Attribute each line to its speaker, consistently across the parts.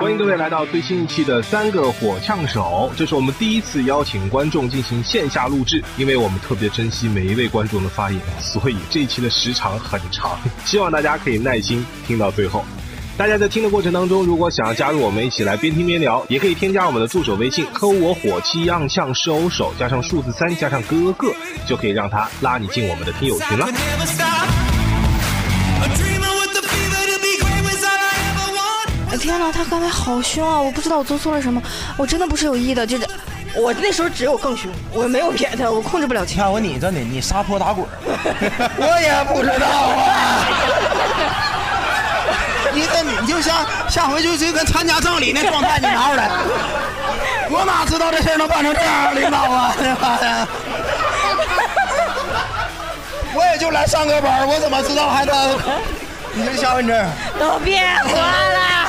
Speaker 1: 欢迎各位来到最新一期的《三个火枪手》，这是我们第一次邀请观众进行线下录制，因为我们特别珍惜每一位观众的发言，所以这一期的时长很长， 希望大家可以耐心听到最后。大家在听的过程当中，如果想要加入我们一起来边听边聊，也可以添加我们的助手微信“和我火气样像是偶手”，加上数字三，加上哥哥，就可以让他拉你进我们的听友群了。
Speaker 2: 哎天哪，他刚才好凶啊！我不知道我做错了什么，我真的不是有意的，就是我那时候只有更 凶，我没有别的，我控制不了情绪。
Speaker 3: 看我你真的，你撒泼打 滚儿，
Speaker 4: 我也不知道啊。你这你就像下回就就跟参加葬礼那状态，你 拿出来。 我哪知道这事儿能办成这样，领导 啊，这玩意儿。我也就来上个班儿，我怎么知道还得？你这下回你这样，
Speaker 2: 都别活了！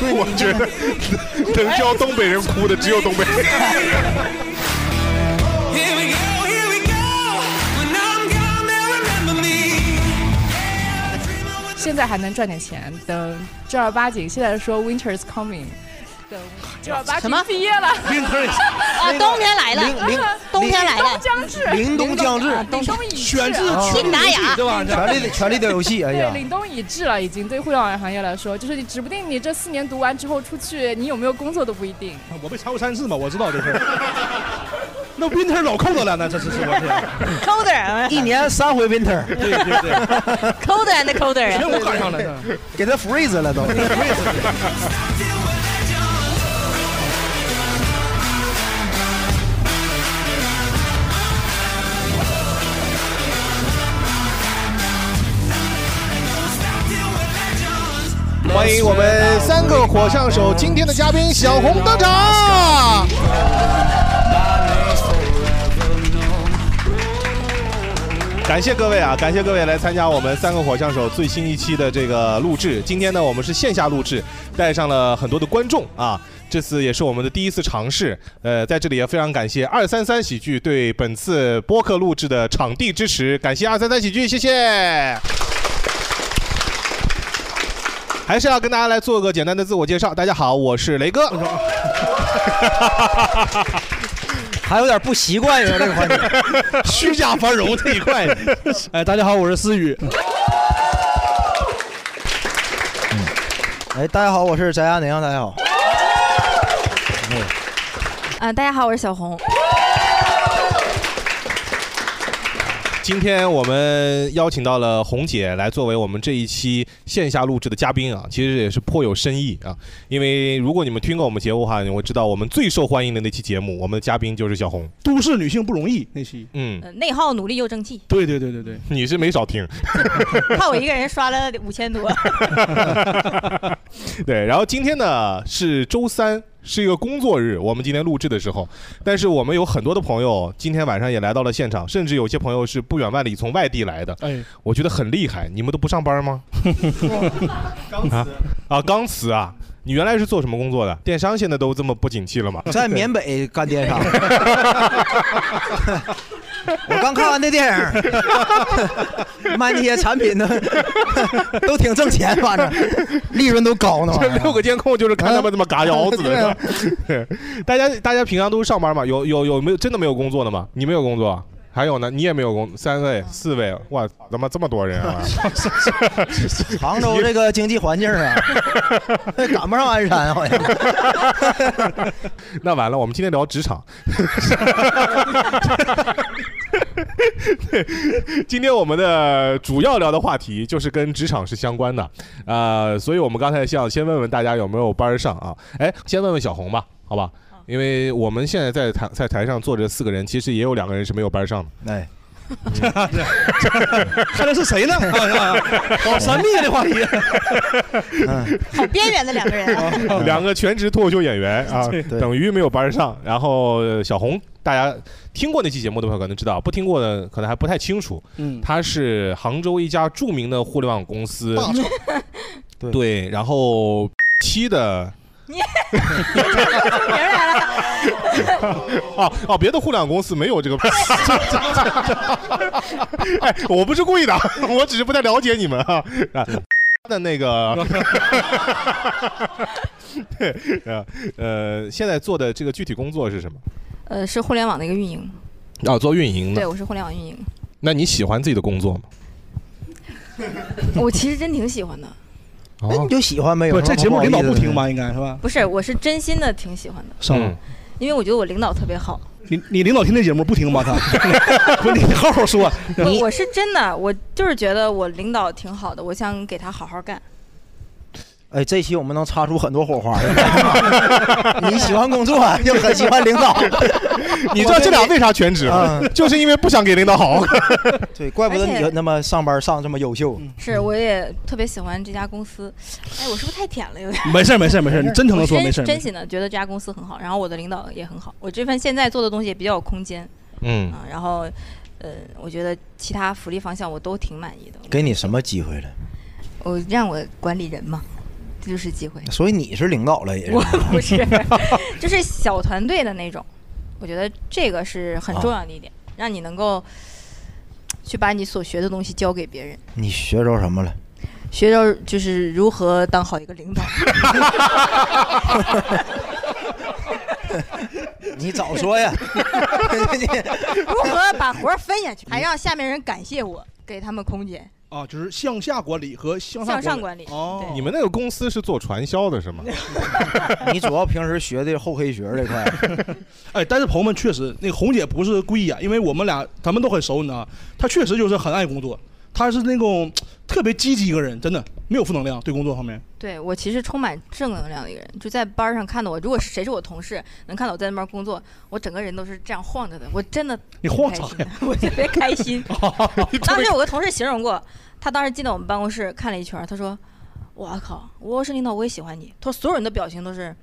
Speaker 5: 我觉得能教东北人哭的只有东北人。
Speaker 6: 现在还能赚点钱，等正儿八经。现在说 winter is coming，等正儿八经
Speaker 7: 什么
Speaker 6: 毕业了
Speaker 3: Winter is-
Speaker 7: 啊，冬天来了，冬天来了，
Speaker 6: 将至，
Speaker 3: 凛冬将至，
Speaker 6: 凛冬已至，
Speaker 3: 选自
Speaker 7: 啊
Speaker 3: 去
Speaker 7: 信达雅
Speaker 3: 年对吧？权力的权力的游戏，哎
Speaker 6: 对，
Speaker 3: 呀，
Speaker 6: 凛冬已至了，已经对互联网行业来说，就是你指不定你这四年读完之后出去，你有没有工作都不一定。
Speaker 8: 我被查过三次嘛，我知道这事儿。 那 Winter 老扣他了，那这是是我是？
Speaker 7: 抠的
Speaker 2: 啊
Speaker 7: 人，
Speaker 3: 一年三回 winter，
Speaker 8: 对对对，
Speaker 7: 抠的人的抠的人
Speaker 2: 啊
Speaker 8: 全。我赶上了呢。
Speaker 3: 给他 freeze 了都。
Speaker 4: 欢迎我们三个火上手今天的嘉宾小红登场。
Speaker 1: 感谢各位啊，感谢各位来参加我们三个火枪手最新一期的这个录制。今天呢，我们是线下录制，带上了很多的观众啊。这次也是我们的第一次尝试，呃，在这里也非常感谢二三三喜剧对本次播客录制的场地支持，感谢二三三喜剧，谢谢。还是要跟大家来做个简单的自我介绍。大家好，我是雷哥。
Speaker 3: 还有点不习惯有这个环节，
Speaker 8: 虚假繁荣这一块。 哎，大家好，我是思雨。
Speaker 3: 哎，大家好，我是翟佳宁，大家好。
Speaker 8: 哎
Speaker 2: 啊，大家好，我是小红。
Speaker 1: 今天我们邀请到了红姐来作为我们这一期线下录制的嘉宾啊，其实也是颇有深意啊。因为如果你们听过我们节目的话，你会知道我们最受欢迎的那期节目，我们的嘉宾就是小红。
Speaker 8: 都市女性不容易那期。
Speaker 1: 嗯，
Speaker 2: 呃
Speaker 7: 内耗努力又争 气，
Speaker 8: 对对对对对，
Speaker 1: 你是没少听。
Speaker 7: 看我一个人刷了五千多，
Speaker 1: 对，然后今天呢是周三，是一个工作日，我们今天录制的时候，但是我们有很多的朋友今天晚上也来到了现场，甚至有些朋友是不远万里从外地来的，
Speaker 8: 哎，
Speaker 1: 我觉得很厉害。你们都不上 班 吗？刚辞啊，刚辞啊！你原来是做什么工作的？电商现在都这么不景气了吗？
Speaker 3: 在缅北干电商。我刚看完那电 影，卖那些产品呢，都挺挣钱，反正利润都 高呢。
Speaker 1: 这 六个监控就是看他们这么嘎腰子
Speaker 3: 对
Speaker 1: 的
Speaker 3: 啊。
Speaker 1: 对大家大家平常都是上班嘛？有有有没有真的没有工作的吗？你没有工作？啊还有呢？你也没有工？三位、四位，哇，怎么这么多人啊？
Speaker 3: 杭州这个经济环 境啊，赶不上鞍山好像。
Speaker 1: 那完了，我们今天聊职场。对，今天我们的主要聊的话题就是跟职场是相关的，呃，所以我们刚才想先问问大家有没有班儿上啊？哎，先问问小红吧，好吧？因为我们现在在台在台上坐着四个人，其实也有两个人是没有班儿上的。
Speaker 3: 哎，
Speaker 8: 看来是谁
Speaker 1: 啊
Speaker 8: 呢？好神秘的话题。
Speaker 3: 嗯
Speaker 7: 好边缘的两个人啊。
Speaker 1: 两个全职脱口秀演员啊，等于没有班上。然后呃小红，大家听过那期节目的朋友可能知道，不听过的可能还不太清楚。
Speaker 8: 嗯
Speaker 1: 他是杭州一家著名的互联网公司，
Speaker 3: 对
Speaker 1: 对，然后 X 的。
Speaker 7: 名儿来了，
Speaker 1: 哦哦，别的互联网公司没有这个。 哎，我不是故意的， 我只是不太了解你们啊。啊的那个，对， 啊呃，现在做的这个具体工作是什么？
Speaker 2: 呃，是互联网的一个运营，
Speaker 1: 啊，做运营
Speaker 2: 对
Speaker 1: 的。
Speaker 2: 我是互联网运营，
Speaker 1: 那你喜欢自己的工作吗？
Speaker 2: 我其实真挺喜欢的，
Speaker 1: 那
Speaker 3: 哎你就喜欢呗。
Speaker 8: 不，这节目领导不听吧？应该是吧？
Speaker 2: 不是，我是真心的挺喜欢的，
Speaker 8: 上
Speaker 3: 嗯
Speaker 8: 了，
Speaker 2: 因为我觉得我领导特别好，
Speaker 8: 你你领导听这节目不听吧？他， 不，你好好说。啊
Speaker 2: 我我是真的，我就是觉得我领导挺好的，我想给他好好干。
Speaker 3: 哎，这期我们能擦出很多 火花。你喜欢工作，啊又很喜欢领导，
Speaker 1: 你知道这俩为啥全职吗？
Speaker 3: 嗯
Speaker 1: 就是因为不想给领导好。
Speaker 3: 对，怪不得你那么上班上这么优秀。
Speaker 8: 嗯
Speaker 2: 是，我也特别喜欢这家公司。哎，我是不是太舔了？有点。
Speaker 8: 没事儿没事儿没事儿你真诚地说
Speaker 2: 我
Speaker 8: 没事儿没事儿
Speaker 2: 真心的觉得这家公司很好，然后我的领导也很好，我这份现在做的东西也比较有空间。
Speaker 3: 嗯
Speaker 2: 啊然后，呃，我觉得其他福利方向我都挺满意的。
Speaker 3: 给你什么机会了？
Speaker 2: 我让我管理人嘛，这就是机会。
Speaker 3: 所以你是领导了，也是。
Speaker 2: 我不是， 就是小团队的那种，我觉得这个是很重要的一点，让你能够去把你所学的东西交给别人，
Speaker 3: 你学着什么了？
Speaker 2: 学着就是如何当好一个领导。
Speaker 3: 你早说 呀！
Speaker 2: 如何 把活儿分下去，还让下面人感谢我，给他们空间。
Speaker 8: 啊，就是向下管理和向上
Speaker 2: 向上管理
Speaker 8: 哦，
Speaker 1: 你们那个公司是做传销的是吗？
Speaker 3: 你主要平时学的厚黑学这块，
Speaker 8: 哎，但是朋友们确实，那个红姐不是故意啊，因为我们俩咱们都很熟，你知道吗，她确实就是很爱工作，她是那种特别积极一个人，真的没有负能量，对工作方面。
Speaker 2: 对我其实充满正能量的一个人，就在班儿上看到我，如果是谁是我同事，能看到我在那边工作，我整个人都是这样晃着的，我真的
Speaker 8: 你晃哦
Speaker 2: 挺
Speaker 8: 啥
Speaker 2: 开心的
Speaker 8: 呀？
Speaker 2: 我特别开 心。当时有个同事形容过，他当时进到我们办公室看了一圈儿，他说：“我靠，我要是领导我也喜欢你。”他说所有人的表情都是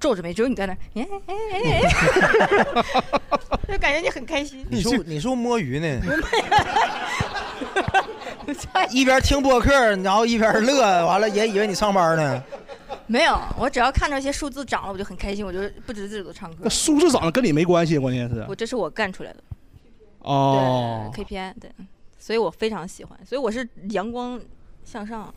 Speaker 2: 皱着眉，只有你在那儿，哎哎哎哎 哎，就感觉你很开心。
Speaker 3: 你是你是不是摸鱼呢？ 一边听播客，然后一边乐，完了也以为你上班呢。
Speaker 2: 没有，我只要看到一些数字涨了，我就很开心，我就不止自己都唱歌
Speaker 8: 那。数字长得跟你没关系，关键是
Speaker 2: 我这是我干出来的
Speaker 8: 哦，
Speaker 2: KPI，对，所以我非常喜欢，所以我是阳光向上。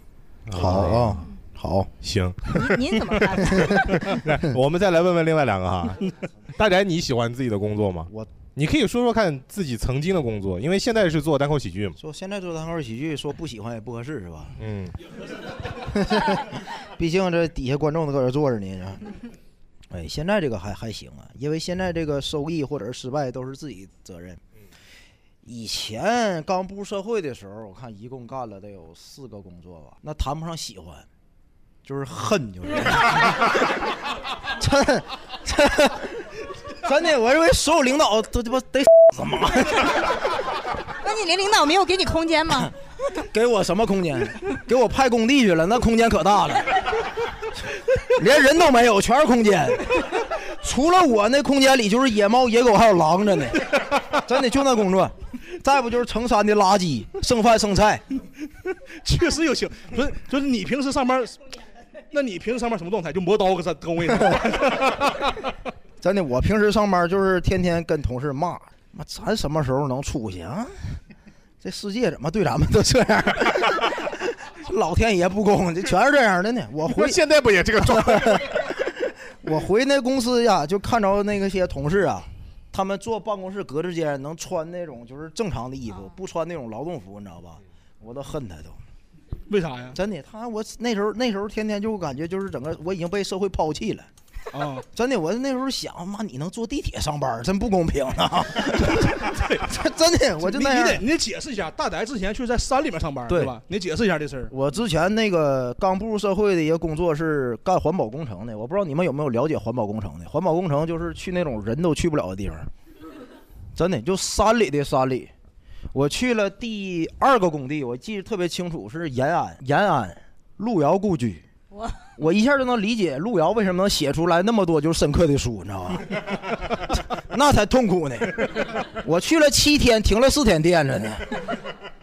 Speaker 1: 好啊，
Speaker 3: 哦
Speaker 1: 好，行。
Speaker 2: 您您怎么看？
Speaker 1: 来，我们再来问问另外两个 哈。大宅，你喜欢自己的工作吗？
Speaker 3: 我，
Speaker 1: 你可以说说看自己曾经的工作，因为现在是做单口喜剧嘛。
Speaker 3: 说现在做单口喜剧，说不喜欢也不合适是吧？
Speaker 1: 嗯，
Speaker 3: 毕竟这底下观众都搁这坐着呢。是吧哎，现在这个还还行啊，因为现在这个收益或者是失败都是自己责任。以前刚步入社会的时候，我看一共干了得有四个工作吧，那谈不上喜欢，就是恨，就是 真 真真的，我认为所有领导都鸡巴得死妈，
Speaker 2: 那你领领导没有给你空间
Speaker 3: 嗯
Speaker 2: 吗？
Speaker 3: 给我什么空间？给我派工地去了，那空间可大了，连人都没有，全是空间。除了我那空间里就是野猫、野狗还有狼着呢，真的就那工作。再不就是成山的垃圾，剩饭剩菜。
Speaker 8: 确实有情，不是就是你平时上班，那你平时上班什么状态？就磨刀搁在工位上，
Speaker 3: 真的，我平时上班就是天天跟同事骂，妈咱什么时候能出去啊？这世界怎么对咱们都这 样？老天爷不公，这全是这样的呢。我回
Speaker 1: 现在不也这个状态？
Speaker 3: 我回那公司呀，就看着那个些同事啊，他们坐办公室隔之间能穿那种就是正常的衣服，不穿那种劳动服，你知道吧？我都恨他都。
Speaker 8: 为啥呀？
Speaker 3: 真的，他我那时候那时候天天就感觉就是整个我已经被社会抛弃了。
Speaker 8: 啊，
Speaker 3: 真的，我那时候想，妈，你能坐地铁上班，真不公平啊！ 真的，我就
Speaker 8: 你
Speaker 3: 那
Speaker 8: 你
Speaker 3: 样
Speaker 8: 得你得解释一下，大宅之前确实在山里面上班，
Speaker 3: 对
Speaker 8: 对吧？你得解释一下这事儿。
Speaker 3: 我之前那个刚步入社会的一个工作是干环保工程的，我不知道你们有没有了解环保工程的。环保工程就是去那种人都去不了的地方，真的就山里的山里。我去了第二个工地，我记得特别清楚，是延安，延安路遥故居。
Speaker 2: 我
Speaker 3: 我一下就能理解路遥为什么能写出来那么多就是深刻的书，你知道吧？ 那才痛苦呢。我去了七天，停了四天电着呢，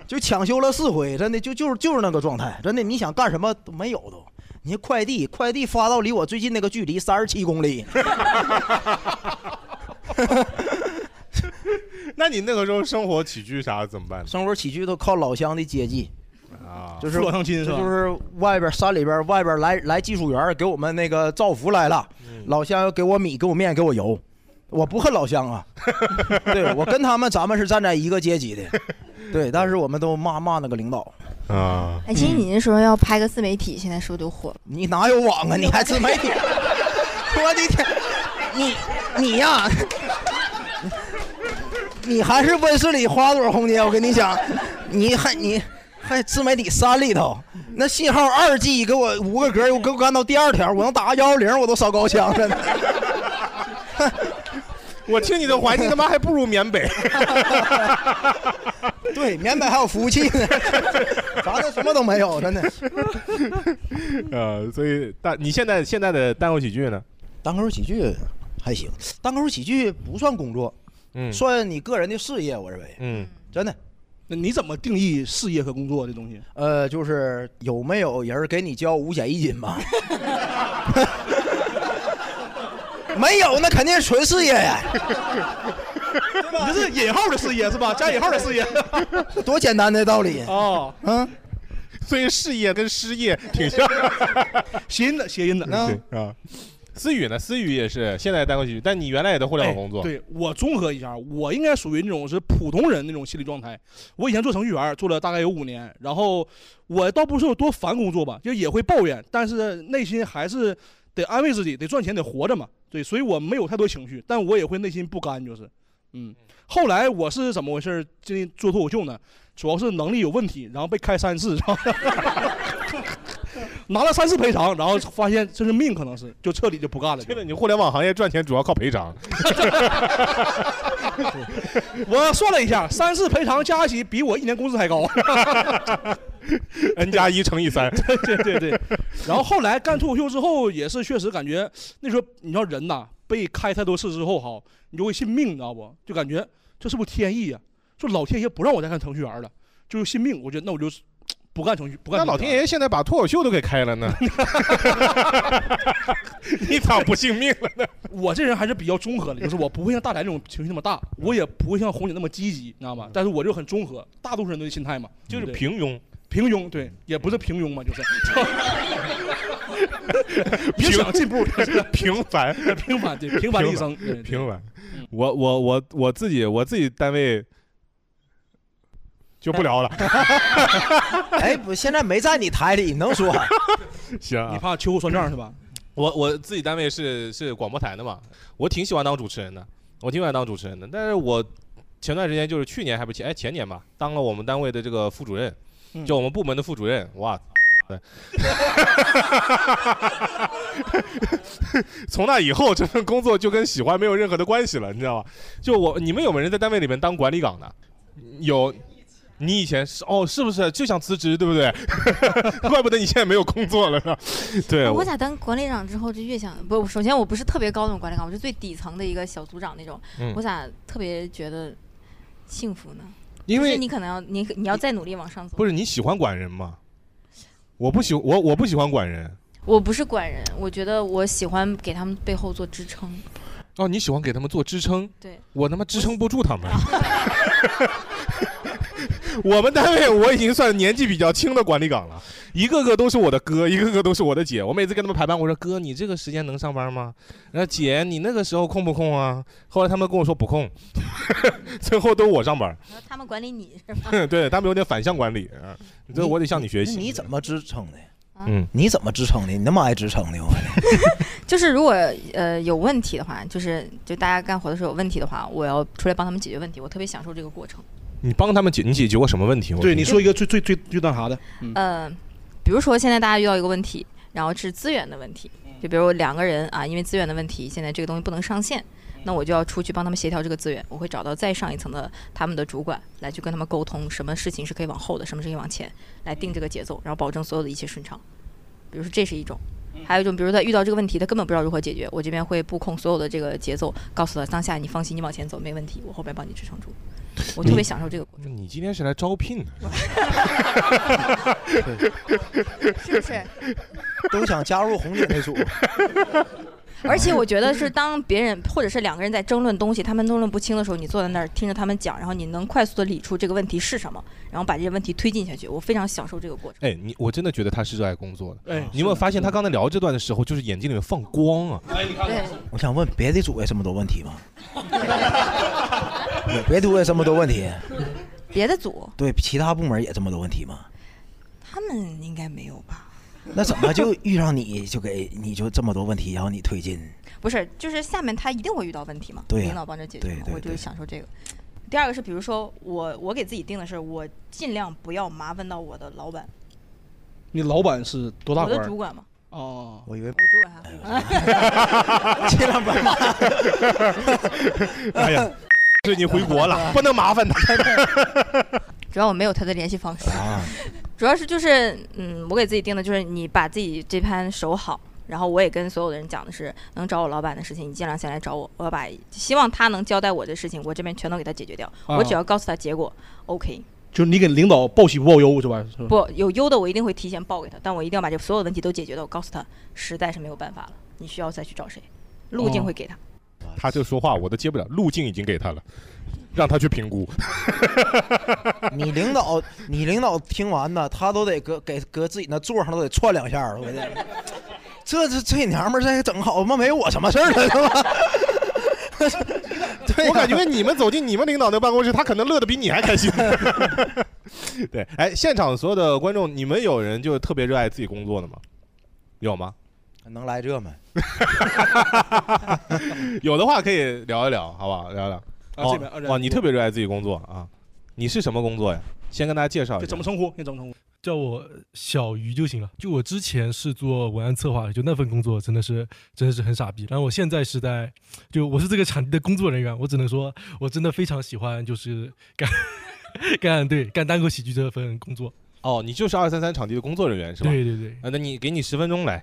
Speaker 3: 就抢修了四回，真的就就是就是那个状态，真的你想干什么都没有都。你快递，快递发到离我最近那个距离三十七公里，
Speaker 1: 那你那个时候生活起居啥怎么办？
Speaker 3: 生活起居都靠老乡的接济
Speaker 1: 啊，
Speaker 3: 就是
Speaker 1: 父老乡亲是
Speaker 3: 这
Speaker 1: 吧？
Speaker 3: 就是外边山里边外边来来技术员儿给我们那个造福来了，
Speaker 1: 嗯
Speaker 3: 老乡给我米给我面给我油，我不恨老乡 啊，对我跟他们咱们是站在一个阶级的，对，但是我们都骂骂那个领导
Speaker 1: 啊
Speaker 9: 哎，其实你那时候要拍个自媒体，现在是不是就火了？
Speaker 3: 你哪有网啊？你还 自媒体？我的天， 你你呀、你还是温室里花朵红姐，我跟你讲，你还你还自媒体山里头，那信号二 G 给我五个格，我给我干到第二条，我能打个幺幺零，我都烧高香了呢。
Speaker 1: 我听你的环境他妈还不如缅 北，
Speaker 3: 对，缅北还有服务器 呢，咱这什么都没有，真的。
Speaker 1: 呃，所以但你现在现在的单口喜剧呢？
Speaker 3: 单口喜剧还行，单口喜剧不算工作，
Speaker 1: 嗯
Speaker 3: 算你个人的事业，我认为。
Speaker 1: 嗯，
Speaker 3: 真的。那你怎么定义事业和工作这东西？呃，就是有没有人给你交五险一金吧？ 没有，那肯定是纯事业呀。
Speaker 8: 你这是引号的事业是吧？加引号的事业，
Speaker 3: 多简单的道理。
Speaker 8: 哦，
Speaker 3: 嗯，
Speaker 1: 所以事业跟失业挺像，
Speaker 8: 谐音的谐音的。
Speaker 1: 对啊。思雨呢？思雨也是现在单口喜剧，但你原来也在互联网工作，
Speaker 8: 哎对我综合一下，我应该属于那种是普通人那种心理状态。我以前做程序员做了大概有五年，然后我倒不是有多烦工作吧，就也会抱怨，但是内心还是得安慰自己，得赚钱，得活着嘛。对，所以我没有太多情绪，但我也会内心不甘，就是。嗯，后来我是怎么回事儿？进行做脱口秀呢，主要是能力有问题，然后被开三次，然后 拿了三次赔偿，然后发现这是命，可能是就彻底就不干了。
Speaker 1: 现在你互联网行业赚钱主要靠赔偿，
Speaker 8: 我算了一下，三次赔偿加一起比我一年工资还高。
Speaker 1: n 加一乘以三，
Speaker 8: 对对 对。然后后来干脱口秀之后，也是确实感觉那时候，你知道人呐，被开太多次之后哈，你就会信命，你知道不？就感觉这是不是天意呀、说老天爷不让我再干程序员了，就是信命。我觉得那我就不干程 序，不干
Speaker 1: 那
Speaker 8: 程序
Speaker 1: 老
Speaker 8: 员了。
Speaker 1: 天爷现在把脱口秀都给开了呢， 你咋不信命了呢？
Speaker 8: 我这人还是比较综合的，就是我不会像大宅那种情绪那么大，我也不会像红姐那么积极，你知道吗？但是我就很综合，大多数人都的心态嘛，
Speaker 1: 就是
Speaker 8: 对
Speaker 1: 平庸，
Speaker 8: 平庸，对，也不是平庸 嘛，就是。 别想进步，
Speaker 1: 平凡，
Speaker 8: 平凡，对，平凡的一生，对嗯对
Speaker 1: 平凡。我我我我自己我自己单位就不聊了，
Speaker 3: 哎，不，现在没在你台里，你能说？
Speaker 1: 行啊
Speaker 8: 你怕秋后算账是吧？
Speaker 1: 我我自己单位是是广播台的嘛，我挺喜欢当主持人的，我挺喜欢当主持人的。但是我前段时间就是去年还不前哎前年吧，当了我们单位的这个副主任，就我们部门的副主任，哇！对 从那以后，这份工作就跟喜欢没有任何的关系了，你知道吧？就我，你们有没有人在单位里面当管理岗的？有，你以前是哦，是不是就想辞职，对不对？ 怪不得你现在没有工作了呢。 对，
Speaker 2: 我咋当管理长之后就越想不？首先我不是特别高那种管理岗，我是最底层的一个小组长那种。
Speaker 1: 嗯
Speaker 2: 我咋特别觉得幸福呢？
Speaker 1: 因
Speaker 2: 就是
Speaker 1: 为
Speaker 2: 你可能要你你要再努力往上走。
Speaker 1: 不是你喜欢管人吗？我不喜我我不喜欢管人。
Speaker 2: 我不是管人，我觉得我喜欢给他们背后做支撑。
Speaker 1: 哦，你喜欢给他们做支撑？
Speaker 2: 对，
Speaker 1: 我他妈支撑不住他们。 我们单位我已经算年纪比较轻的管理岗了，一个个都是我的哥，一个个都是我的姐。我每次跟他们排班，我说哥，你这个时间能上班吗？然后姐，你那个时候空不空啊？后来他们跟我说不空，最后都我上班。
Speaker 2: 然后他们管理你是吧？
Speaker 1: 对他们有点反向管理，啊这我得向你学习。
Speaker 3: 你怎么支撑的？
Speaker 1: 嗯，
Speaker 3: 你怎么支撑的？你那么爱支撑 的，我
Speaker 2: 就是如果呃有问题的话，就是就大家干活的时候有问题的话，我要出来帮他们解决问题，我特别享受这个过程。
Speaker 1: 你帮他们解你解决过什么问题？
Speaker 8: 对，你说一个最最最最那啥的，
Speaker 1: 嗯
Speaker 8: 嗯
Speaker 2: 呃，比如说现在大家遇到一个问题，然后是资源的问题，就比如两个人啊，因为资源的问题，现在这个东西不能上线，那我就要出去帮他们协调这个资源，我会找到再上一层的他们的主管来去跟他们沟通，什么事情是可以往后的，什么事情往前，来定这个节奏，然后保证所有的一切顺畅。比如说这是一种。还有一种，比如说他遇到这个问题，他根本不知道如何解决，我这边会布控所有的这个节奏，告诉他当下你放心，你往前走没问题，我后边帮你支撑住。我特别享受这个过程。
Speaker 1: 你今天是来招聘的，
Speaker 9: 是不是？
Speaker 3: 都想加入红姐那组。
Speaker 2: 而且我觉得 是当别人或者是两个人在争论东西，他们争论不清的时候，你坐在那儿听着他们讲，然后你能快速的理出这个问题是什么，然后把这些问题推进下去。我非常享受这个过程。
Speaker 1: 哎，你我真的觉得他是热爱工作的。
Speaker 8: 哎
Speaker 1: 你有没有发现他刚才聊这段的时候，就是眼睛里面放光啊？
Speaker 8: 哎，你看看，
Speaker 3: 我想问，别的组也这么多问题吗？有别的组也这么多问题？
Speaker 2: 别的组
Speaker 3: 对，其他部门也这么多问题吗？
Speaker 2: 他们应该没有吧？
Speaker 3: 那怎么就遇上你就给你就这么多问题，然后你推进？
Speaker 2: 不是，就是下面他一定会遇到问题嘛，
Speaker 3: 对呀
Speaker 2: 领导帮着解决嘛
Speaker 3: 对对
Speaker 2: 我就
Speaker 3: 对
Speaker 2: 享受这个。第二个是，比如说我我给自己定的是，我尽量不要麻烦到我的老板，
Speaker 8: 嗯你老板是多大
Speaker 2: 我
Speaker 8: 官？
Speaker 2: 的主管嘛，
Speaker 8: 哦，
Speaker 3: 我以为
Speaker 2: 我主管他，
Speaker 3: 尽量不要麻
Speaker 1: 哎呀，是你回国 了，不能麻烦他。
Speaker 2: 主要我没有他的联系方式，
Speaker 3: 啊，
Speaker 2: 主要是就是嗯，我给自己定的就是你把自己这盘守好。然后我也跟所有的人讲的是，能找我老板的事情，你尽量先来找我。我要把希望他能交代我的事情，我这边全都给他解决掉。我只要告诉他结果，OK。
Speaker 8: 就是你给领导报喜不报忧是吧？是吧，
Speaker 2: 不有忧的，我一定会提前报给他，但我一定要把这所有的问题都解决的。我告诉他，实在是没有办法了，你需要再去找谁，路径会给他。
Speaker 1: 他这说话我都接不了，路径已经给 他了，让他去评估。
Speaker 3: 你领导，你领导听完呢，他都得搁给搁自己那座上都得窜两下儿，我得，这这这娘们儿这整好嘛，没我什么事儿了， 是吧？对呀
Speaker 1: 我感觉你们走进你们领导的办公室，他可能乐得比你还开心。 对，哎，现场所有的观众，你们有人就特别热爱自己工作的吗？有吗？
Speaker 3: 能来这吗？
Speaker 1: 有的话可以聊一聊，好不好？聊一聊。
Speaker 8: 啊这边啊这边
Speaker 1: 哦，你特别热爱自己工作啊？你是什么工作呀？先跟大家介绍一
Speaker 8: 这
Speaker 1: 下。
Speaker 8: 怎么称呼？你怎么称呼？
Speaker 10: 叫我小鱼就行了。就我之前是做文案策划的，就那份工作真的是真的是很傻逼。然后我现在是在，就我是这个产地的工作人员，我只能说我真的非常喜欢，就是干 干对干单口喜剧这份工作。
Speaker 1: 哦，你就是二三三场地的工作人员是吧？
Speaker 10: 对对对。
Speaker 1: 啊，那你给你十分钟来，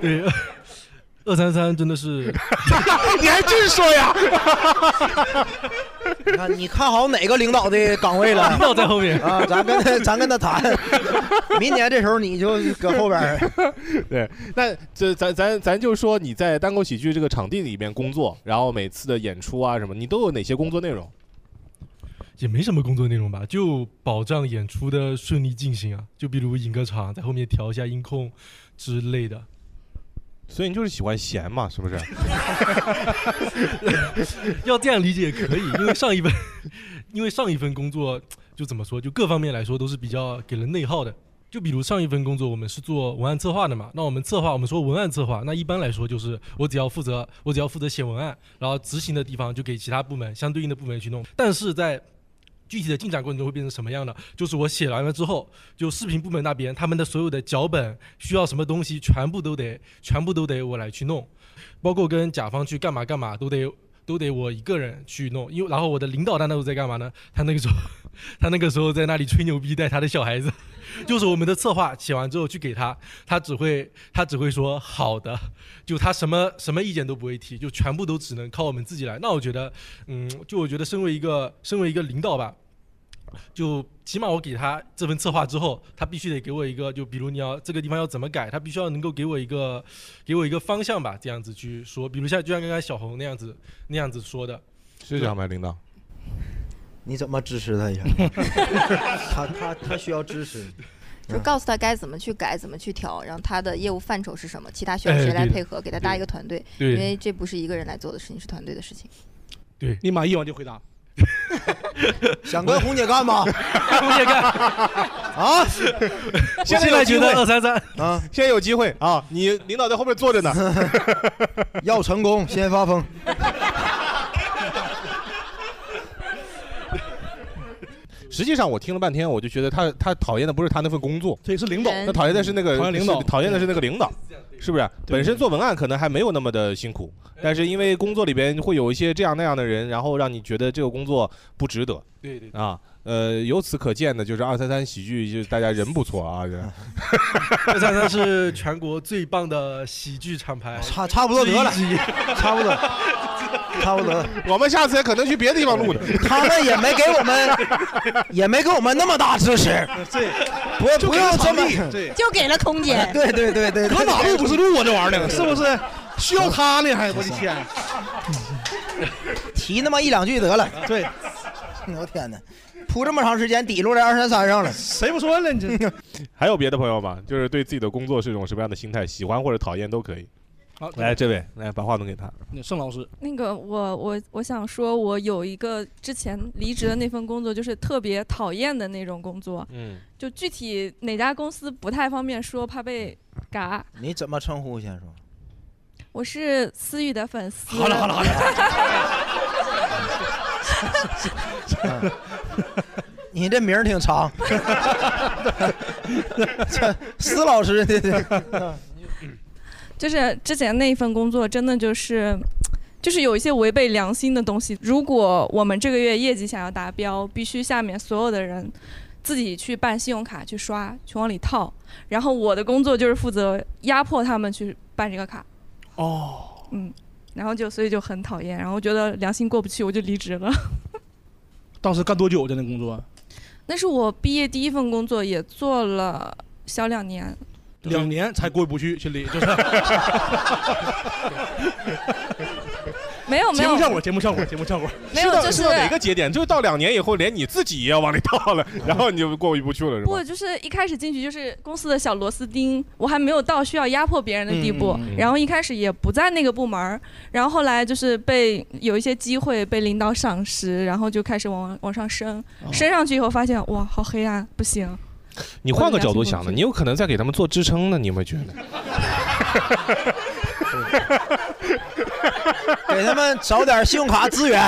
Speaker 10: 对， 二三三真的是
Speaker 1: 你还真说呀？
Speaker 3: 你看，你看好哪个领导的岗 位了？
Speaker 10: 领导在后面
Speaker 3: 啊，咱跟他咱跟 他谈，明年这时候你就搁后边儿。
Speaker 1: 对，那这咱咱咱就说你在单口喜剧这个场地里面工作，然后每次的演出啊什么，你都有哪些工作内容？
Speaker 10: 也没什么工作内容吧，就保障演出的顺利进行啊。就比如引个场，在后面调一下音控之类的。
Speaker 1: 所以你就是喜欢闲嘛，是不是？
Speaker 10: 要这样理解也可以，因为上一份， 因为上一份工作就怎么说，就各方面来说都是比较给人内耗的。就比如上一份工作，我们是做文案策划的嘛，那我们策划，我们说文案策划，那一般来说就是我只要负责，我只要负责写文案，然后执行的地方就给其他部门相对应的部门去弄。但是在具体的进展过程中会变成什么样呢？就是我写完了之后，就视频部门那边他们的所有的脚本需要什么东西，全部都得全部都得我来去弄，包括跟甲方去干嘛干嘛都得都得我一个人去弄，因为然后我的领导他那时候在干嘛呢？他那个时候 他那个时候在那里吹牛逼带他的小孩子， 就是我们的策划写完之后去给他，他只会他只会说好的，就他什么什么意见都不会提，就全部都只能靠我们自己来。那我觉得，嗯，就我觉得身为一个身为一个领导吧，就起码我给他这份策划之后，他必须得给我一个，就比如你要这个地方要怎么改，他必须要能够给我一个，给我一个方向吧，这样子去说。比如像就像刚刚小红那样子那样子说的，
Speaker 1: 是这样吗，领导？
Speaker 3: 你怎么支 持他一下？他他他需要支持。 嗯
Speaker 2: 就告诉他该怎么去改，怎么去调，然后他的业务范畴是什么，其他需要
Speaker 10: 哎
Speaker 2: 谁来
Speaker 10: 对的
Speaker 2: 配合，给他搭一个团队，
Speaker 10: 对
Speaker 2: 因为这不是一个人来做的事情，是团队的事情。
Speaker 8: 你满意吗？就回 答。
Speaker 3: 想跟红姐干吗？
Speaker 10: 红姐 干
Speaker 3: 啊！
Speaker 10: 我
Speaker 1: 现在
Speaker 10: 现
Speaker 1: 有
Speaker 10: 在
Speaker 1: 机
Speaker 10: 觉
Speaker 1: 会
Speaker 10: 得二三三，
Speaker 3: 啊，
Speaker 1: 现在有机会啊！你领导在后面坐着呢。
Speaker 3: 要成功先发疯。
Speaker 1: 实际上我听了半天，我就觉得他他讨厌的不是他那份工作，
Speaker 8: 这也是领导，
Speaker 1: 他讨厌的是那个
Speaker 8: 讨厌领导
Speaker 1: 是讨厌的是那个领导，是不是？本身做文案可能还没有那么的辛苦，但是因为工作里边会有一些这样那样的人，然后让你觉得这个工作不值得
Speaker 10: 对对
Speaker 1: 啊。呃，由此可见的就是二三三喜剧，就是大家人不错 啊，人
Speaker 10: 二三三是全国最棒的喜剧厂牌，
Speaker 3: 差差不多得 了
Speaker 10: 之一之一
Speaker 3: 差不多。差不多。
Speaker 1: 我们下次可能去别的地方录的。
Speaker 3: 他们也没给我们，也没给我们那么大支持。
Speaker 1: 对，
Speaker 3: 不不用这么，
Speaker 9: 就给了空间。
Speaker 3: 对对对对，
Speaker 8: 隔马路不是路啊，这玩意儿呢，是不是？需要他呢？
Speaker 1: 哎
Speaker 8: 还我的天！
Speaker 3: 提那么一两句得了。
Speaker 8: 对，
Speaker 3: 我天哪，铺这么长时间，底落在二三三上了。
Speaker 8: 谁不说了？你 这
Speaker 1: 还有别的朋友吗？就是对自己的工作是一种什么样的心态？喜欢或者讨厌都可以。
Speaker 8: 好
Speaker 1: 来这位，来把话筒给他。
Speaker 8: 盛老师，
Speaker 11: 那个我我我想说，我有一个之前离职的那份工作，就是特别讨厌的那种工作。
Speaker 1: 嗯，
Speaker 11: 就具体哪家公司不太方便说，怕被嘎。
Speaker 3: 你怎么称 呼？先说。
Speaker 11: 我是思雨的粉丝。
Speaker 3: 好了好了好
Speaker 11: 了
Speaker 3: 你这名儿挺 长。 这司老师，对对。
Speaker 11: 就是之前那一份工作，真的就是，就是有一些违背良心的东西。如果我们这个月业绩想要达标，必须下面所有的人自己去办信用卡去刷，去往里套。然后我的工作就是负责压迫他们去办这个卡。
Speaker 8: 哦，
Speaker 11: 嗯，然后就所以就很讨厌，然后觉得良心过不去，我就离职了。
Speaker 8: 当时干多久在那工作？啊
Speaker 11: 那是我毕业第一份工作，也做了小两年。
Speaker 8: 两年才过意不去，心里就是。
Speaker 11: 没有没
Speaker 8: 节
Speaker 11: 有
Speaker 8: 目效果，节目效果，节目效果。
Speaker 11: 没有
Speaker 1: 到
Speaker 11: 就是
Speaker 1: 到哪个节点？就是到两年以后，连你自己也要往里倒了，然后你就过意不去了，是吧？
Speaker 11: 不，就是一开始进去就是公司的小螺丝钉，我还没有到需要压迫别人的地步。
Speaker 1: 嗯嗯嗯
Speaker 11: 然后一开始也不在那个部门儿，然后后来就是被有一些机会被领导赏识，然后就开始往往上升，
Speaker 1: 哦
Speaker 11: 升上去以后发现哇，好黑暗，不行。
Speaker 1: 你换个角度想呢，你有可能在给他们做支撑呢，你有没有 觉得？
Speaker 3: 给他们找点信用卡资源。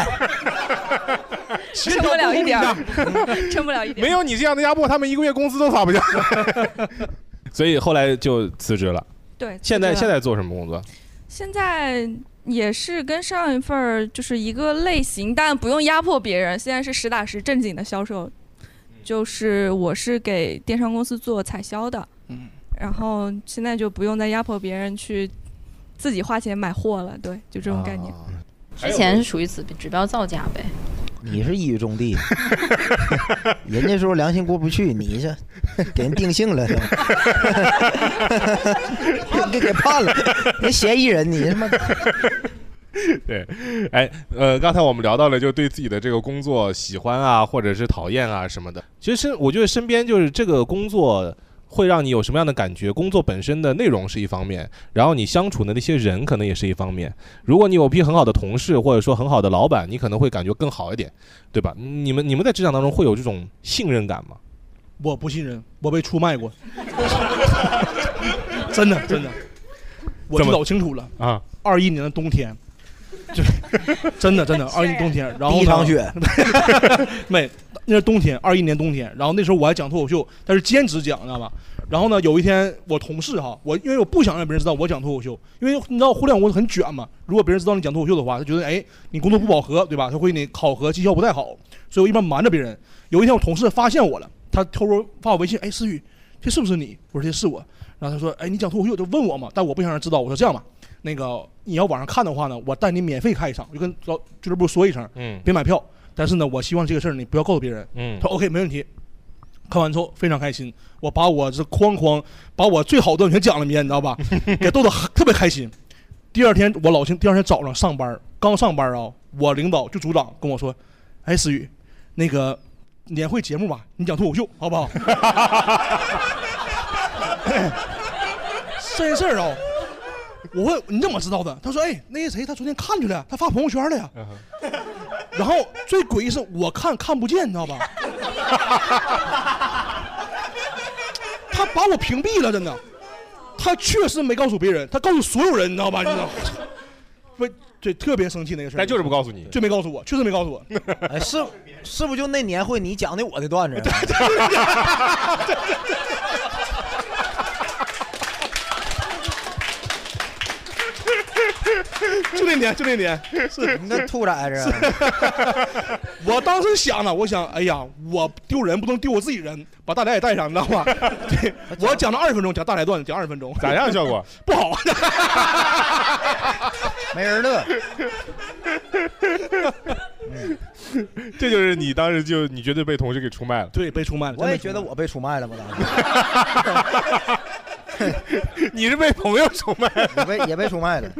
Speaker 11: 撑不了一点儿， 撑不了一点儿。
Speaker 1: 没有你这样的压迫，他们一个月工资都发 不下。所以后来就辞职了。
Speaker 11: 对
Speaker 1: 现在
Speaker 11: 辞职
Speaker 1: 现
Speaker 11: 了
Speaker 1: 在做什么工作？
Speaker 11: 现在也是跟上一份儿就是一个类型，但不用压迫别人。现在是实打实正经的销售，就是我是给电商公司做采销的，
Speaker 8: 嗯，
Speaker 11: 然后现在就不用再压迫别人去自己花钱买货了，对，就这种概念。
Speaker 12: 之前是属于指指标造假呗。
Speaker 3: 你是一语中 的，人家说良心过不去，你这给人定性了都， 给给判了，人嫌疑人，你他妈
Speaker 1: 对，哎，呃，刚才我们聊到了，就对自己的这个工作喜欢啊，或者是讨厌啊什么的。其实我觉得身边就是这个工作会让你有什么样的感觉，工作本身的内容是一方面，然后你相处的那些人可能也是一方面。如果你有批很好的同事，或者说很好的老板，你可能会感觉更好一点，对吧？你们你们在职场当中会有这种信任感吗？
Speaker 8: 我不信任，我被出卖过， 真的真的，我
Speaker 1: 怎
Speaker 8: 就
Speaker 1: 么
Speaker 8: 搞清楚了
Speaker 1: 啊！
Speaker 8: 二一年的冬天，就是真的真的，二一年冬天，然后呢
Speaker 3: 第一场雪，
Speaker 8: 没，那是冬天，二一年冬天，然后那时候我还讲脱口秀，但是兼职讲，你知道吧？然后呢，有一天我同事哈，我因为我不想让别人知道我讲脱口秀，因为你知道互联网公司很卷嘛，如果别人知道你讲脱口秀的话，他觉得哎你工作不饱和，对吧？他会你考核绩效不太好，所以我一般瞒着别人。有一天我同事发现我了，他偷偷发我微信，哎思雨，这是不是你？我说这是我。然后他说，哎你讲脱口秀就问我嘛，但我不想让人知道。我说这样吧，那个你要网上看的话呢，我带你免费看一场，就跟老俱乐部说一声，
Speaker 1: 嗯
Speaker 8: 别买票。但是呢，我希望这个事儿你不要告诉别人。
Speaker 1: 嗯
Speaker 8: 他说 OK 没问题。看完之后非常开心，我把我这哐哐把我最好的段全讲了一遍，你知道吧？ 给逗得特别开心。第二天我老亲，第二天早上上班，刚上班啊，我领导就组长跟我说：“哎，思雨，那个年会节目吧，你讲脱口秀好不好？” 真事儿啊、我问你怎么知道的？他说：“哎，那个谁，他昨天看去了，他发朋友圈了呀。”然后最诡异是我看看不见，你知道吧？他把我屏蔽了，真的。他确实没告诉别人，他告诉所有人，你知道吧？你知道，不，对，特别生气那个事儿。
Speaker 1: 但就是不告诉你，
Speaker 8: 就没告诉我，确实没告诉我。
Speaker 3: 哎，是是不是就那年会你讲的我的段子？啊
Speaker 8: 就那年，就那年，是
Speaker 3: 你那兔崽子！
Speaker 8: 我当时想呢，我想，哎呀，我丢人不能丢我自己人，把大家也带上，你知道吗？对，我讲了二十分钟，讲大来段子，讲二十分钟，
Speaker 1: 咋样效果？
Speaker 8: 不好，
Speaker 3: 没人乐。
Speaker 1: 这就是你当时就你绝对被同事给出卖了，
Speaker 8: 对，被出卖了
Speaker 3: 我也觉得我被出卖了吧，当时
Speaker 1: 你是被朋友出卖，
Speaker 3: 也被也被出卖了。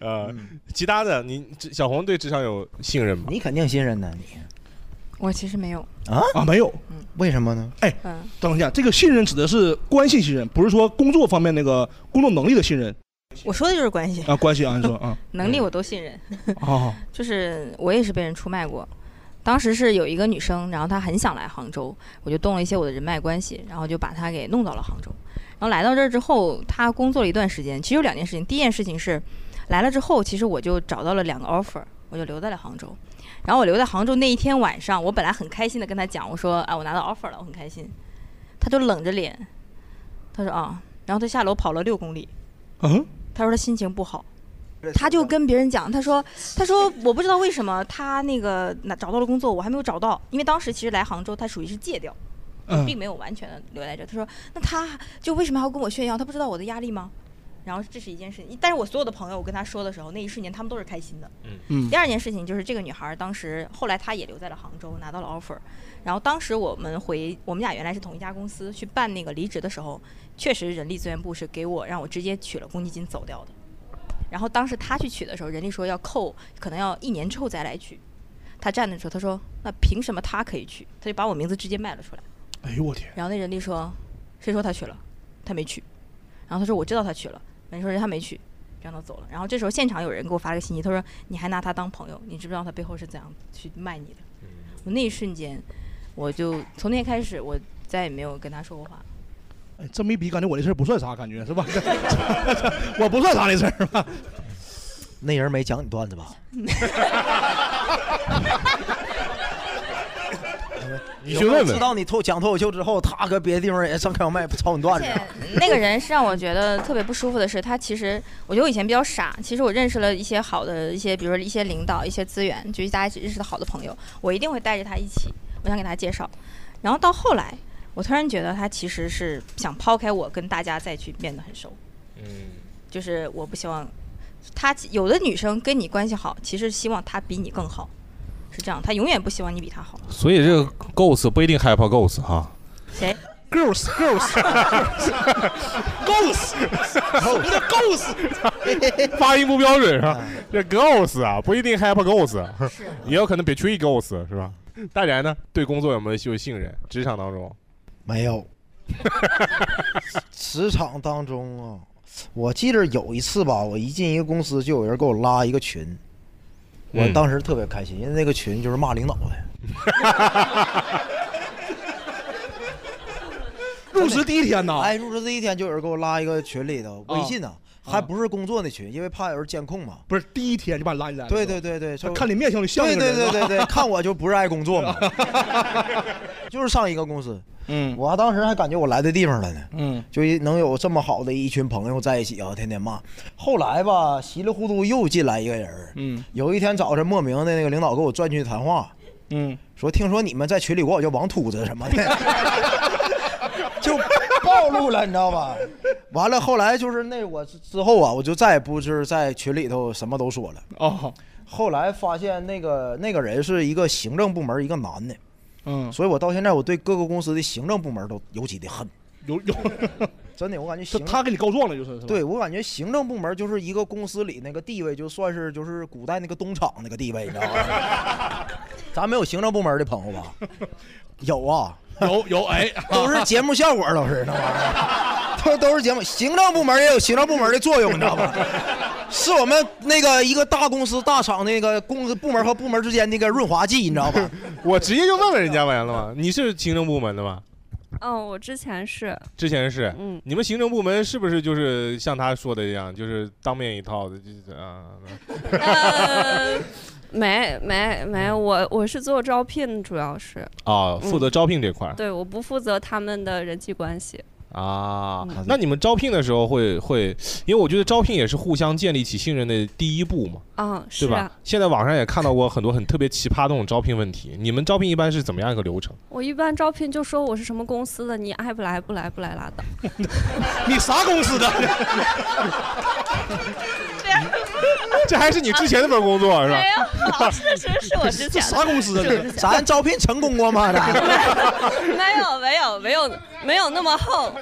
Speaker 1: 呃，其他的你小红对职场有信任吗？
Speaker 3: 你肯定信任的，
Speaker 2: 我其实没有，
Speaker 3: 啊
Speaker 8: 啊没有，
Speaker 3: 为什么呢？
Speaker 8: 哎，
Speaker 2: 嗯，
Speaker 8: 等一下，这个信任指的是关系信任，不是说工作方面那个工作能力的信任
Speaker 2: 我说的就是关系，嗯
Speaker 8: 啊，关系啊，你说啊，
Speaker 2: 能力我都信任。
Speaker 8: 哦，
Speaker 2: 就是我也是被人出卖过。当时是有一个女生，然后她很想来杭州，我就动了一些我的人脉关系，然后就把她给弄到了杭州。然后来到这儿之后，她工作了一段时间，其实有两件事情。第一件事情是，来了之后，其实我就找到了两个 offer，我就留在了杭州。然后我留在杭州那一天晚上，我本来很开心的跟她讲，我说啊，我拿到 offer 了，我很开心。她就冷着脸，她说啊，然后她下楼跑了六公里，
Speaker 8: 嗯，
Speaker 2: 她说她心情不好。他就跟别人讲，他说，他说我不知道为什么他那个那找到了工作，我还没有找到，因为当时其实来杭州他属于是借调，
Speaker 12: 嗯
Speaker 2: 并没有完全的留在这。他说，那他就为什么还要跟我炫耀？他不知道我的压力吗？然后这是一件事情，但是我所有的朋友，我跟他说的时候，那一瞬间他们都是开心的。
Speaker 12: 嗯
Speaker 2: 第二件事情就是这个女孩儿当时后来她也留在了杭州，拿到了 offer。然后当时我们回我们俩原来是同一家公司去办那个离职的时候，确实人力资源部是给我让我直接取了公积金走掉的。然后当时他去取的时候，人力说要扣，可能要一年之后再来取。他站的时候，他说：“那凭什么他可以取？”他就把我名字直接卖了出来。
Speaker 8: 哎呦我天！
Speaker 2: 然后那人力说：“谁说他去了？他没去。”然后他说：“我知道他去了。”人力说：“他没去。”让他走了。然后这时候现场有人给我发了个信息，他说：“你还拿他当朋友？你知不知道他背后是怎样去卖你的？”我那一瞬间，我就从那天开始，我再也没有跟他说过话。
Speaker 8: 哎这么一比，感觉我这事儿不算啥，感觉是吧？ 我不算啥这事儿吧？
Speaker 3: 那人没讲你段子吧？
Speaker 1: 你去问问
Speaker 3: 知道你脱讲脱口秀之后，他搁别的地方也上开麦不抄你段子。啊
Speaker 2: 那个人是让我觉得特别不舒服的是，他其实我觉得我以前比较傻，其实我认识了一些好的一些，比如说一些领导、一些资源，就是大家认识的好的朋友，我一定会带着他一起，我想给他介绍。然后到后来，我突然觉得他其实是想抛开我，跟大家再去变得很熟，
Speaker 1: 嗯，
Speaker 2: 就是我不希望他有的女生跟你关系好，其实希望他比你更好，是这样，他永远不希望你比他好。
Speaker 1: 所以这个 ghost 不一定害怕 ghost 哈。
Speaker 2: 谁？
Speaker 8: Girls, girls, girls,
Speaker 1: ghost，发音不标准是吧？
Speaker 3: 啊
Speaker 1: 这 ghost 啊，不一定害怕 ghost，也有可能 betray ghost 是吧？大然呢，对工作有没有有信任？职场当中，
Speaker 3: 没有。 职场当中
Speaker 8: 哦
Speaker 3: 啊，我记得有一次吧，我一进一个公司就有人给我拉一个群，我
Speaker 1: 嗯
Speaker 3: 当时特别开心，因为那个群就是骂领导的。
Speaker 8: 入职第一天啊呐，
Speaker 3: 哎，入职第一天就有人给我拉一个群里头，微信呢，还不是工作那群，因为怕有人监控嘛。
Speaker 8: 不是第一天就把你拉进来了
Speaker 3: 对
Speaker 8: 是吧
Speaker 3: 对对对，
Speaker 8: 他看你面相就像
Speaker 3: 对
Speaker 8: 一个
Speaker 3: 对
Speaker 8: 人
Speaker 3: 对 对对，
Speaker 8: 啊
Speaker 3: 看我就不是爱 工作嘛，就是上一个公司。
Speaker 8: 嗯，
Speaker 3: 我当时还感觉我来对地方了呢。
Speaker 8: 嗯，
Speaker 3: 就一能有这么好的一群朋友在一起啊，天天骂。后来吧，稀里糊涂又进来一个人儿，
Speaker 8: 嗯
Speaker 3: 有一天早晨莫名的那个领导给我转去谈话，
Speaker 8: 嗯，
Speaker 3: 说听说你们在群里管我叫王秃子什么的， 就暴露了，你知道吧？完了，后来就是那我之后啊，我就再也不就是在群里头什么都说了。
Speaker 8: 哦，
Speaker 3: 后来发现那个那个人是一个行政部门一个男的，
Speaker 8: 嗯，
Speaker 3: 所以我到现在我对各个公司的行政部门都尤其的恨。
Speaker 8: 有有，
Speaker 3: 真的，我感觉
Speaker 8: 他
Speaker 3: 行
Speaker 8: 他给你告状了，就是是吧
Speaker 3: 对我感觉行政部门就是一个公司里那个地位，就算是就是古代那个东厂那个地位，你知道吗？ 咱没有行政部门的朋友吧？有啊，
Speaker 8: 有有，哎
Speaker 3: 都是节目效果，都是那玩意儿，都都是节目。行政部门也有行政部门的作用，你知道吧？是我们那个一个大公司、大厂那个公司部门和部门之间的一个润滑剂，你知道吧？
Speaker 1: 我直接就问问人家完了吗？你是行政部门的吗？
Speaker 13: 嗯，我之前是，
Speaker 1: 哦之前是，
Speaker 13: 嗯
Speaker 1: 你们行政部门是不是就是像他说的一样，就是当面一套的，就是啊，
Speaker 13: 呃嗯没没没，我我是做招聘，主要是
Speaker 1: 哦，负责
Speaker 13: 嗯
Speaker 1: 招聘这块儿，
Speaker 13: 对，我不负责他们的人际关系。
Speaker 1: 啊，
Speaker 13: 嗯
Speaker 1: 那你们招聘的时候会会，因为我觉得招聘也是互相建立起信任的第一步嘛，
Speaker 13: 嗯，
Speaker 1: 对
Speaker 13: 是
Speaker 1: 吧
Speaker 13: 啊？。
Speaker 1: 现在网上也看到过很多很特别奇葩的那种招聘问题，你们招聘一般是怎么样一个流程？
Speaker 13: 我一般招聘就说我是什么公司的，你爱不来不来不来拉倒。
Speaker 1: 你啥公司的？ 这还是你之前那份工作是吧？
Speaker 13: 没有，是是是我之前的。
Speaker 3: 啊
Speaker 13: 是我之前的
Speaker 3: 咱招聘成功过吗？咱
Speaker 13: 没有没有没有没有那么横，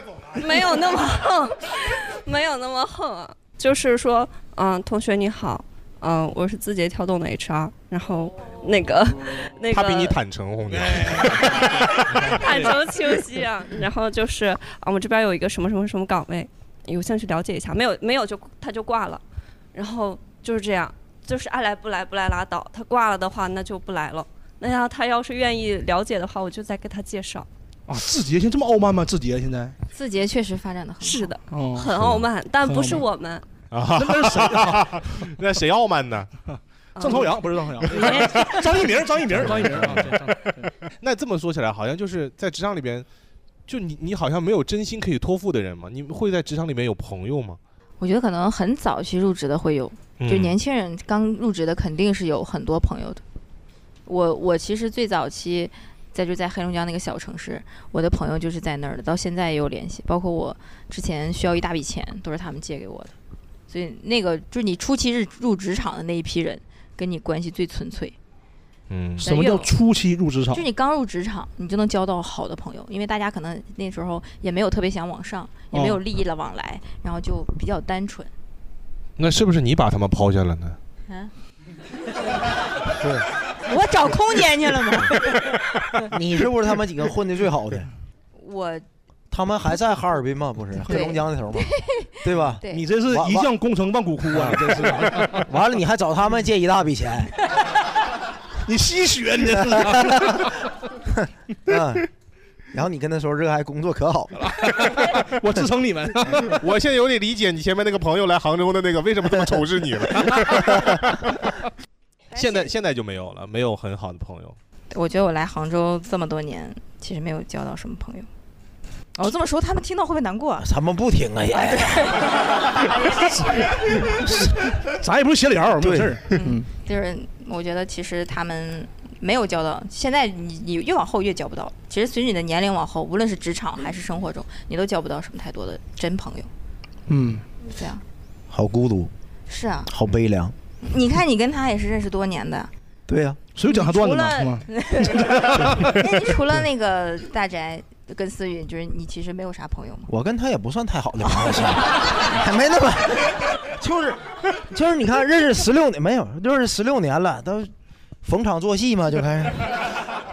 Speaker 13: 没有那么 横，没有那么横啊。就是说，嗯，同学你好，嗯，我是字节跳动的 HR，然后 那个那个
Speaker 1: 他比你坦诚，红姐。
Speaker 13: 坦诚清晰 啊。 然后就是啊，我们这边有一个什么什么什么岗位，有兴趣了解一下？没有没有就他就挂了，然后就是这样，就是爱来不来不来拉倒。他挂了的话，那就不来了。那要他要是愿意了解的话，我就再给他介绍。
Speaker 8: 啊，字节现在这么傲慢吗？字节现在
Speaker 13: 字节确实发展的很是的，
Speaker 8: 哦
Speaker 13: 很傲慢，但呃不是
Speaker 8: 很傲
Speaker 13: 我们。
Speaker 1: 啊，
Speaker 8: 那是谁啊？
Speaker 1: 那谁傲慢呢？
Speaker 13: 嗯
Speaker 8: 郑朝阳不是郑朝
Speaker 13: 哎
Speaker 8: 阳， 张一鸣，张一鸣，张一鸣啊！对张
Speaker 1: 那这么说起来，好像就是在职场里边，就你你好像没有真心可以托付的人嘛？你会在职场里面有朋友吗？
Speaker 2: 我觉得可能很早期入职的会有，就
Speaker 1: 嗯
Speaker 2: 年轻人刚入职的肯定是有很多朋友的。我我其实最早期在就在黑龙江那个小城市，我的朋友就是在那儿的，到现在也有联系，包括我之前需要一大笔钱都是他们借给我的，所以那个就是你初期入入职场的那一批人，跟你关系最纯粹。
Speaker 1: 嗯
Speaker 8: 什么叫初期入职场
Speaker 2: 就？你刚入职场，你就能交到好的朋友，因为大家可能那时候也没有特别想往上，也没有
Speaker 1: 哦
Speaker 2: 利益的往来，然后就比较单纯。
Speaker 1: 那是不是你把他们抛下了呢？
Speaker 8: 啊
Speaker 2: 嗯，
Speaker 1: 对，
Speaker 2: 我找空间去了吗？
Speaker 3: 你是不是他们几个混的最好的？
Speaker 2: 我
Speaker 3: 他们还在哈尔滨吗？不是黑龙江那头吗？对吧？
Speaker 2: 对
Speaker 8: 你这是一将功成万骨枯 啊！
Speaker 3: 这是完了，你还找他们借一大笔钱，
Speaker 8: 你吸血你这是
Speaker 3: 嗯，然后你跟他说热爱工作可好了，
Speaker 8: 我支撑你们。
Speaker 1: 我现在有点理解你前面那个朋友来杭州的那个为什么这么仇视你 了。现在现在就没有了，没有很好的朋友。
Speaker 2: 我觉得我来杭州这么多年，其实没有交到什么朋友。我、这么说，他们听到会不会难 过啊？
Speaker 3: 他们不听啊也。
Speaker 8: 咱也不是闲聊，没有事儿。
Speaker 2: 就是我觉得其实他们没有交到，现在你你越往后越交不到。其实随着你的年龄往后，无论是职场还是生活中，你都交不到什么太多的真朋友。
Speaker 3: 嗯，
Speaker 2: 这样
Speaker 3: 好孤独，
Speaker 2: 是啊，
Speaker 3: 好悲凉。
Speaker 2: 你看你跟他也是认识多年的，
Speaker 3: 对啊呀，
Speaker 8: 谁有讲他
Speaker 2: 除
Speaker 8: 段子
Speaker 2: 了
Speaker 8: 呢？是吗
Speaker 2: 那 你除了那个大宅跟思雨，就是你其实没有啥朋友吗？
Speaker 3: 我跟他也不算太好的朋友， 还没那么， 就是就是你看认识十六年没有，就是十六年了，都逢场作戏嘛，就开始，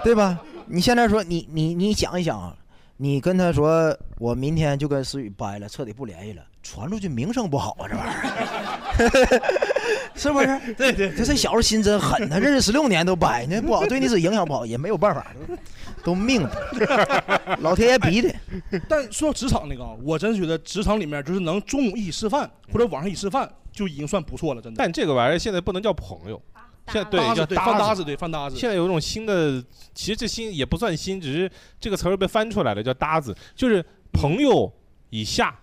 Speaker 3: 对吧？你现在说你你你想一想啊，你跟他说我明天就跟思雨掰了，彻底不联系了，传出去名声不好啊，这玩意儿。 是不是？对对，他这小子心真狠，他认识十六年都掰，那不好，对你是影响不好，也没有办法，都命， 老天爷逼的。
Speaker 8: 但说到职场那个啊，我真觉得职场里面就是能中午一起吃饭或者晚上一起吃饭就已经算不错了，真的。
Speaker 1: 但这个玩意儿现在不能叫朋友，现在对
Speaker 8: 搭子
Speaker 1: 叫
Speaker 8: 对
Speaker 1: 搭
Speaker 8: 饭搭
Speaker 1: 子
Speaker 8: 子对饭搭子
Speaker 1: 现在有一种新的，其实这新也不算新，只是这个词儿被翻出来了，叫搭子，就是朋友以下，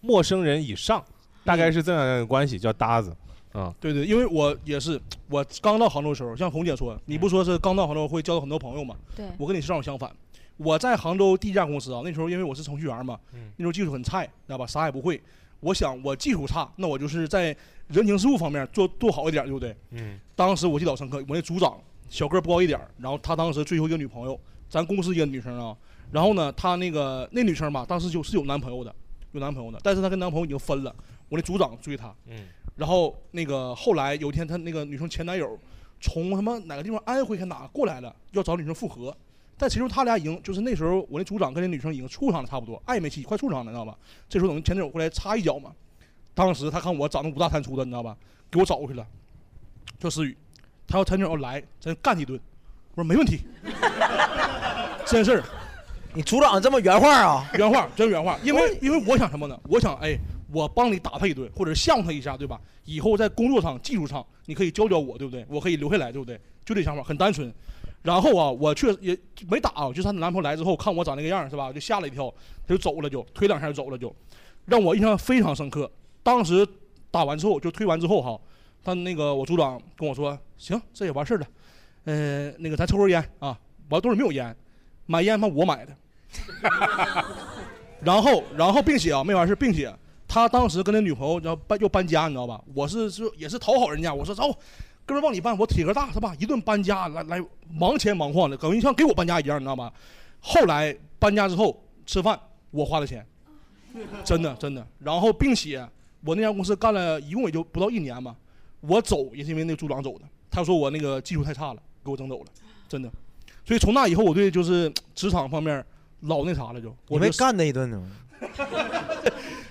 Speaker 1: 陌生人以上，
Speaker 8: 嗯
Speaker 1: 大概是这样的关系，叫搭子。啊、
Speaker 8: 对对，因为我也是，我刚到杭州的时候，像红姐说，你不说是刚到杭州会交到很多朋友嘛？
Speaker 2: 对
Speaker 8: 我跟你是正好相反。我在杭州第一家公司啊，那时候因为我是程序员嘛，那时候技术很菜，知道吧？啥也不会。我想我技术差，那我就是在人情世故方面做做好一点，对不对？
Speaker 1: 嗯，
Speaker 8: 当时我记得老深刻，我那组长小个儿不高一点儿，然后他当时追求一个女朋友，咱公司一个女生啊。然后呢，他那个那女生吧，当时就是有男朋友的，有男朋友的，但是她跟男朋友已经分了。我那组长追她，
Speaker 1: 嗯，
Speaker 8: 然后那个后来有一天，她那个女生前男友从他妈哪个地方安徽还哪过来了，要找女生复合。但其实他俩已经就是那时候，我那组长跟那女生已经处上了差不多，暧昧期快处上了，你知道吧？这时候等于前男友过来插一脚嘛。当时他看我长得五大三粗的，你知道吧？给我找过去了。叫思雨，他要陈总要来，咱干他一顿。我说没问题， 真事儿。
Speaker 3: 你组长这么原话啊？
Speaker 8: 原话，真原话。因为因为我想什么呢？我想哎，我帮你打他一顿，或者向他一下，对吧？以后在工作上、技术上，你可以教教我，对不对？我可以留下来，对不对？就这想法，很单纯。然后啊，我确实也没打啊，就是她男朋友来之后看我长那个样儿是吧，就吓了一跳，她就走了就，推两下就走了就，让我印象非常深刻。当时打完之后就推完之后哈，他那个我组长跟我说，行，这也完事儿了，呃，那个咱抽根烟啊，完兜里没有烟，买烟嘛我买的，然后然后并且啊没完事儿，并且他当时跟他女朋友要搬要搬家，你知道吧？我是就也是讨好人家，我说走。哥们儿帮你搬，我体格大是吧？一顿搬家，来来忙前忙后的，等于像给我搬家一样，你知道吧？后来搬家之后吃饭我花的钱，真的真的。然后并且我那家公司干了一共也就不到一年吧，我走也是因为那个组长走的，他说我那个技术太差了，给我整走了，真的。所以从那以后，我对就是职场方面老那啥了就，我
Speaker 3: 你没
Speaker 8: 就
Speaker 3: 干那一顿呢吗？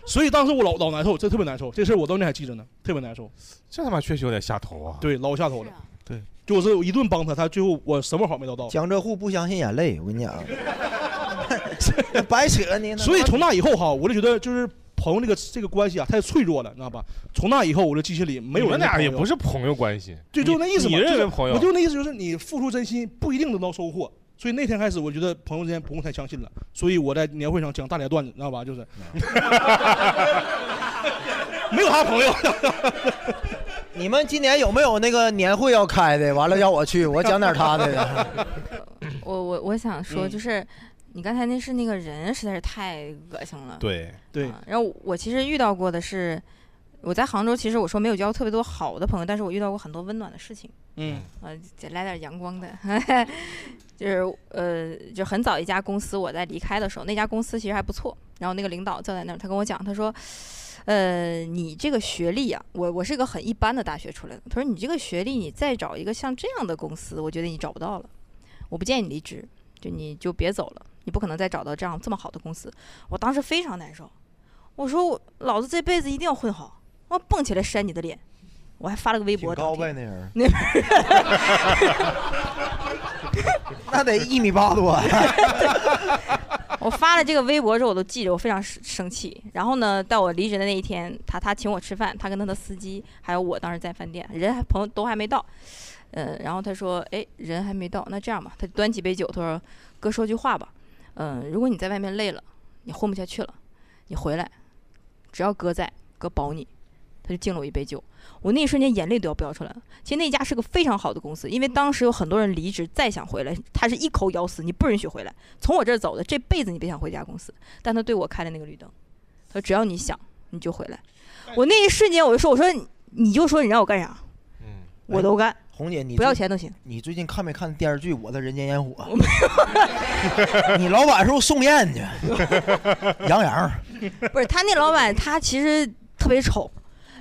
Speaker 8: 所以当时我老老难受，这特别难受，这事儿我到现在还记着呢，特别难受。
Speaker 1: 这他妈确实有点下头啊！
Speaker 8: 对，老下头了。
Speaker 3: 对，
Speaker 8: 就我是我一顿帮他，他最后我什么好没捞到。
Speaker 3: 江浙沪不相信眼泪，我跟你讲，白扯你。
Speaker 8: 所以从那以后哈，我就觉得就是朋友这个这个关系啊，太脆弱了，你知道吧？从那以后我就记心里没有
Speaker 1: 你
Speaker 8: 人
Speaker 1: 们
Speaker 8: 的
Speaker 1: 俩
Speaker 8: 朋
Speaker 1: 也
Speaker 8: 友
Speaker 1: 不是朋友关系，
Speaker 8: 对，就那意思
Speaker 1: 你
Speaker 8: 嘛。
Speaker 1: 你认
Speaker 8: 就
Speaker 1: 为
Speaker 8: 是
Speaker 1: 朋友？
Speaker 8: 我就那意思，就是你付出真心不一定能到收获。所以那天开始，我觉得朋友之间不用太相信了。所以我在年会上讲大连段子，你知道吧？就是没有啥朋友。
Speaker 3: 你们今年有没有那个年会要开的？完了叫我去，我讲点他的。
Speaker 2: 我我我想说，
Speaker 3: 嗯
Speaker 2: 就是你刚才那是那个人实在是太恶心了。嗯
Speaker 1: 对
Speaker 8: 对，
Speaker 2: 然后我其实遇到过的是，我在杭州，其实我说没有交特别多好的朋友，但是我遇到过很多温暖的事情。
Speaker 8: 嗯
Speaker 2: 呃，再来点阳光的， 就是呃，就很早一家公司，我在离开的时候，那家公司其实还不错。然后那个领导坐在那儿，他跟我讲，他说，呃，你这个学历啊，我我是一个很一般的大学出来的。他说你这个学历，你再找一个像这样的公司，我觉得你找不到了。我不建议你离职，就你就别走了，你不可能再找到这样这么好的公司。我当时非常难受，我说我老子这辈子一定要混好，我蹦起来扇你的脸。我还发了个微博，
Speaker 3: 高呗那人，
Speaker 2: 那 边
Speaker 3: 那得一米八多。
Speaker 2: 我发了这个微博之后，我都记着，我非常生生气。然后呢，到我离职的那一天，他他请我吃饭，他跟他的司机还有我当时在饭店，人还朋友都还没到，呃，然后他说，哎，人还没到，那这样吧，他就端起杯酒，他说，哥说句话吧，嗯、如果你在外面累了，你混不下去了，你回来，只要哥在，哥保你。他就敬了我一杯酒，我那一瞬间眼泪都要飙出来了。其实那家是个非常好的公司，因为当时有很多人离职再想回来，他是一口咬死你不允许回来，从我这儿走的，这辈子你别想回这家公司。但他对我开了那个绿灯，他说只要你想你就回来。我那一瞬间我就说，我说你你就说你让我干啥，
Speaker 8: 嗯
Speaker 2: 我都
Speaker 8: 哎
Speaker 2: 干，
Speaker 3: 红姐，你
Speaker 2: 不要
Speaker 3: 最
Speaker 2: 钱都 行。
Speaker 3: 你最近看没看电视剧《我的人间烟火》？ 你老板是不是送宴去？ 杨洋，
Speaker 2: 不是他那老板，他其实特别丑，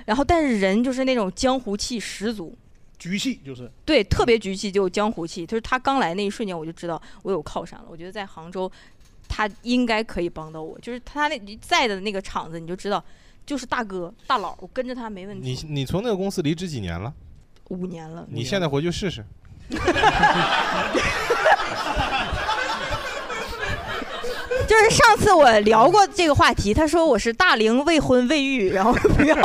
Speaker 2: 然后但是人就是那种江湖气十足。
Speaker 8: 局气就是
Speaker 2: 对，特别局气，就有江湖气。就是他刚来那一瞬间，我就知道我有靠山了。我觉得在杭州，他应该可以帮到我。就是他那你在的那个厂子，你就知道，就是大哥大佬，我跟着他没问
Speaker 1: 你
Speaker 2: 题。
Speaker 1: 你从那个公司离职几年了？
Speaker 2: 五年了，
Speaker 1: 你现在回去试 试。
Speaker 2: 就是上次我聊过这个话题，他说我是大龄未婚未育，然后不 要。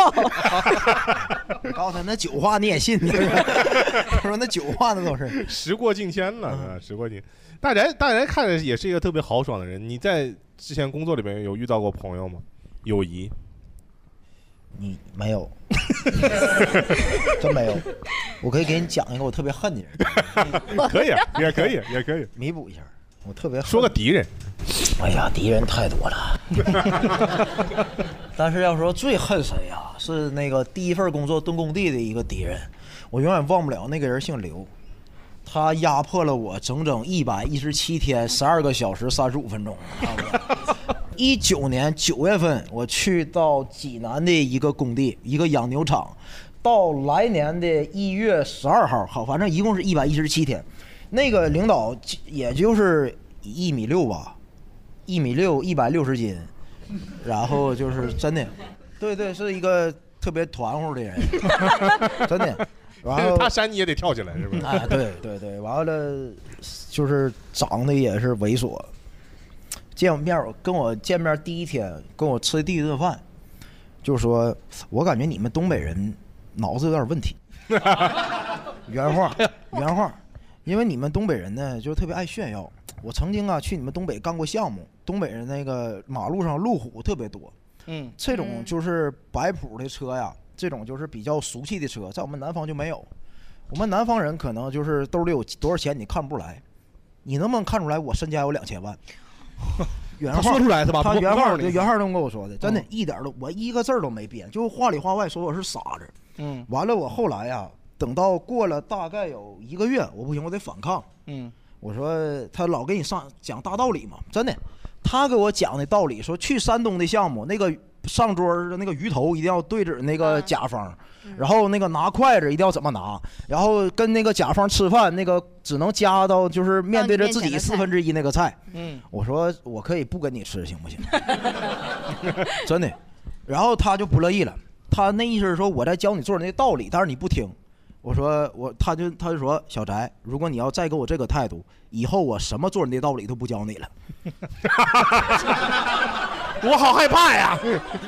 Speaker 3: 告诉他那酒话你也信？ 他说那酒话那都是。
Speaker 1: 时过境迁了，
Speaker 2: 嗯
Speaker 1: 是吧时过境。大宅大宅看着也是一个特别豪爽的人。你在之前工作里面有遇到过朋友吗？友谊？
Speaker 3: 你没有， 真没有。我可以给你讲一个我特别恨的 人。
Speaker 1: 可以 啊也可以，也可以
Speaker 3: 弥补一下。我特别
Speaker 1: 说个敌人。
Speaker 3: 哎呀，敌人太 多了。但是要说最恨谁呀、是那个第一份工作蹲工地的一个敌人，我永远忘不了那个人姓刘，他压迫了我整整一百一十七天，十二个小时三十五分钟。一九年九月份，我去到济南的一个工地，一个养牛场，到来年的一月十二号，好，反正一共是一百一十七天。那个领导也就是一米六吧，一米六，一百六十斤，然后就是真的， 对对，是一个特别团乎 的人，真的。然后
Speaker 1: 他扇你也得跳起来，是不是？
Speaker 3: 哎，对对对，完了就是长得也是猥琐。见我面儿，跟我见面第一天，跟我吃的第一顿饭，就说我感觉你们东北人脑子有点问题。原话，原话，因为你们东北人呢，就特别爱炫耀。我曾经啊去你们东北干过项目，东北人那个马路上路虎特别多，
Speaker 8: 嗯，
Speaker 3: 这种就是摆谱的车呀，这种就是比较俗气的车，在我们南方就没有。我们南方人可能就是兜里有多少钱你看不出来，你能不能看出来我身家有两千 万？原话
Speaker 8: 他说出来是吧
Speaker 3: 他
Speaker 8: 不
Speaker 3: 原
Speaker 8: 不告
Speaker 3: 话
Speaker 8: 诉你
Speaker 3: 对原话都跟我说的，真
Speaker 14: 嗯
Speaker 3: 的，一点儿都我一个字儿都没变，就话里话外说我是傻子。
Speaker 8: 嗯
Speaker 3: 完了，我后来呀、等到过了大概有一个月，我不行，我得反抗。
Speaker 8: 嗯，
Speaker 3: 我说他老给你上讲大道理嘛，真的，他给我讲的道理，说去山东的项目，那个上桌儿的那个鱼头一定要对准那个甲方，然后那个拿筷子一定要怎么拿，然后跟那个甲方吃饭，那个只能夹到就是面对着自
Speaker 5: 到你
Speaker 3: 己
Speaker 5: 面前的
Speaker 3: 四
Speaker 5: 菜
Speaker 3: 分之一那个菜。
Speaker 8: 嗯，
Speaker 3: 我说我可以不跟你吃，行不行？ 真的。然后他就不乐意了，他那意思是说我在教你做人的道理，但是你不听。我说我，他就他就说小翟，如果你要再给我这个态度，以后我什么做人的道理都不教你了。
Speaker 8: 我好害怕呀！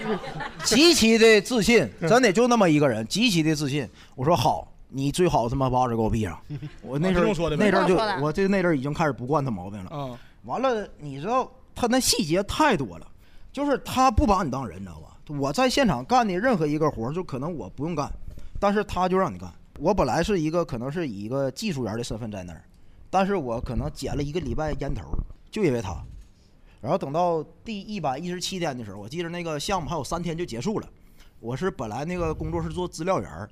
Speaker 3: 极其的自信，真的就那么一个人，极其的自信。我说好，你最好他妈把我这给我闭 上。我那
Speaker 8: 啊
Speaker 3: 阵
Speaker 8: 这种说
Speaker 3: 儿
Speaker 8: 的呗
Speaker 3: 那阵儿就
Speaker 8: 这种说的
Speaker 3: 我这那阵儿已经开始不惯他毛病了。
Speaker 8: 嗯，
Speaker 3: 完了，你知道他那细节太多了，就是他不把你当人，你知道吧？我在现场干的任何一个活儿，就可能我不用干，但是他就让你干。我本来是一个可能是以一个技术员的身份在那儿，但是我可能捡了一个礼拜烟头儿，就因为他。然后等到第一百一十七天的时候，我记得那个项目还有三天就结束了。我是本来那个工作是做资料员儿，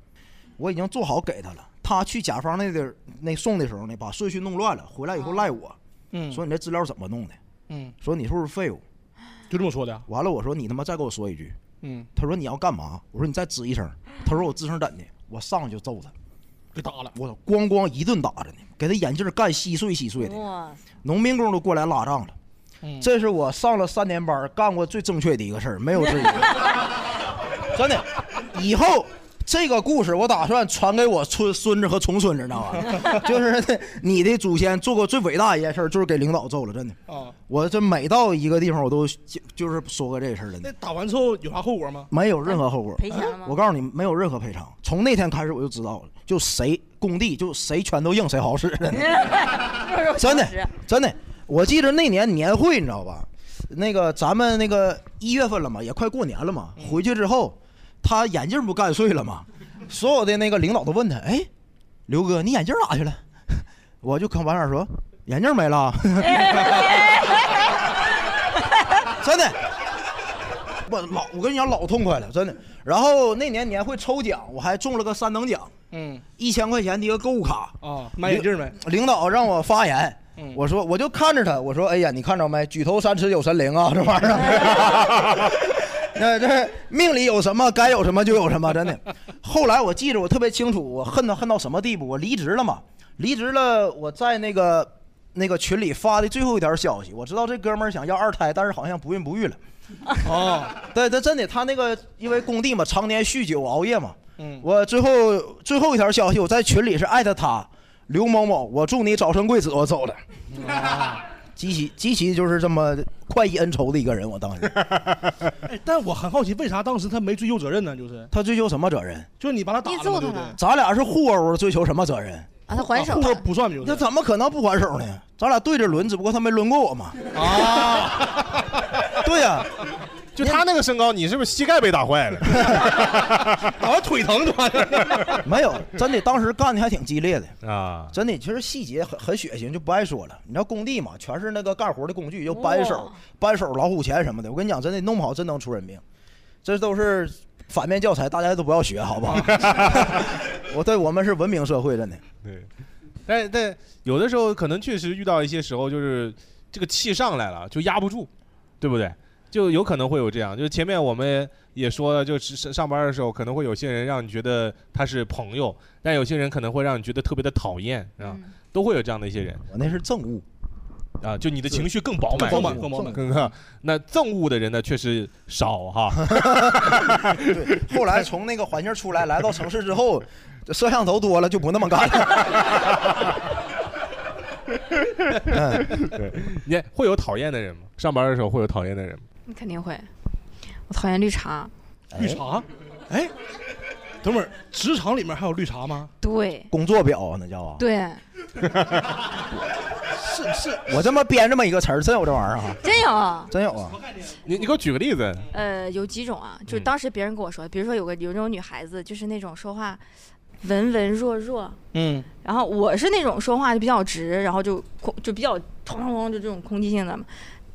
Speaker 3: 我已经做好给他了。他去甲方那地儿那送的时候呢，把顺序弄乱了，回来以后赖我，
Speaker 8: 嗯
Speaker 3: 说你这资料怎么弄的？
Speaker 8: 嗯
Speaker 3: 说你是不是废物？
Speaker 8: 就这么说的。啊
Speaker 3: 完了，我说你他妈再给我说一句。
Speaker 8: 嗯，
Speaker 3: 他说你要干嘛？我说你再吱一声。他说我吱声怎的？我上去就揍他，
Speaker 8: 给打了。
Speaker 3: 我咣咣一顿打着呢，给他眼镜干稀碎稀
Speaker 8: 哦
Speaker 3: 碎的。
Speaker 2: 哇，
Speaker 3: 农民工都过来拉账了。
Speaker 8: 嗯
Speaker 3: 这是我上了三年班儿干过最正确的一个事儿，没有 之一。真的，以后这个故事我打算传给我孙孙子和重孙子，知道 吧？就是你的祖先做过最伟大的一件事儿，就是给领导揍了，真的。
Speaker 8: 啊，
Speaker 3: 我这每到一个地方，我都就就是说过这事儿，真的
Speaker 8: 那打完之后有啥后果吗？
Speaker 3: 没有任何后果。
Speaker 8: 赔钱了吗
Speaker 3: 我告诉你，没有任何赔偿。从那天开始我就知道了，就谁工地就谁拳头硬谁好使，真的。 真的真的，我记得那年年会，你知道吧？那个咱们那个一月份了嘛，也快过年了嘛。回去之后，他眼镜不干碎了吗？所有的那个领导都问他：“哎，刘哥，你眼镜哪去了？” 我就跟王二说：“眼镜没了。” 真的，我老我跟你讲老痛快了，真的。然后那年年会抽奖，我还中了个三等奖，
Speaker 8: 嗯
Speaker 3: 一千块钱的一个购物卡。
Speaker 8: 啊，买眼镜没？
Speaker 3: 领导让我发言
Speaker 8: 嗯，
Speaker 3: 我说我就看着他，我说哎呀，你看着没？举头三尺有神灵啊，这玩意儿。 那这命里有什么，该有什么就有什么，真的。后来我记着，我特别清楚，我恨他恨到什么地步。我离职了嘛，离职了，我在那个那个群里发的最后一条消息，我知道这哥们儿想要二胎，但是好像不孕不育了。
Speaker 8: 哦，
Speaker 3: 对，他真的，他那个因为工地嘛，常年酗酒熬夜嘛，
Speaker 8: 嗯，
Speaker 3: 我最后最后一条消息，我在群里是艾特他刘某某，我祝你早生贵子，我走了。
Speaker 8: 啊
Speaker 3: 极其极其就是这么快意恩仇的一个人，我当时
Speaker 8: 哎，但我很好奇，为啥当时他没追究责任呢？就是
Speaker 3: 他追究什么责任？
Speaker 8: 就是你把他打了嘛，对不对？
Speaker 3: 咱俩是互殴，追求什么责任？
Speaker 2: 啊，他还
Speaker 8: 啊
Speaker 2: 手
Speaker 8: 互殴
Speaker 2: 了，
Speaker 8: 不算不就是？
Speaker 3: 那怎么可能不还手呢？咱俩对着抡，只不过他没抡过我嘛。啊，对呀、
Speaker 1: 就他那个身高，你是不是膝盖被打坏 了？
Speaker 8: 打完腿疼都
Speaker 3: 没有，真的，当时干的还挺激烈的。
Speaker 1: 啊，
Speaker 3: 真的，其实细节很很血腥，就不爱说了。你知道工地嘛，全是那个干活的工具，又扳手
Speaker 5: 哇、
Speaker 3: 扳手、老虎钳什么的。我跟你讲，真的弄不好真能出人命。这都是反面教材，大家都不要学，好不 好？我对我们是文明社会， 真的。
Speaker 1: 对，但但有的时候可能确实遇到一些时候，就是这个气上来了就压不住，对不对？就有可能会有这样，就前面我们也说了，就是上上班的时候，可能会有些人让你觉得他是朋友，但有些人可能会让你觉得特别的讨厌啊，
Speaker 2: 嗯
Speaker 1: 都会有这样的一些人。
Speaker 3: 我那是憎恶
Speaker 1: 啊，就你的情绪更饱满一些，
Speaker 8: 更饱满更饱满
Speaker 1: 更更那憎恶的人呢，确实少 哈。
Speaker 3: 后来从那个环境出来，来到城市之后，这摄像头多了就不那么干了。 嗯
Speaker 1: 对，你会有讨厌的人吗？上班的时候会有讨厌的人吗？
Speaker 2: 你肯定会。我讨厌绿茶，
Speaker 1: 绿茶，哎，
Speaker 8: 等会儿，职场里面还有绿茶吗？
Speaker 2: 对
Speaker 3: 工作表那叫啊。
Speaker 2: 对，
Speaker 8: 是是，
Speaker 3: 我这么编这么一个词儿，真有这玩意儿啊？
Speaker 2: 真有啊。
Speaker 3: 真有啊？
Speaker 1: 你你给我举个例子。
Speaker 2: 呃，有几种啊，就是当时别人跟我说，比如说有个有那种女孩子，就是那种说话文文弱弱，
Speaker 8: 嗯，
Speaker 2: 然后我是那种说话就比较直，然后就空就比较通通通就这种攻击性的嘛。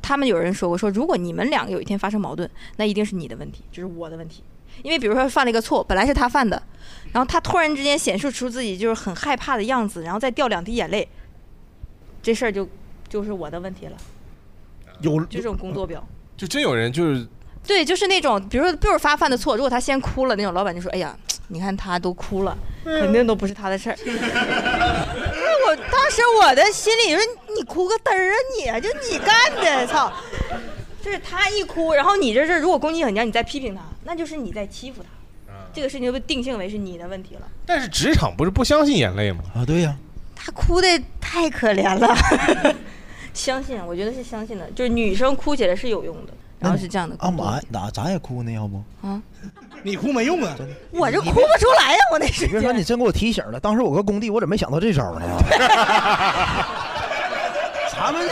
Speaker 2: 他们有人说过，说如果你们两个有一天发生矛盾，那一定是你的问题，就是我的问题。因为比如说犯了一个错误，本来是他犯的，然后他突然之间显示出自己就是很害怕的样子，然后再掉两滴眼泪，这事儿就就是我的问题了，
Speaker 1: 有
Speaker 2: 就这种工作表。
Speaker 1: 就真有人就是
Speaker 2: 对，就是那种，比如说就是他犯的错，如果他先哭了，那种老板就说：“哎呀，你看他都哭了，肯定都不是他的事儿。那我当时我的心里说：“你哭个嘚儿啊你，就你干的，操！”就是他一哭，然后你这是如果攻击很强，你再批评他，那就是你在欺负他，
Speaker 15: 啊
Speaker 2: 这个事情就被定性为是你的问题了。
Speaker 1: 但是职场不是不相信眼泪吗？
Speaker 3: 啊，对呀、
Speaker 2: 他哭的太可怜了， 相信，我觉得是相信的，就是女生哭起来是有用的，然后是这样的。
Speaker 3: 啊妈，哪咱也哭呢，要不？
Speaker 2: 啊，
Speaker 8: 你哭没用啊，
Speaker 2: 我就哭不出来呀、我那
Speaker 3: 你
Speaker 2: 是。
Speaker 3: 别说，你真给我提醒了。当时我搁工地，我怎么没想到这招呢？
Speaker 15: 咱们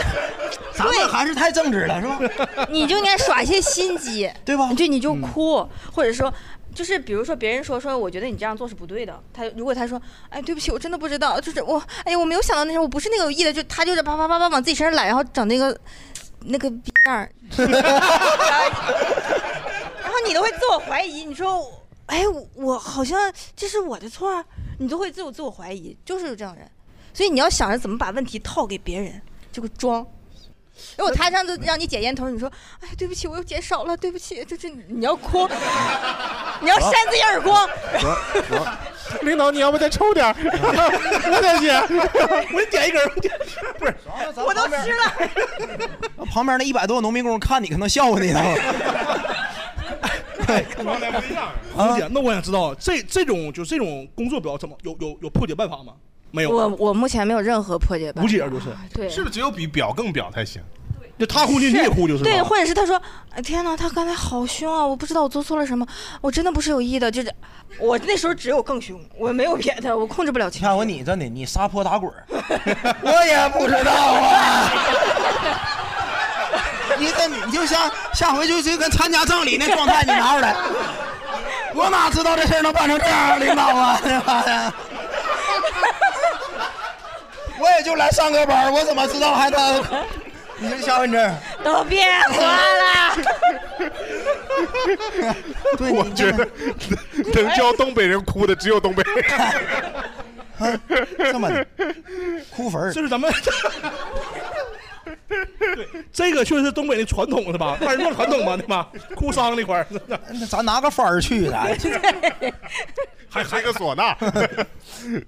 Speaker 15: 咱们还是太正直了，是 吧？
Speaker 2: 你就应该耍一些心机， 对吧？嗯对，你就哭，或者说，就是比如说别人说说，我觉得你这样做是不对的。他如果他说，哎，对不起，我真的不知道，就是我，哎呀，我没有想到那时候我不是那个有意的，就他就是啪啪啪啪往自己身上揽，然后整那个那个逼样儿， 然后你都会自我怀疑，你说，哎，我好像这是我的错啊，你都会自我自我怀疑，就是有这样人。所以你要想着怎么把问题套给别人，这个装。如果他上次让你捡烟头，你说：“哎，对不起，我又捡少了，对不起。”就是你要哭，你要扇自己耳光。
Speaker 1: 领导，你要不再抽点儿？我再 捡，
Speaker 8: 我点一根。
Speaker 2: 我都吃了。
Speaker 3: 旁边那一百多个农民工看你，可能笑话你呢。啊
Speaker 8: 红姐，那我想知道这这种就这种工作表怎么有有有破解办法吗？没有，
Speaker 2: 我我目前没有任何破解办
Speaker 8: 无
Speaker 2: 法。
Speaker 8: 解啊就是。
Speaker 2: 对，
Speaker 1: 是不是只有比表更表才行？
Speaker 8: 就他哭你，你也哭就是吧。
Speaker 2: 对，或者是他说：“哎天哪，他刚才好凶啊！我不知道我做错了什么，我真的不是有意的。”就是我那时候只有更凶，我没有别的，我控制不了情绪。
Speaker 3: 看我你真的，你撒泼打滚 儿，
Speaker 15: 我也不知道啊。 你这你就像下回就就跟参加葬礼那状态，你拿 出来。我哪知道这事儿能办成这样，领导啊！ 这玩意儿我也就来上个班，我怎么知道还得？ 你就下回你这样，
Speaker 2: 都别活了。
Speaker 15: 对，
Speaker 1: 我觉得能教东北人哭的只有 东北人。
Speaker 3: 这么哭坟
Speaker 1: 哎
Speaker 3: 儿，
Speaker 8: 就是咱们。对， 这个确实是东北的传统是吧？半人传统嘛，对吧？哭丧那块儿，
Speaker 3: 那咱拿个幡儿 去的，
Speaker 1: 还还个唢呐。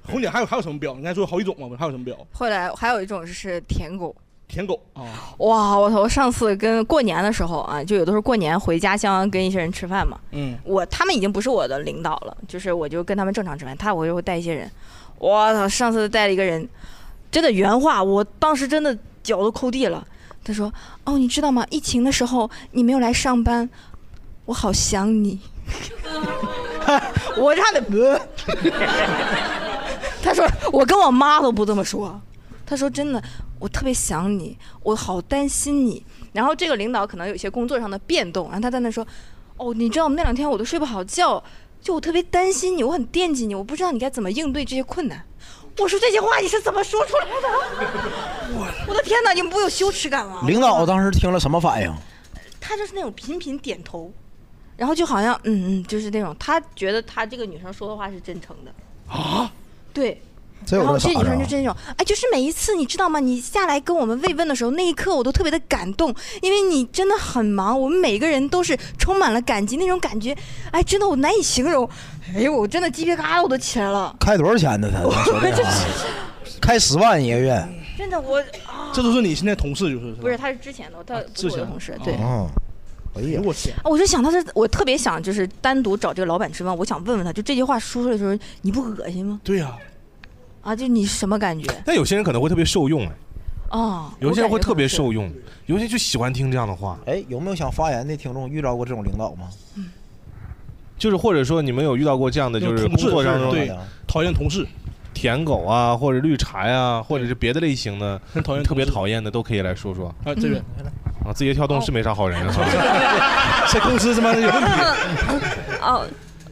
Speaker 8: 红姐还有还有什么表？你刚才说好几种嘛，还有什么表？
Speaker 2: 后来还有一种是舔狗。
Speaker 8: 舔狗啊，
Speaker 2: 哇，我操！我上次跟过年的时候啊，就有的时候过年回家乡跟一些人吃饭嘛，
Speaker 8: 嗯，
Speaker 2: 我他们已经不是我的领导了，就是我就跟他们正常吃饭，他我就会带一些人。我操，上次带了一个人，真的原话，我当时真的脚都抠地了。他说：“哦，你知道吗？疫情的时候你没有来上班，我好想你。”我差点呃，他说我跟我妈都不这么说。他说真的，我特别想你，我好担心你。然后这个领导可能有一些工作上的变动，然后他在那说，哦，你知道吗？那两天我都睡不好觉，就我特别担心你，我很惦记你，我不知道你该怎么应对这些困难。我说这些话你是怎么说出来的？我的天哪，你们不有羞耻感吗？
Speaker 3: 领导当时听了什么反应？
Speaker 2: 他就是那种频频点头，然后就好像嗯嗯，就是那种他觉得他这个女生说的话是真诚的
Speaker 3: 啊，
Speaker 2: 对。
Speaker 3: 这有
Speaker 2: 然后
Speaker 3: 点
Speaker 2: 这
Speaker 3: 傻
Speaker 2: 女生就。
Speaker 3: 子啊
Speaker 2: 真那种，哎，就是每一次你知道吗？你下来跟我们慰问的时候，那一刻我都特别的感动，因为你真的很忙，我们每个人都是充满了感激，那种感觉，哎，真的我难以形容。哎呦，我真的鸡皮疙瘩我都起来了，
Speaker 3: 开多少钱呢？他说这话，开十万一个月，
Speaker 2: 真的我啊
Speaker 8: 这都是你现在同事就是
Speaker 2: 不是他是之前的，他不
Speaker 8: 之
Speaker 2: 是我
Speaker 8: 前
Speaker 2: 的同事，对。
Speaker 3: 哦，哎呀，
Speaker 8: 我天！
Speaker 2: 啊，我就想他是，我特别想就是单独找这个老板吃饭，我想问问他，就这句话说出来的时候，你不恶心吗？
Speaker 8: 对呀、
Speaker 2: 啊，就你什么感觉？
Speaker 1: 但有些人可能会特别受用哎，
Speaker 2: 哦，
Speaker 1: 有些人会特别
Speaker 2: 受。
Speaker 1: 受用，有些就喜欢听这样的话。
Speaker 3: 哎，有没有想发言的听众遇到过这种领导吗？
Speaker 1: 就是或者说你们有遇到过这样的，
Speaker 8: 就
Speaker 1: 就是
Speaker 8: 同
Speaker 1: 工
Speaker 8: 事
Speaker 1: 作当中
Speaker 8: 对讨厌同事，
Speaker 1: 舔狗啊，或者绿茶呀、或者是别的类型的，
Speaker 8: 很讨厌
Speaker 1: 特别讨厌的都可以来说说。
Speaker 8: 啊这边
Speaker 1: 啊，字节跳动是没啥好人啊。
Speaker 8: 这公司他妈的有问题。
Speaker 13: 哦，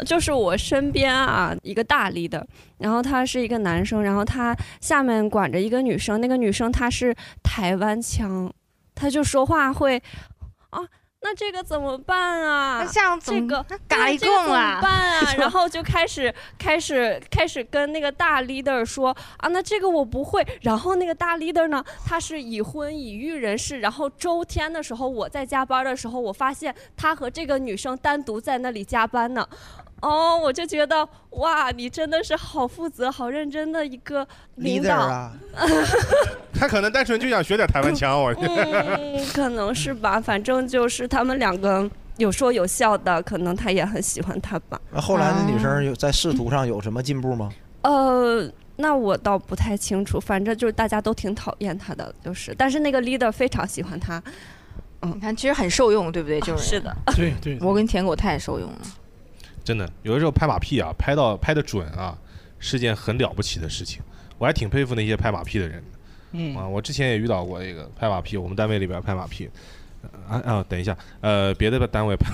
Speaker 13: 就是我身边啊一个大力的，然后他是一个男生，然后他下面管着一个女生，那个女生她是台湾腔，他就说话会啊。那这个怎么办啊？
Speaker 9: 这样怎
Speaker 13: 这
Speaker 9: 么
Speaker 13: 个
Speaker 9: 嘎
Speaker 13: 对
Speaker 9: 一
Speaker 13: 这个
Speaker 9: 共
Speaker 13: 怎么
Speaker 9: 啊？
Speaker 13: 办啊 然后就开始开始开始跟那个大 leader 说啊，那这个我不会。然后那个大 leader 呢，他是已婚已育人士。然后周天的时候，我在加班的时候，我发现他和这个女生单独在那里加班呢。哦，我就觉得哇，你真的是好负责、好认真的一个领导。
Speaker 1: 啊 他可能单纯就想学点台湾腔，我。
Speaker 13: 嗯，可能是吧，反正就是他们两个有说有笑的，可能他也很喜欢他吧。
Speaker 5: 那后
Speaker 2: 嗯
Speaker 5: 来那女生有在仕途上有什么进步吗？
Speaker 13: 呃，那我倒不太清楚，反正就是大家都挺讨厌他的，就是，但是那个 leader 非常喜欢他。嗯，
Speaker 2: 你看，其实很受用，对不对？就是
Speaker 13: 的，
Speaker 8: 对对，
Speaker 2: 我跟舔狗太受用了。
Speaker 1: 真的，有的时候拍马屁啊，拍到拍的准啊，是件很了不起的事情。我还挺佩服那些拍马屁的人的。
Speaker 8: 嗯
Speaker 1: 啊，我之前也遇到过一个拍马屁，我们单位里边拍马屁。呃啊啊，等一下，呃，别的单位拍，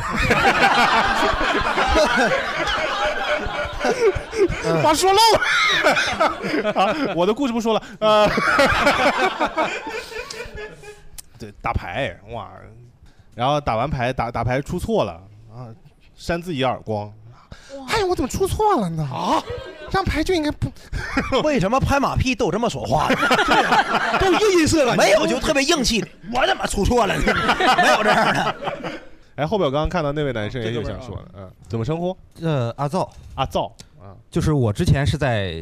Speaker 8: 把说漏 了。
Speaker 1: 啊，我的故事不说了，呃，对，打牌哇，然后打完牌打打牌出错了啊，扇自己耳光，
Speaker 16: 哎呀，我怎么出错了呢？啊，让牌就应该不。
Speaker 5: 为什么拍马屁都这么说话呢？
Speaker 8: 都硬音色了，
Speaker 5: 没有就特别硬气的。我怎么出错了呢？没有这样的。
Speaker 1: 哎，后边我刚刚看到那位男生也有想说的，嗯，怎么称呼？
Speaker 14: 呃，阿造，
Speaker 1: 阿啊造，
Speaker 14: 就是我之前是在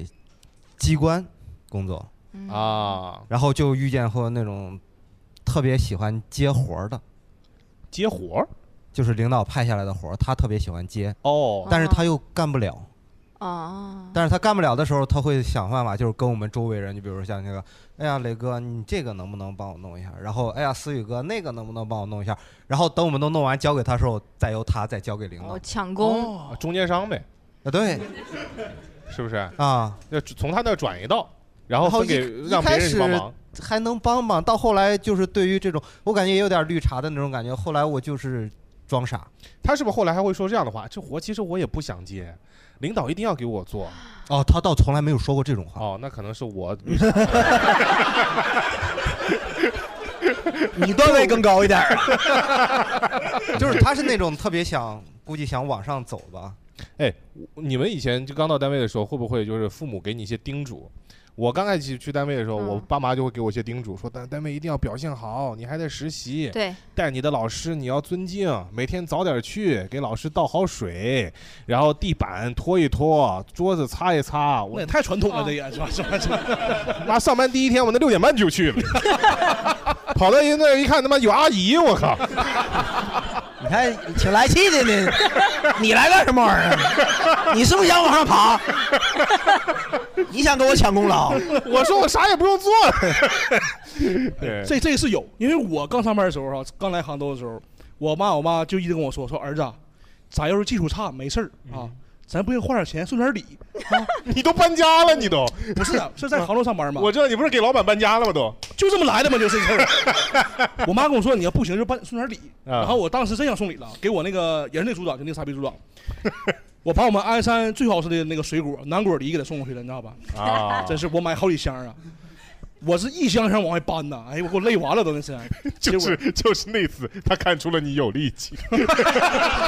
Speaker 14: 机关工作
Speaker 1: 啊，
Speaker 14: 然后就遇见过那种特别喜欢接活儿的，
Speaker 1: 接活儿，
Speaker 14: 就是领导派下来的活儿，他特别喜欢接
Speaker 1: 哦
Speaker 14: 但是他又干不了，
Speaker 2: 哦，
Speaker 14: 但是他干不了的时候，他会想办法，就是跟我们周围人，就比如说像那个，哎呀，磊哥，你这个能不能帮我弄一下？然后，哎呀，思雨哥，那个能不能帮我弄一下？然后等我们都弄完交给他的时候，再由他再交给领导
Speaker 2: 哦，。抢功。
Speaker 1: 哦中间商呗，
Speaker 14: 啊，对，
Speaker 1: 嗯是不是？
Speaker 14: 啊，
Speaker 1: 要从他那儿转移到，然后
Speaker 14: 然后
Speaker 1: 分
Speaker 14: 一
Speaker 1: 给
Speaker 14: 一
Speaker 1: 让别
Speaker 14: 开
Speaker 1: 人去
Speaker 14: 始
Speaker 1: 帮忙。
Speaker 14: 还能帮帮，到后来就是对于这种，我感觉也有点绿茶的那种感觉。后来我就是装傻。
Speaker 1: 他是不是后来还会说这样的话？这活其实我也不想接，领导一定要给我做。
Speaker 14: 哦，他倒从来没有说过这种话。
Speaker 1: 哦，那可能是我。
Speaker 14: 你段位更高一点。 就是他是那种特别想，估计想往上走吧。
Speaker 1: 哎，我你们以前就刚到单位的时候，会不会就是父母给你一些叮嘱？我刚开始去单位的时候，我爸妈就会给我一些叮嘱，说单单位一定要表现好，你还在实习，
Speaker 2: 对，
Speaker 1: 带你的老师你要尊敬，每天早点去，给老师倒好水，然后地板拖一拖，桌子擦一擦。我
Speaker 8: 那也太传统了，这也是吧？是吧？是吧？
Speaker 1: 妈，上班第一天我那六点半就去了，跑到一那一看，他妈有阿姨，我靠！
Speaker 5: 你看，挺来气的呢。你来干什么玩意儿？你是不是想往上爬？你想跟我抢 功劳？
Speaker 1: 我说我啥也不用做。
Speaker 8: 这这是有，因为我刚上班的时候啊，刚来杭州的时候，我妈我妈就一直跟我说说儿子啊，咱要是技术差没事儿啊，咱不行花点钱送点礼。
Speaker 1: 嗯
Speaker 8: 啊
Speaker 1: 你都搬家了，你都
Speaker 8: 不是啊是在杭州上班吗？
Speaker 1: 我知道你不是给老板搬家了吗？都
Speaker 8: 就这么来的吗？就是这事 儿。我妈跟我说，你要不行就办送点礼。
Speaker 1: 啊
Speaker 8: 然后我当时真想送礼了，给我那个也是那组长，就那个傻逼组长，我把我们鞍山最好吃的那个水果南果梨给他送过去了，你知道吧？
Speaker 1: 啊
Speaker 8: 真是我买好几箱啊。我是一箱箱往外搬呐，哎呦，我给我累完了都那是。
Speaker 1: 就是就是那次，他看出了你有力气。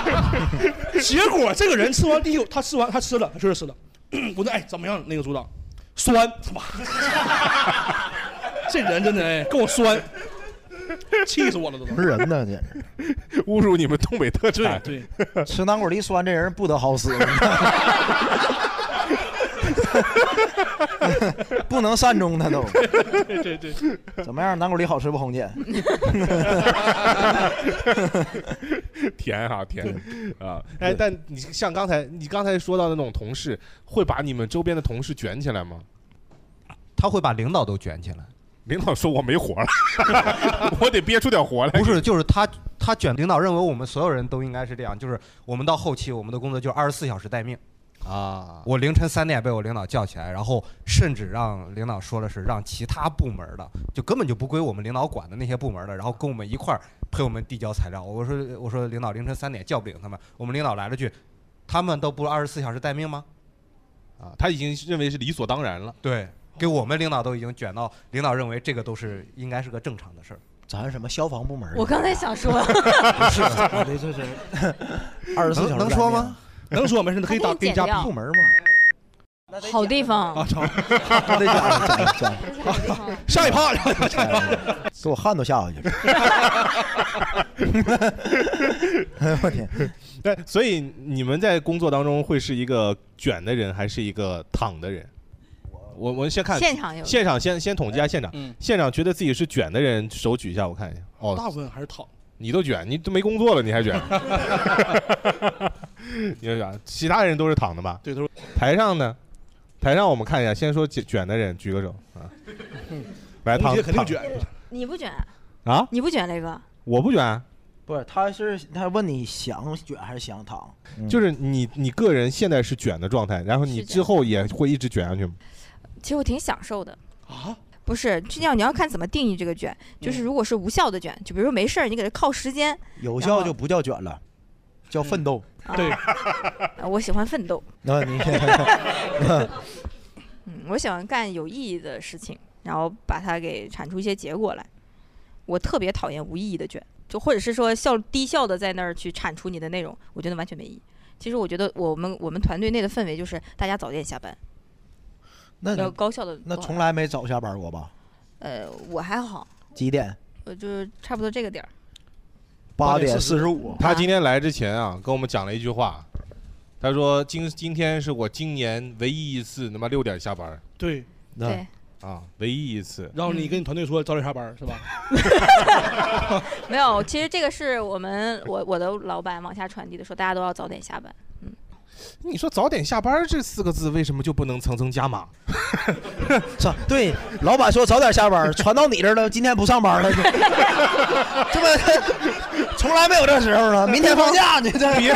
Speaker 8: 结果这个人吃完第一口，他吃完他吃了，他确实吃了。 我说哎怎么样？那个组长，酸，他妈， 这人真的哎跟我酸，气死我了都。
Speaker 5: 不是人呢，简
Speaker 1: 直侮辱你们东北特
Speaker 8: 产。对，
Speaker 5: 哎吃南果梨酸这人不得好死， 不能善终他都。
Speaker 8: 对 对对，
Speaker 5: 怎么样？南果梨好吃不？红姐，
Speaker 1: 甜哈、甜啊！哎，但你像刚才你刚才说到的那种同事，会把你们周边的同事卷起来吗？
Speaker 14: 他会把领导都卷起来。
Speaker 1: 领导说我没活了，我得憋出点活来。
Speaker 14: 不是，就是他他卷领导认为我们所有人都应该是这样，就是我们到后期我们的工作就是二十四小时待命。
Speaker 1: 啊，
Speaker 14: 我凌晨三点被我领导叫起来，然后甚至让领导说了是让其他部门的，就根本就不归我们领导管的那些部门的，然后跟我们一块儿陪我们递交材料。我说我说领导凌晨三点叫不醒他们，我们领导来了句，他们都不二十四小时待命吗？
Speaker 1: 啊，他已经认为是理所当然了。
Speaker 14: 对，给我们领导都已经卷到，领导认为这个都是应该是个正常的事儿。
Speaker 3: 咱什么消防部门？啊
Speaker 2: 我刚才想说，
Speaker 3: 不是，
Speaker 14: 啊
Speaker 3: 我这这是二十四小时
Speaker 14: 能能说吗？
Speaker 8: 能说没事，可以打
Speaker 2: 给
Speaker 8: 给
Speaker 2: 你
Speaker 8: 你
Speaker 2: 剪
Speaker 8: 加
Speaker 2: 掉
Speaker 8: 部门
Speaker 3: 吗？
Speaker 2: 好地 方，
Speaker 8: 啊，操！
Speaker 3: 得讲讲
Speaker 2: 讲
Speaker 8: 下一趴，
Speaker 5: 哎
Speaker 3: 给我汗都下过去了。
Speaker 1: 我天！对，所以你们在工作当中会是一个卷的人，还是一个躺的人？我我们先看
Speaker 2: 现场有嗯
Speaker 1: 现场先先统计一下现场，现场觉得自己是卷的人，手举一下，我看一下。哦，
Speaker 8: 大部分还是躺。
Speaker 1: 你都卷，你都没工作了，你还 卷？你就卷，其他人都是躺的吧？
Speaker 8: 对，都是。
Speaker 1: 台上呢？台上我们看一下，先说卷卷的人举个手啊，来躺
Speaker 3: 同学肯定
Speaker 1: 躺
Speaker 3: 卷
Speaker 2: 你不卷，
Speaker 1: 啊？
Speaker 2: 你不卷雷哥，
Speaker 1: 我不卷，啊
Speaker 3: 不是，他是他问你想卷还是想躺？
Speaker 1: 就是你你个人现在是卷的状态，然后你之后也会一直卷下去吗？
Speaker 2: 其实我挺享受的
Speaker 8: 啊。
Speaker 2: 不是，这样你要看怎么定义这个卷。
Speaker 3: 嗯
Speaker 2: 就是如果是无效的卷，就比如说没事儿，你给它靠时间。
Speaker 3: 有效就不叫卷了，叫奋斗。
Speaker 5: 嗯
Speaker 8: 对，
Speaker 2: 呃我喜欢奋 斗，
Speaker 3: 那 你
Speaker 2: 嗯，我喜欢干有意义的事情，然后把它给产出一些结果来。我特别讨厌无意义的卷，就或者是说效低效的在那儿去产出你的内容，我觉得完全没意义。其实我觉得我们我们团队内的氛围就是大家早点下班，
Speaker 3: 那你
Speaker 2: 要高效的。
Speaker 3: 那从来没早下班过吧？
Speaker 2: 呃，我还好，
Speaker 3: 几点？
Speaker 2: 我就是差不多这个点儿。
Speaker 3: 八点四十五。
Speaker 1: 他今天来之前啊，跟我们讲了一句话，他说今今天是我今年唯一一次他妈六点下班儿
Speaker 8: 对，
Speaker 2: 对，
Speaker 1: 啊，唯一一次。
Speaker 8: 然后你跟你团队说早点下班是吧？
Speaker 2: 没有，其实这个是我们我我的老板往下传递的，说大家都要早点下班。
Speaker 1: 你说早点下班这四个字为什么就不能层层 加码？
Speaker 3: 操，对，老板说早点下班，传到你这儿了，今天不上班了，这不从来没有这时候了，明天放假，你这
Speaker 1: 别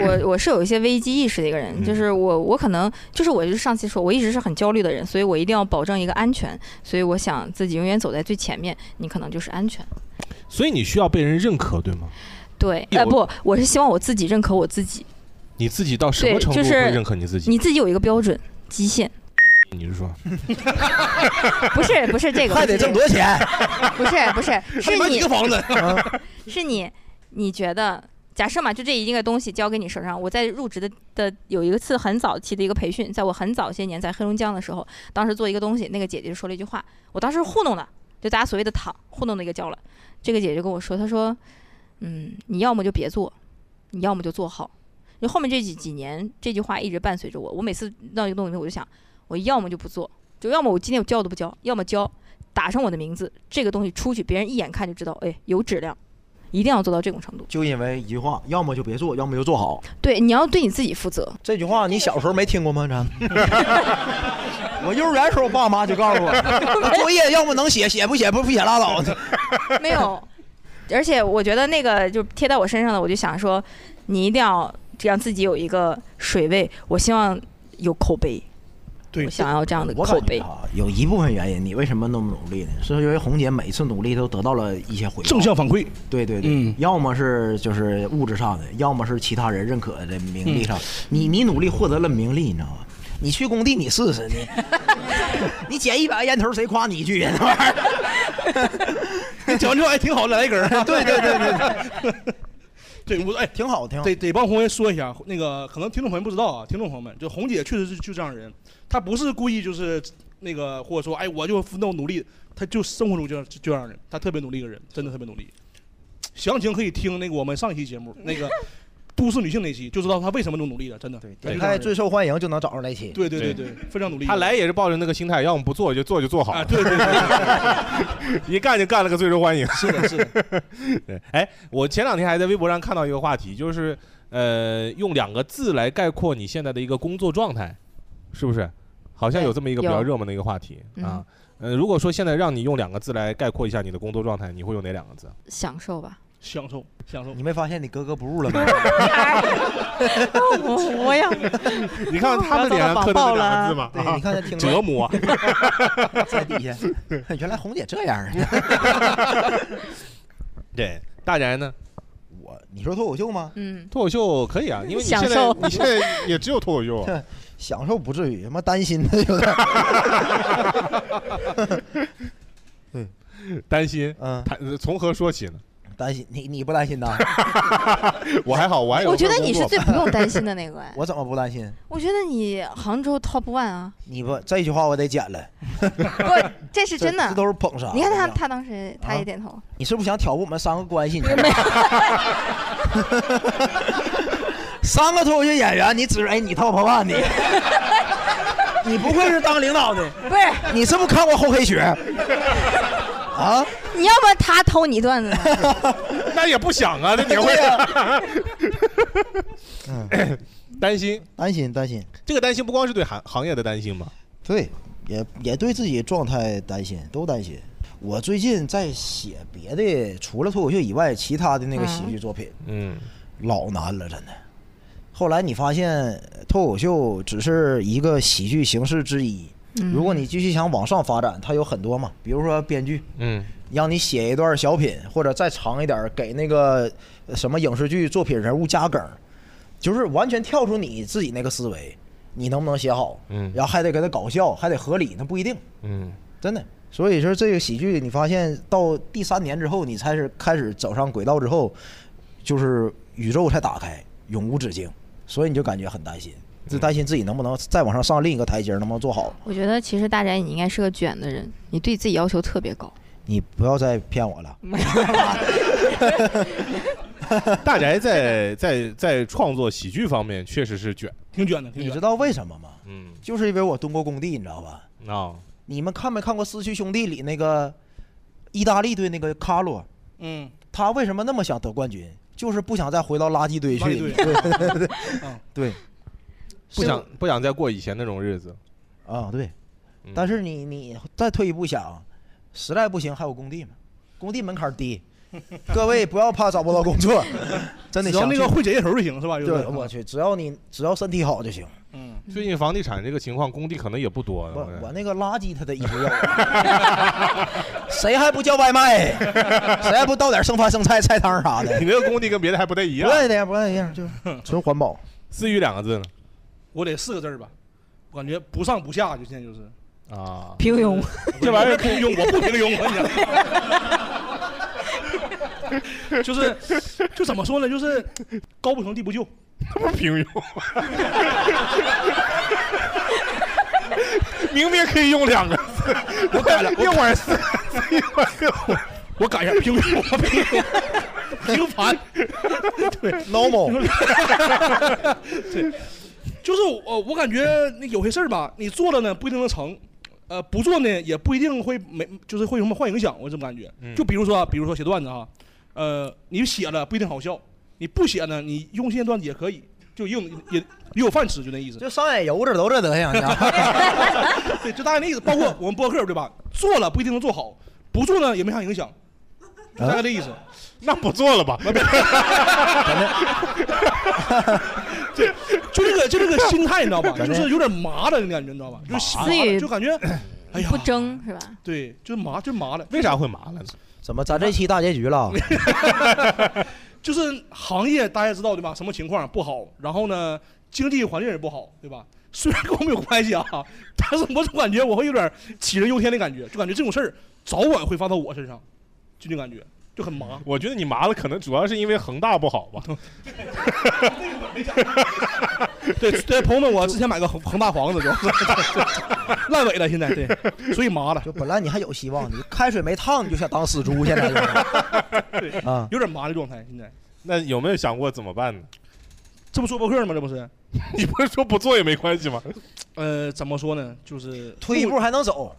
Speaker 2: 我我是有一些危机意识的一个人，
Speaker 1: 嗯
Speaker 2: 就是我我可能就是我就是上期说，我一直是很焦虑的人，所以我一定要保证一个安全，所以我想自己永远走在最前面，你可能就是安全。
Speaker 1: 所以你需要被人认可，对吗？
Speaker 2: 对，
Speaker 1: 哎
Speaker 2: 呃，
Speaker 1: 我
Speaker 2: 不，我是希望我自己认可我自己，
Speaker 1: 你自己到什
Speaker 2: 对
Speaker 1: 么，程度
Speaker 2: 就
Speaker 1: 会
Speaker 2: 是
Speaker 1: 认可你自己？
Speaker 2: 你自己有一个标准极限，
Speaker 1: 你是说
Speaker 2: 不是不是这个，
Speaker 3: 还得挣多少钱？
Speaker 2: 不是不 是，是
Speaker 3: 买
Speaker 2: 你
Speaker 3: 几个 房子
Speaker 2: 是你你觉得。假设嘛，就这一个东西交给你手上。我在入职的的有一次很早期的一个培训，在我很早些年在黑龙江的时候，当时做一个东西，那个姐姐就说了一句话，我当时糊弄了，就大家所谓的躺糊弄的一个叫了。这个姐姐就跟我说，她说，嗯，你要么就别做，你要么就做好。就后面这几几年，这句话一直伴随着我。我每次闹一个东西，我就想，我要么就不做，就要么我今天我交都不交，要么交，打上我的名字，这个东西出去，别人一眼看就知道，哎，有质量，一定要做到这种程度。
Speaker 3: 就因为一句话，要么就别做，要么就做好。
Speaker 2: 对，你要对你自己负责。
Speaker 3: 这句话你小时候没听过吗？咱， 我幼儿园时候，我爸妈就告诉我，作业要么能写，写不写不不写拉倒。
Speaker 2: 没有，而且我觉得那个就贴到我身上的，我就想说，你一定要让自己有一个水位，我希望有口碑，
Speaker 8: 对，
Speaker 2: 我想要这样的
Speaker 3: 我感
Speaker 2: 口
Speaker 3: 觉
Speaker 2: 碑。
Speaker 3: 啊，有一部分原因，你为什么那么努力呢？是因为红姐每次努力都得到了一些回报，
Speaker 8: 正向反馈。嗯
Speaker 3: 对对对，要么是就是物质上的，要么是其他人认可的名利上。
Speaker 8: 嗯
Speaker 3: 你你努力获得了名利，你知道吗？你去工地你试 试你，你捡一百个烟头，谁夸你一句 呀？那玩意儿，
Speaker 8: 你捡完之后哎挺好，来一根儿
Speaker 3: 对对对对对，
Speaker 8: 对，我哎，
Speaker 3: 嗯挺好，挺好。
Speaker 8: 得得帮红爷说一下，那个可能听众朋友们不知道啊，听众朋友们，就红姐确实是就这样人，她不是故意就是那个或者说哎我就奋斗努力，她就生活中就就这样人，她特别努力一个人，真的特别努力。详情可以听那个我们上一期节目那 个都市女性那期，就知道她为什么那么努力了，真的。对
Speaker 3: 点开最受欢迎就能找着那期。
Speaker 8: 对对对对，非常努力。
Speaker 1: 他来也是抱着那个心态，要么不做就做就做好。
Speaker 8: 对对
Speaker 1: 对， 一干就干了个最受欢迎。
Speaker 8: 是的，是
Speaker 1: 的。 对，哎，我前两天还在微博上看到一个话题，就是呃，用两个字来概括你现在的一个工作状态，是不是？好像有这么一个比较
Speaker 17: 有
Speaker 1: 热门的一个话题
Speaker 2: 嗯
Speaker 1: 啊。呃，如果说现在让你用两个字来概括一下你的工作状态，你会用哪两个字？
Speaker 2: 享受吧，
Speaker 8: 享受享受。
Speaker 3: 你没发现你格格不入了吗？
Speaker 5: 我我呀，
Speaker 1: 你看他们脸上刻的那两个字嘛，啊
Speaker 3: 对，你看他听着
Speaker 1: 折磨。
Speaker 3: 在底下， 原来红姐这样啊！
Speaker 1: 对，大然呢？
Speaker 3: 我你说脱口秀吗？
Speaker 2: 嗯，
Speaker 1: 脱口秀可以啊， 因为你现
Speaker 3: 享
Speaker 1: 在
Speaker 3: 受
Speaker 1: 你现在也只有脱口秀啊。
Speaker 3: 享受不至于，他妈担心他有点。
Speaker 1: 担心，
Speaker 3: 嗯，
Speaker 1: 从何说起呢？
Speaker 3: 担心你你不担心呐？
Speaker 1: 我还好，我还有。
Speaker 2: 我觉得你是最不用担心的那 个哎
Speaker 3: 我怎么不担心？
Speaker 2: 我觉得你杭州 top one 啊，
Speaker 3: 你不这句话我得剪了。
Speaker 2: 这是真
Speaker 3: 这
Speaker 2: 的。
Speaker 3: 都是捧杀。
Speaker 2: 你看他，他当时他也点头。
Speaker 3: 你是不是想挑拨我们三个关系？你 三个脱口秀演员，你指着哎，你 top one 你，你不愧是当领导的，
Speaker 2: 不是，
Speaker 3: 你是不是看过厚黑学？啊？
Speaker 2: 你要不然他偷你段子呢？
Speaker 1: 那也不想啊，这年会。担心，
Speaker 3: 担心，担心。
Speaker 1: 这个担心不光是对行行业的担心嘛，
Speaker 3: 对，也也对自己状态担心，都担心。我最近在写别的，除了脱口秀以外，其他的那个喜剧作品，
Speaker 1: 嗯，
Speaker 3: 老难了，真的。后来你发现脱口秀只是一个喜剧形式之一，
Speaker 2: 嗯
Speaker 3: 如果你继续想往上发展，它有很多嘛，比如说编剧，
Speaker 1: 嗯，
Speaker 3: 让你写一段小品，或者再长一点儿，给那个呃什么影视剧作品人物加梗儿，就是完全跳出你自己那个思维，你能不能写好？
Speaker 1: 嗯
Speaker 3: 然后还得给它搞笑，还得合理，那不一定，
Speaker 1: 嗯，
Speaker 3: 真的。所以说这个喜剧，你发现到第三年之后，你才是开始走上轨道之后，就是宇宙才打开，永无止境，所以你就感觉很担心，就担心自己能不能再往上上另一个台阶儿，能不能做好。
Speaker 2: 我觉得其实大宅你应该是个卷的人，你对自己要求特别高。
Speaker 3: 你不要再骗我了。
Speaker 1: 大宅在在在创作喜剧方面确实是卷，
Speaker 8: 挺卷的，
Speaker 3: 你知道为什么吗？
Speaker 1: 嗯，
Speaker 3: 就是因为我蹲过工地，你知道吧？
Speaker 1: 啊，
Speaker 3: 你们看没看过《失去兄弟》里那个意大利队那个卡洛？
Speaker 8: 嗯，
Speaker 3: 他为什么那么想得冠军？就是不想再回到垃圾堆去。
Speaker 8: 垃圾堆 嗯
Speaker 3: 对对，
Speaker 1: 不想不想再过以前那种日子。
Speaker 3: 啊，对。但是你你再退一步想，实在不行还有工地嘛，工地门槛低。各位不要怕找不到 工作，真的
Speaker 8: 只要
Speaker 3: 想
Speaker 8: 那
Speaker 3: 去
Speaker 8: 个会解头就行是吧有
Speaker 3: 对，
Speaker 8: 的
Speaker 3: 我去，只要你只要身体好就行。
Speaker 8: 嗯，
Speaker 1: 最近房地产这个情况，工地可能也不多
Speaker 3: 我
Speaker 1: 了。
Speaker 3: 我那个垃圾他得一直要， 谁还不叫外卖？谁还不倒点剩饭剩菜菜汤啥的？
Speaker 1: 你那个工地跟别的还不太一
Speaker 3: 不
Speaker 1: 样。
Speaker 3: 太一样，不太一样，就是纯环保。
Speaker 1: 思雨两个字呢？
Speaker 8: 我得四个字儿吧，我感觉不上不下，就现在就是
Speaker 1: 啊，
Speaker 2: 平庸，
Speaker 8: 这玩意儿平庸，我不平庸，我跟你讲。 就是，就怎么说呢？就是高不成低 不就，
Speaker 1: 他妈平庸，明明可以用两个字，
Speaker 8: 我改了，
Speaker 1: 一会儿四，
Speaker 8: 一会儿六，我改一下平庸，我平庸，平凡，对
Speaker 3: ，normal，
Speaker 8: 对，就是我，我感觉那有些事儿吧，你做了呢不一定能成，呃，不做呢也不一定会没，就是会有什么坏影响，我这么感觉。
Speaker 1: 嗯
Speaker 8: 就比如说啊，比如说写段子哈，呃，你写了不一定好笑，你不写呢，你用现段子也可以，就硬也也有饭吃，就那意思。
Speaker 3: 就上眼油子都这德行，你知道吗
Speaker 8: 对，就大概那意思。包括我们播客对吧？做了不一定能做好，不做呢也没啥影响，大概这意思。
Speaker 1: 那不做了吧？
Speaker 8: 这 就这个就这个心态，你知道吧？就是有点麻了，那感觉，你知道吧？就是麻
Speaker 2: 思雨
Speaker 8: 了，就感觉哎呀
Speaker 2: 不争嗯是吧？
Speaker 8: 对，就是麻，就是麻了。
Speaker 1: 为啥会麻了？
Speaker 3: 怎么咱这期大结局了？
Speaker 8: 就是行业大家知道对吧？什么情况不好，然后呢，经济环境也不好，对吧？虽然跟我们有关系啊， 但是我总感觉我会有点杞人忧天的感觉，就感觉这种事儿早晚会发到我身上，就那感觉就 很麻。
Speaker 1: 我觉得你麻了，可能主要是因为恒大不好吧。
Speaker 8: 对对，朋友们，我之前买个恒恒大房子就 烂尾了，现在对，所以麻了。
Speaker 3: 就本来你还有希望，你开水没烫，你就想当死猪，现在就是。
Speaker 8: 对
Speaker 3: 啊，
Speaker 8: 有点麻的状态现在。
Speaker 1: 那有没有想过怎么办呢？
Speaker 8: 这不做播客吗？这不是？
Speaker 1: 你不是说不做也没关系吗？
Speaker 8: 呃，怎么说呢？就是
Speaker 3: 退一步还能走。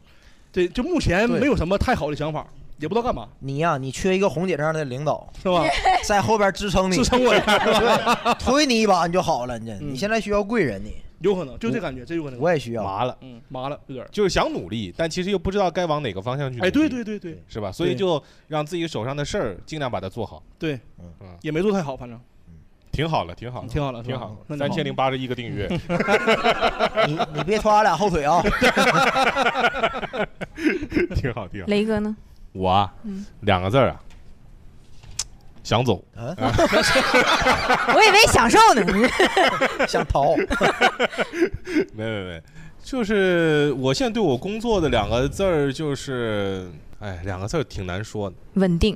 Speaker 8: 对，就目前
Speaker 3: 对
Speaker 8: 没有什么太好的想法，也不知道干嘛，
Speaker 3: 你呀、你缺一个红姐这样的领导，
Speaker 8: 是吧？
Speaker 3: 在后边支撑你，
Speaker 8: 支撑我一下是吧嗯
Speaker 3: 对推你一把你就好了。你这、你现在需要贵人你，
Speaker 8: 有可能就这感觉，这有可能。
Speaker 3: 我也需要
Speaker 1: 麻了，
Speaker 8: 嗯，麻了有点儿。
Speaker 1: 就是想努力，但其实又不知道该往哪个方向去努力。
Speaker 8: 哎，对对对对，
Speaker 1: 是吧？所以就让自己手上的事儿尽量把它做好。
Speaker 8: 对，
Speaker 1: 嗯，
Speaker 8: 也没做太好，反正
Speaker 1: 挺好了，挺好了，
Speaker 8: 挺好了是吧
Speaker 1: 挺好
Speaker 8: 那
Speaker 1: 了。
Speaker 8: 就好
Speaker 1: 三千零八十一个订 阅，
Speaker 3: 你你别拖俺俩后腿啊！
Speaker 1: 挺好，挺好。
Speaker 2: 雷哥呢？
Speaker 1: 我啊
Speaker 2: 嗯，
Speaker 1: 两个字儿啊，想走。啊
Speaker 2: 我以为享受呢，
Speaker 3: 想逃。
Speaker 1: 没没没，就是我现在对我工作的两个字儿就是，哎，两个字儿挺难说的。
Speaker 2: 稳定。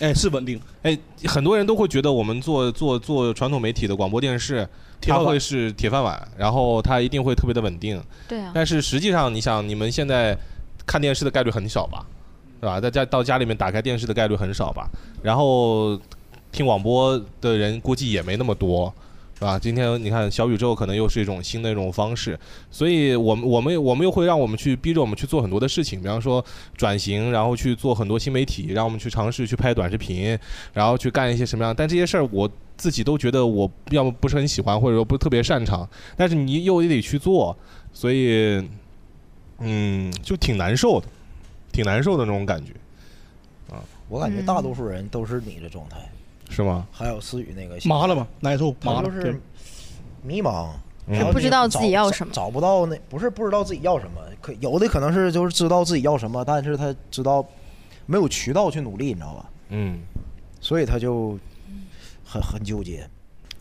Speaker 8: 哎，是稳定。
Speaker 1: 哎，很多人都会觉得我们做做做传统媒体的广播电视，
Speaker 8: 饭
Speaker 1: 它
Speaker 8: 碗
Speaker 1: 会是铁饭碗，然后它一定会特别的稳定。
Speaker 2: 对
Speaker 18: 嗯
Speaker 2: 啊
Speaker 1: 但是实际上，你想，你们现在看电视的概率很少吧，是吧？在家到家里面打开电视的概率很少吧，然后听广播的人估计也没那么多，是吧？今天你看小宇宙可能又是一种新的一种方式，所以我们我们我们又会让我们去逼着我们去做很多的事情，比方说转型，然后去做很多新媒体，让我们去尝试去拍短视频，然后去干一些什么样，但这些事儿我。自己都觉得我要么不是很喜欢，或者说不是特别擅长，但是你又得去做，所以嗯，就挺难受的，挺难受的那种感觉，啊，
Speaker 3: 我感觉大
Speaker 8: 嗯
Speaker 3: 多数人都是你的状态，
Speaker 1: 是吗？
Speaker 3: 还有思雨那个
Speaker 8: 麻了嘛，难受，
Speaker 3: 他
Speaker 8: 麻
Speaker 3: 就
Speaker 8: 了，
Speaker 3: 是
Speaker 8: 对
Speaker 3: 迷茫，
Speaker 1: 嗯
Speaker 3: 然后
Speaker 2: 不知道自己要
Speaker 3: 找
Speaker 2: 什么
Speaker 3: 找不到那不是不知道自己要什么，可有的可能是就是知道自己要什么，但是他知道没有渠道去努力，你知道吧？
Speaker 1: 嗯，
Speaker 3: 所以他就很很纠结。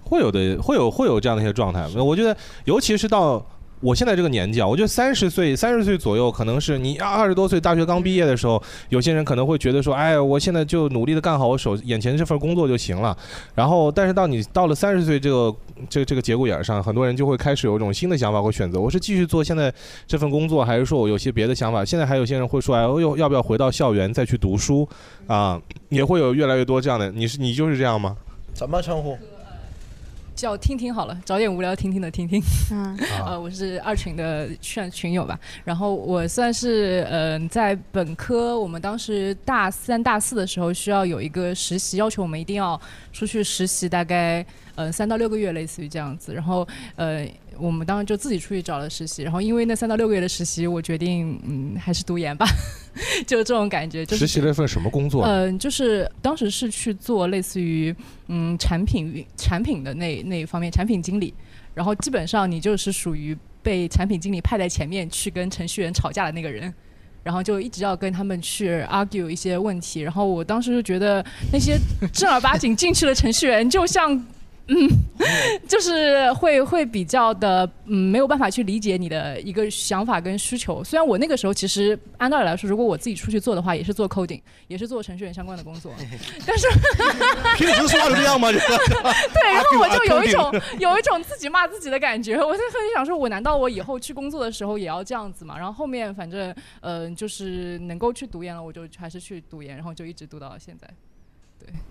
Speaker 1: 会有的，会有会有这样的一些状态。我觉得，尤其是到我现在这个年纪啊，我觉得三十岁、三十岁左右，可能是你啊二十多岁大学刚毕业的时候，有些人可能会觉得说，哎，我现在就努力的干好我手眼前这份工作就行了。然后，但是到你到了三十岁这个这个这个节骨眼儿上，很多人就会开始有一种新的想法或选择，我是继续做现在这份工作，还是说我有些别的想法？现在还有些人会说，哎，我又要不要回到校园再去读书啊？也会有越来越多这样的。你是你就是这样吗？
Speaker 3: 怎么称呼？
Speaker 6: 叫听听好了，找点无聊听听的听听。
Speaker 2: 嗯，
Speaker 6: 呃，我是二群的算群友吧。然后我算是嗯、呃在本科，我们当时大三、大四的时候需要有一个实习，要求我们一定要出去实习，大概呃三到六个月，类似于这样子。然后呃，我们当时就自己出去找了实习。然后因为那三到六个月的实习，我决定嗯还是读研吧， 就这种感觉。就是
Speaker 1: 实习了一份什么工作啊？
Speaker 6: 嗯、就是当时是去做类似于嗯产品运产品的那那一方面，产品经理。然后基本上你就是属于被产品经理派在前面去跟程序员吵架的那个人，然后就一直要跟他们去 argue 一些问题。然后我当时就觉得那些 正儿八经进去的程序员就像。嗯，就是会会比较的，嗯，没有办法去理解你的一个想法跟需求。虽然我那个时候其实按道理来说，如果我自己出去做的话，也是做 coding，也是做程序员相关的工 作，但是
Speaker 8: 平时说话就这样吗？
Speaker 6: 对，
Speaker 8: 对
Speaker 6: 然后我就有一种有一种自己骂自己的感觉。我就很想说，我难道我以后去工作的时候也要这样子吗？然后后面反正嗯、呃就是能够去读研了，我就还是去读研，然后就一直读到了现在。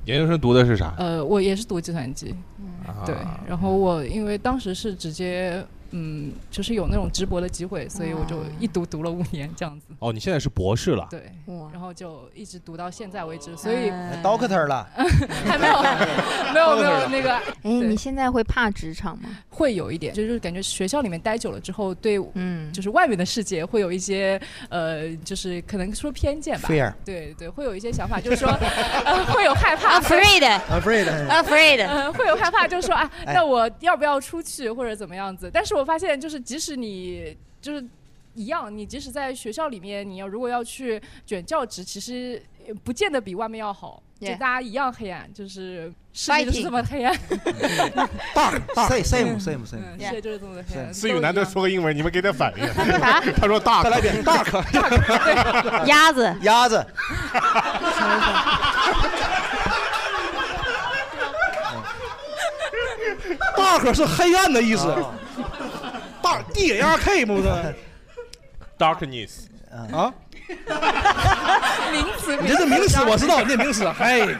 Speaker 1: 研究生读的是啥？啊
Speaker 6: 呃，我也是读计算机，
Speaker 1: 嗯
Speaker 6: 呃对。
Speaker 8: 啊
Speaker 6: 然后我因为当时是直接嗯，就是有那种直博的机会，所以我就一读读了五年这样子。
Speaker 1: 哦，你现在是博士了？
Speaker 6: 对，然后就一直读到现在为止，所以
Speaker 8: 哎
Speaker 3: Doctor 了，
Speaker 2: 嗯
Speaker 6: 还没 有，没有没有那个。
Speaker 2: 哎，你现在会怕职场吗？
Speaker 6: 会有一点，就是感觉学校里面待久了之后，对，
Speaker 2: 嗯，
Speaker 6: 就是外面的世界会有一些呃，就是可能说偏见吧
Speaker 3: Fear
Speaker 6: 对对，会有一些想法，就是说、呃、会有害
Speaker 9: 啊
Speaker 6: 怕
Speaker 2: Afraid
Speaker 3: afraid
Speaker 6: 呃 会有害怕，就是说啊，
Speaker 3: 哎
Speaker 6: 那我要不要出去或者怎么样子？但是我发现，就是即使你就是一样，你即使在学校里面，你要如果要去卷教职，其实也不见得比外面要好。就
Speaker 2: Yeah
Speaker 6: 大家一样黑暗，就是世界就是这么黑暗。
Speaker 3: same same same same。
Speaker 6: 嗯世界就是这么的黑暗。
Speaker 1: 思雨难得说个英文，你们给点反应。他
Speaker 2: 说啥？
Speaker 1: 他说大。
Speaker 3: 再来一遍大
Speaker 1: 可。
Speaker 2: 鸭子，
Speaker 3: 鸭子，
Speaker 8: 大可是黑暗的意思，
Speaker 1: 啊
Speaker 8: 大 D A R K 不是
Speaker 1: Darkness。
Speaker 8: 啊？
Speaker 6: 名词，
Speaker 8: 你这是名词，我知 道，你这名 词，嘿，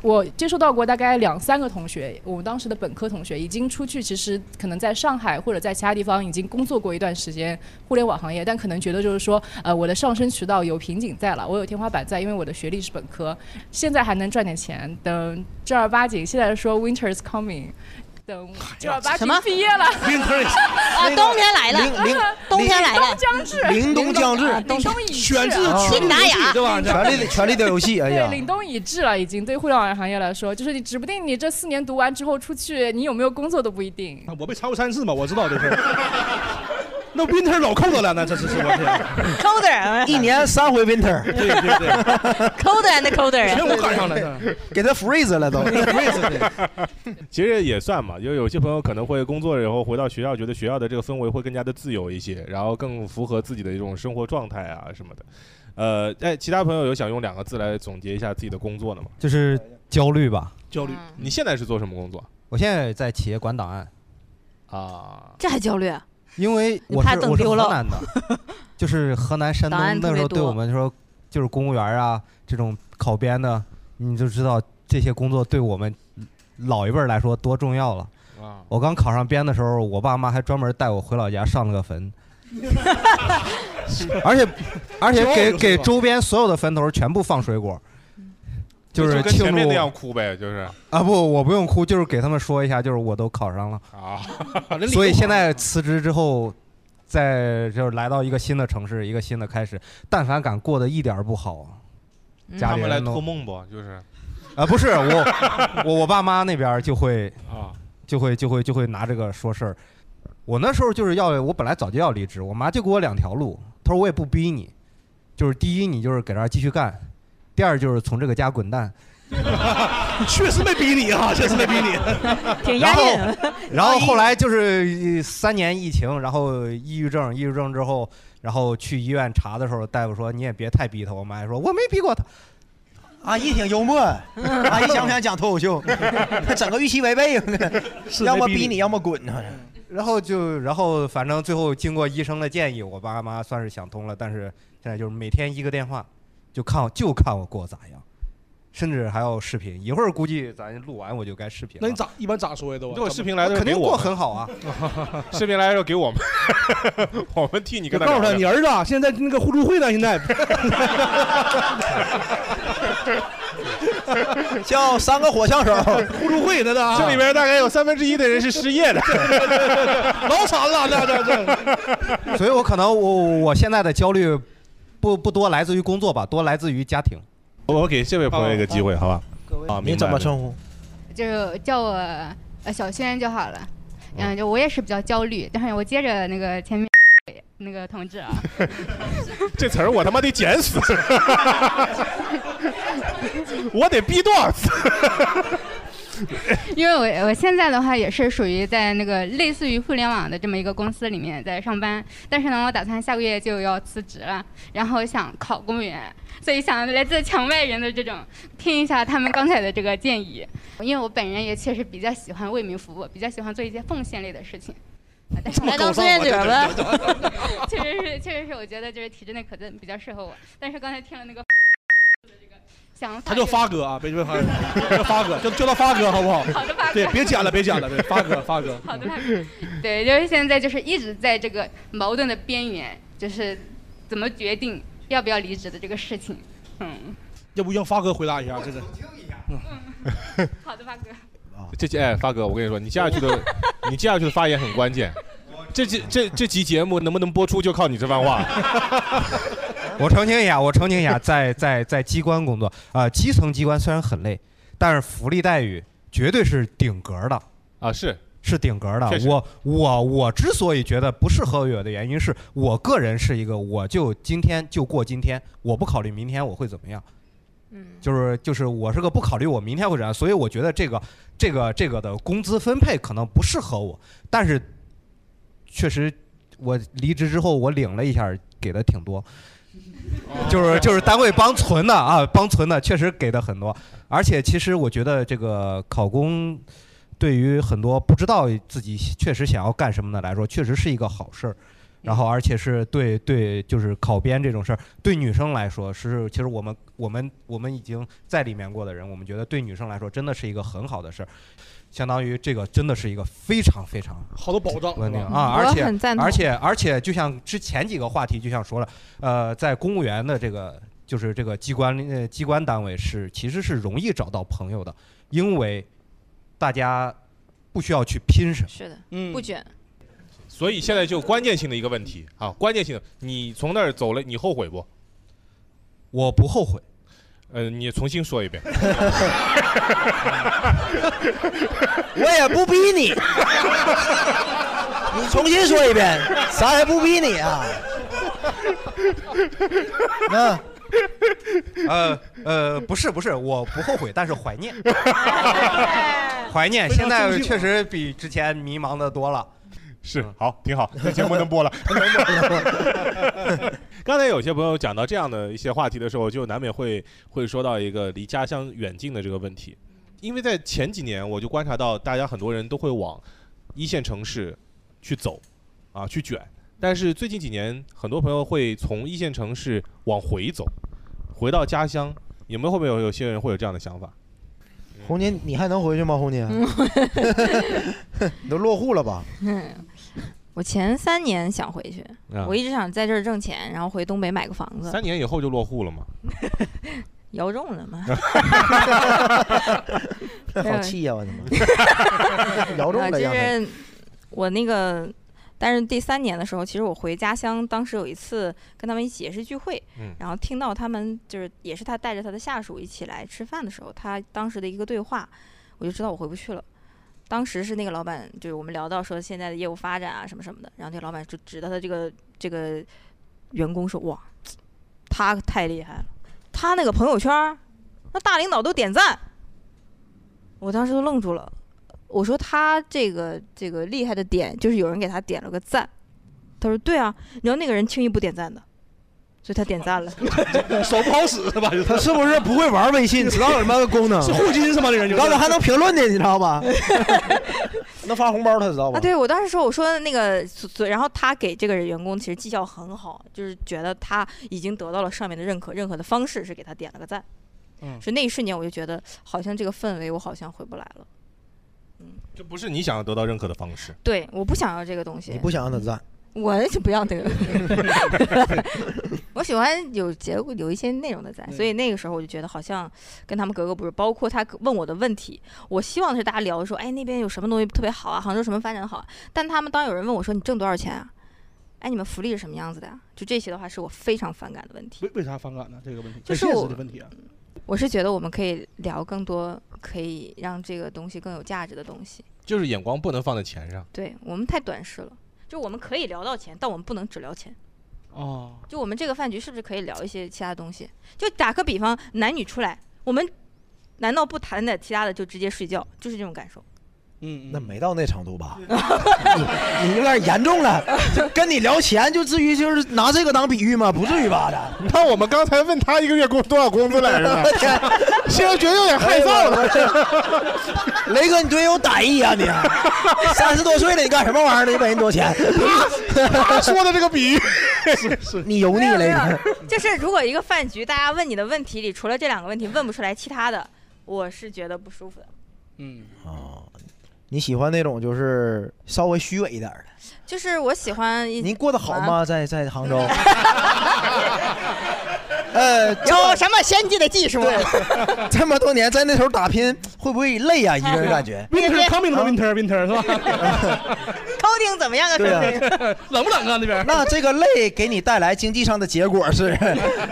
Speaker 6: 我接触到过大概两三个同学，我们当时的本科同学已经出去，其实可能在上海或者在其他地方已经工作过一段时间，互联网行业，但可能觉得就是说，呃，我的上升渠道有瓶颈在了，我有天花板在，因为我的学历是本 科，现在还能赚点钱，等正儿八经，现在说 winter is coming。
Speaker 19: 等九二八
Speaker 9: 什么
Speaker 19: 毕业 了，
Speaker 9: 啊，冬天来了， 冬天来了，啊
Speaker 19: 将至，
Speaker 3: 凛冬将至，
Speaker 19: 凛冬已至，
Speaker 2: 啊
Speaker 9: 群达雅，
Speaker 3: 权力的权力的游戏，哎
Speaker 19: 对，
Speaker 3: 呀，
Speaker 19: 凛冬已至了，已经对互联网行业来说，就是你指不定你这四年读完之后出去，你有没有工作都不一 定。
Speaker 8: 我被查过三次嘛，我知道这事儿。那 Winter 老扣他了呢，这是是我天。啊
Speaker 9: colder，
Speaker 3: 一年三回 winter，
Speaker 8: 对对 对
Speaker 9: colder and colder，
Speaker 8: 全我赶上了
Speaker 3: 对，给他 freeze 了都。
Speaker 1: 其实也算嘛，就有些朋友可能会工作了以后回到学校，觉得学校的这个氛围会更加的自由一些，然后更符合自己的一种生活状态啊什么的。呃，哎，其他朋友有想用两个字来总结一下自己的工作的吗？
Speaker 14: 就是焦虑吧。
Speaker 8: 焦虑。
Speaker 1: 你现在是做什么工作？
Speaker 14: 嗯
Speaker 6: 嗯
Speaker 14: 我现在在企业管档案
Speaker 1: 啊，
Speaker 2: 这还焦虑啊？
Speaker 14: 因为我
Speaker 2: 怕
Speaker 14: 是
Speaker 2: 等
Speaker 14: 我是
Speaker 2: 丢
Speaker 14: 河
Speaker 2: 了
Speaker 14: 南 的，就是河南、山东
Speaker 2: 档案特
Speaker 14: 那时候
Speaker 2: 别
Speaker 14: 对
Speaker 2: 多
Speaker 14: 我们说，就是公务员啊这种考编的，你就知道这些工作对我们老一辈儿来说多重要了。
Speaker 1: 啊，
Speaker 14: 我刚考上编的时候，我爸妈还专门带我回老家上了个坟， 而且而且给给周边所有的坟头全部放水果，
Speaker 1: 跟
Speaker 14: 是庆
Speaker 1: 前
Speaker 14: 祝
Speaker 1: 面那
Speaker 14: 我
Speaker 1: 样哭呗，就是
Speaker 14: 啊不，我不用哭，就是给他们说一下，就是我都考上了，
Speaker 1: 啊
Speaker 14: 所以现在辞职之后，在就是来到一个新的城市，一个新的开始，但凡敢过得一点儿不好，家
Speaker 1: 他
Speaker 14: 里
Speaker 1: 们来
Speaker 14: 人都
Speaker 1: 托梦不？就是
Speaker 14: 啊不是我我我爸妈那边儿就会
Speaker 1: 啊
Speaker 14: 就会就会就会拿这个说事儿。我那时候就是要我本来早就要离职，我妈就给我两条路，她说我也不逼你，就是第一你就是搁这儿继续干，第二就是从这个家滚蛋。
Speaker 8: 确实没逼 你啊，确实没逼你，
Speaker 9: 挺
Speaker 14: 然
Speaker 9: 押
Speaker 14: 后
Speaker 9: 韵，
Speaker 14: 然后后来就是呃三年疫情，然后抑郁症，抑郁症之后，然后去医院查的时候，大夫说你也别太逼他。我妈还说我没逼过他。
Speaker 5: 阿姨挺幽默，啊阿姨想不想讲脱口秀？ 整个预期违背，要么逼你，要么滚。
Speaker 14: 然后就然后反正最后经过医生的建议，我爸妈算是想通了，但是现在就是每天一个电话，就看我就看我过咋样，甚至还要视频。一会儿估计咱录完我就该视频
Speaker 8: 那
Speaker 14: 了。
Speaker 8: 你咋一般咋说呀都啊？
Speaker 1: 如果视频来的时候
Speaker 14: 肯定
Speaker 1: 给我
Speaker 14: 过
Speaker 1: 们
Speaker 14: 很好啊，
Speaker 1: 视频来的时候给我们， 我们 替你
Speaker 8: 我
Speaker 1: 跟他
Speaker 8: 告诉
Speaker 1: 聊
Speaker 8: 他，
Speaker 1: 聊
Speaker 8: 你儿子啊，现在那个互助会呢，现在
Speaker 5: 叫三个火枪手
Speaker 8: 互助会呢的，
Speaker 1: 这里边大概有三分之一的人是失业的，
Speaker 8: 老惨了，这这这。
Speaker 14: 所以我可能我我现在的焦虑不不多来自于工作吧，多来自于家庭。
Speaker 1: 我给这位朋友一个机会，好吧？啊，
Speaker 5: 你怎么称呼？
Speaker 7: 就是叫我呃小轩就好了。嗯，就我也是比较焦虑，但是我接着那个前面那个同志啊，
Speaker 1: 这词儿我他妈得剪死， 我得逼多少次？
Speaker 7: 因为我我现在的话也是属于在那个类似于互联网的这么一个公司里面在上班，但是呢，我打算下个月就要辞职了，然后想考公务员，所以想来自墙外人的这种听一下他们刚才的这个建议，因为我本人也确实比较喜欢为民服务，比较喜欢做一些奉献类的事情。啊但是
Speaker 9: 来当志愿者吧
Speaker 7: 确实是，确实是，我觉得就是体制内可增比较适合我。但是刚才听了那个 的这个想法，
Speaker 8: 他叫发哥啊，别别发哥，叫发哥，叫叫他发哥好不好？
Speaker 7: 好的发哥
Speaker 8: 对，别剪了，别剪了，对发哥，发哥。
Speaker 7: 好的，对，就是现在就是一直在这个矛盾的边缘，就是怎么决定要不要离职的这个事情。嗯，
Speaker 8: 要不让发哥回答一下，这是。
Speaker 7: 好的，发哥。
Speaker 1: 这期哎，发哥，我跟你说，你接下 去的，你接下去的发言很关键。这期这这期节目能不能播出，就靠你这番话。
Speaker 14: 我澄清一下，我澄清 一下，在在在机关工作啊、呃基层机关虽然很累，但是福利待遇绝对是顶格的
Speaker 1: 啊，是
Speaker 14: 是顶格的
Speaker 1: 确。实
Speaker 14: 我我我之所以觉得不适合我的原因是我个人是一个，我就今天就过今天，我不考虑明天我会怎么样。
Speaker 18: 嗯
Speaker 14: 就是就是我是个不考虑我明天会怎样，所以我觉得这个这个这个的工资分配可能不适合我，但是确实我离职之后我领了一下，给的挺多，就是就是单位帮存的啊，帮存的确实给的很多，而且其实我觉得这个考公。对于很多不知道自己确实想要干什么的来说，确实是一个好事儿。然后，而且是对对，就是考编这种事儿，对女生来说是，其实我们我们我们已经在里面过的人，我们觉得对女生来说真的是一个很好的事儿，相当于这个真的是一个非常非常
Speaker 8: 好多保障嗯
Speaker 14: 稳定
Speaker 8: 是吧我
Speaker 14: 啊，而且
Speaker 8: 很赞同
Speaker 14: 而且而且，就像之前几个话题，就像说了，呃，在公务员的这个就是这个机关呃机关单位是其实是容易找到朋友的，因为大家不需要去拼什么。
Speaker 2: 是的，
Speaker 8: 嗯，
Speaker 2: 不卷。
Speaker 1: 所以现在就关键性的一个问题啊，关键性的，你从那儿走了，你后悔不？
Speaker 14: 我不后悔。
Speaker 1: 呃，你重新说一遍。
Speaker 5: 我也不 逼你，你重新说一遍，咱也不逼你 啊。
Speaker 14: 那呃呃，不是不是，我不后悔，但是怀 念，
Speaker 8: 哎
Speaker 14: 怀念。
Speaker 1: 非常
Speaker 14: 现在
Speaker 1: 中性
Speaker 14: 确实比之前迷茫的多了。
Speaker 1: 是好，挺好，这节 目能 播了。刚才有些朋友讲到这样的一些话题的时候，就难免会会说到一个离家乡远近的这个问题，因为在前几年我就观察到，大家很多人都会往一线城市去走，啊，去卷。但是最近几年，很多朋友会从一线城市往回走，回到家乡。有没有会不会有有些人会有这样的想法？
Speaker 3: 红姐，你还能回去吗？红 姐，你都落户了吧？
Speaker 2: 嗯， 我前三年想回去，
Speaker 1: 啊
Speaker 2: 我一直想在这儿挣钱，然后回东北买个房子。
Speaker 1: 三年以后就落户了吗？
Speaker 2: 摇 中 了吗？
Speaker 5: 好气呀我的
Speaker 2: 妈
Speaker 5: 摇中了
Speaker 2: 啊就
Speaker 5: 让
Speaker 2: 是我那个，但是第三年的时候，其实我回家乡，当时有一次跟他们一起也是聚会，
Speaker 1: 嗯
Speaker 2: 然后听到他们就是也是他带着他的下属一起来吃饭的时候，他当时的一个对话，我就知道我回不去了。当时是那个老板，就是我们聊到说现在的业务发展啊什么什么的，然后这个老板就指着他这个这个员工说：“哇，他太厉害了，他那个朋友圈儿，那大领导都点赞。”我当时都愣住了，我说他这个这个厉害的点就是有人给他点了个赞。他说：“对啊，你知道那个人轻易不点赞的，所以他点赞了。
Speaker 8: 手不好使是吧？
Speaker 3: 他是不是不会玩微 信？知道有什么功能？
Speaker 8: 是互金是吗？这人就
Speaker 3: 刚才还能评论呢，你知道 吧？能发红包，他知道吧？
Speaker 2: 啊，对我当时说，我说那个，所所然后他给这个员工其实绩效很好，就是觉得他已经得到了上面的认可，认可的方式是给他点了个赞。
Speaker 1: 嗯
Speaker 2: 所以那一瞬间我就觉得，好像这个氛围我好像回不来了。
Speaker 1: 这不是你想要得到认可的方式。
Speaker 2: 对，我不想要这个东西。
Speaker 3: 你不想让他赞，
Speaker 2: 我就不要那个， 我喜欢有结果、有一些内容的在，所以那个时候我就觉得好像跟他们格格不入。包括他问我的问题，我希望是大家聊说，哎，那边有什么东西特别好啊，杭州什么发展好啊。但他们当有人问我说你挣多少钱啊，哎，你们福利是什么样子的呀、就这些的话是我非常反感的问题。
Speaker 8: 为为啥反感呢？这个问题，
Speaker 2: 就
Speaker 8: 很
Speaker 2: 是
Speaker 8: 现实
Speaker 2: 我
Speaker 8: 的问 题啊。
Speaker 2: 我是觉得我们可以聊更多，可以让这个东西更有价值的东西。
Speaker 1: 就是眼光不能放在钱上。
Speaker 2: 对我们太短视了，就我们可以聊到钱，但我们不能只聊钱。
Speaker 8: 哦，
Speaker 2: 就我们这个饭局是不是可以聊一些其他东西？就打个比方，男女出来，我们难道不谈点其他的就直接睡觉？就是这种感 受。
Speaker 8: 嗯，
Speaker 5: 那没到那程度 吧？你你有点严重了，就跟你聊钱，就至于就是拿这个当比喻吗？不至于吧的。
Speaker 1: 你看我们刚才问他一个月工多少工资来 着
Speaker 5: 现在觉得有点害臊了。 雷哥，你对人有歹意啊你！三十多岁了，你干什么玩意儿呢？你给人多钱？
Speaker 1: 他说的这个比喻，
Speaker 5: 是你油腻了
Speaker 2: 没有
Speaker 5: 你。
Speaker 2: 就是如果一个饭局，大家问你的问题里，除了这两个问题问不出来其他的，我是觉得不舒服的。
Speaker 8: 嗯，
Speaker 3: 你喜欢那种就是稍微虚伪一点儿的。
Speaker 2: 就是我喜欢您
Speaker 3: 您过得好
Speaker 2: 啊
Speaker 3: 吗？？在在杭 州？
Speaker 5: 呃，
Speaker 2: 有什么先进的技术？
Speaker 5: 这么多年在那头打拼，会不会累呀、
Speaker 3: 啊
Speaker 5: 一个人感觉
Speaker 8: Winter coming
Speaker 5: 啊
Speaker 8: 的 Winter Winter 是吧？
Speaker 2: 高定怎么样啊？
Speaker 5: 对啊
Speaker 2: 水平
Speaker 8: 冷不冷啊那 边？
Speaker 5: 那这个累给你带来经济上的结果是？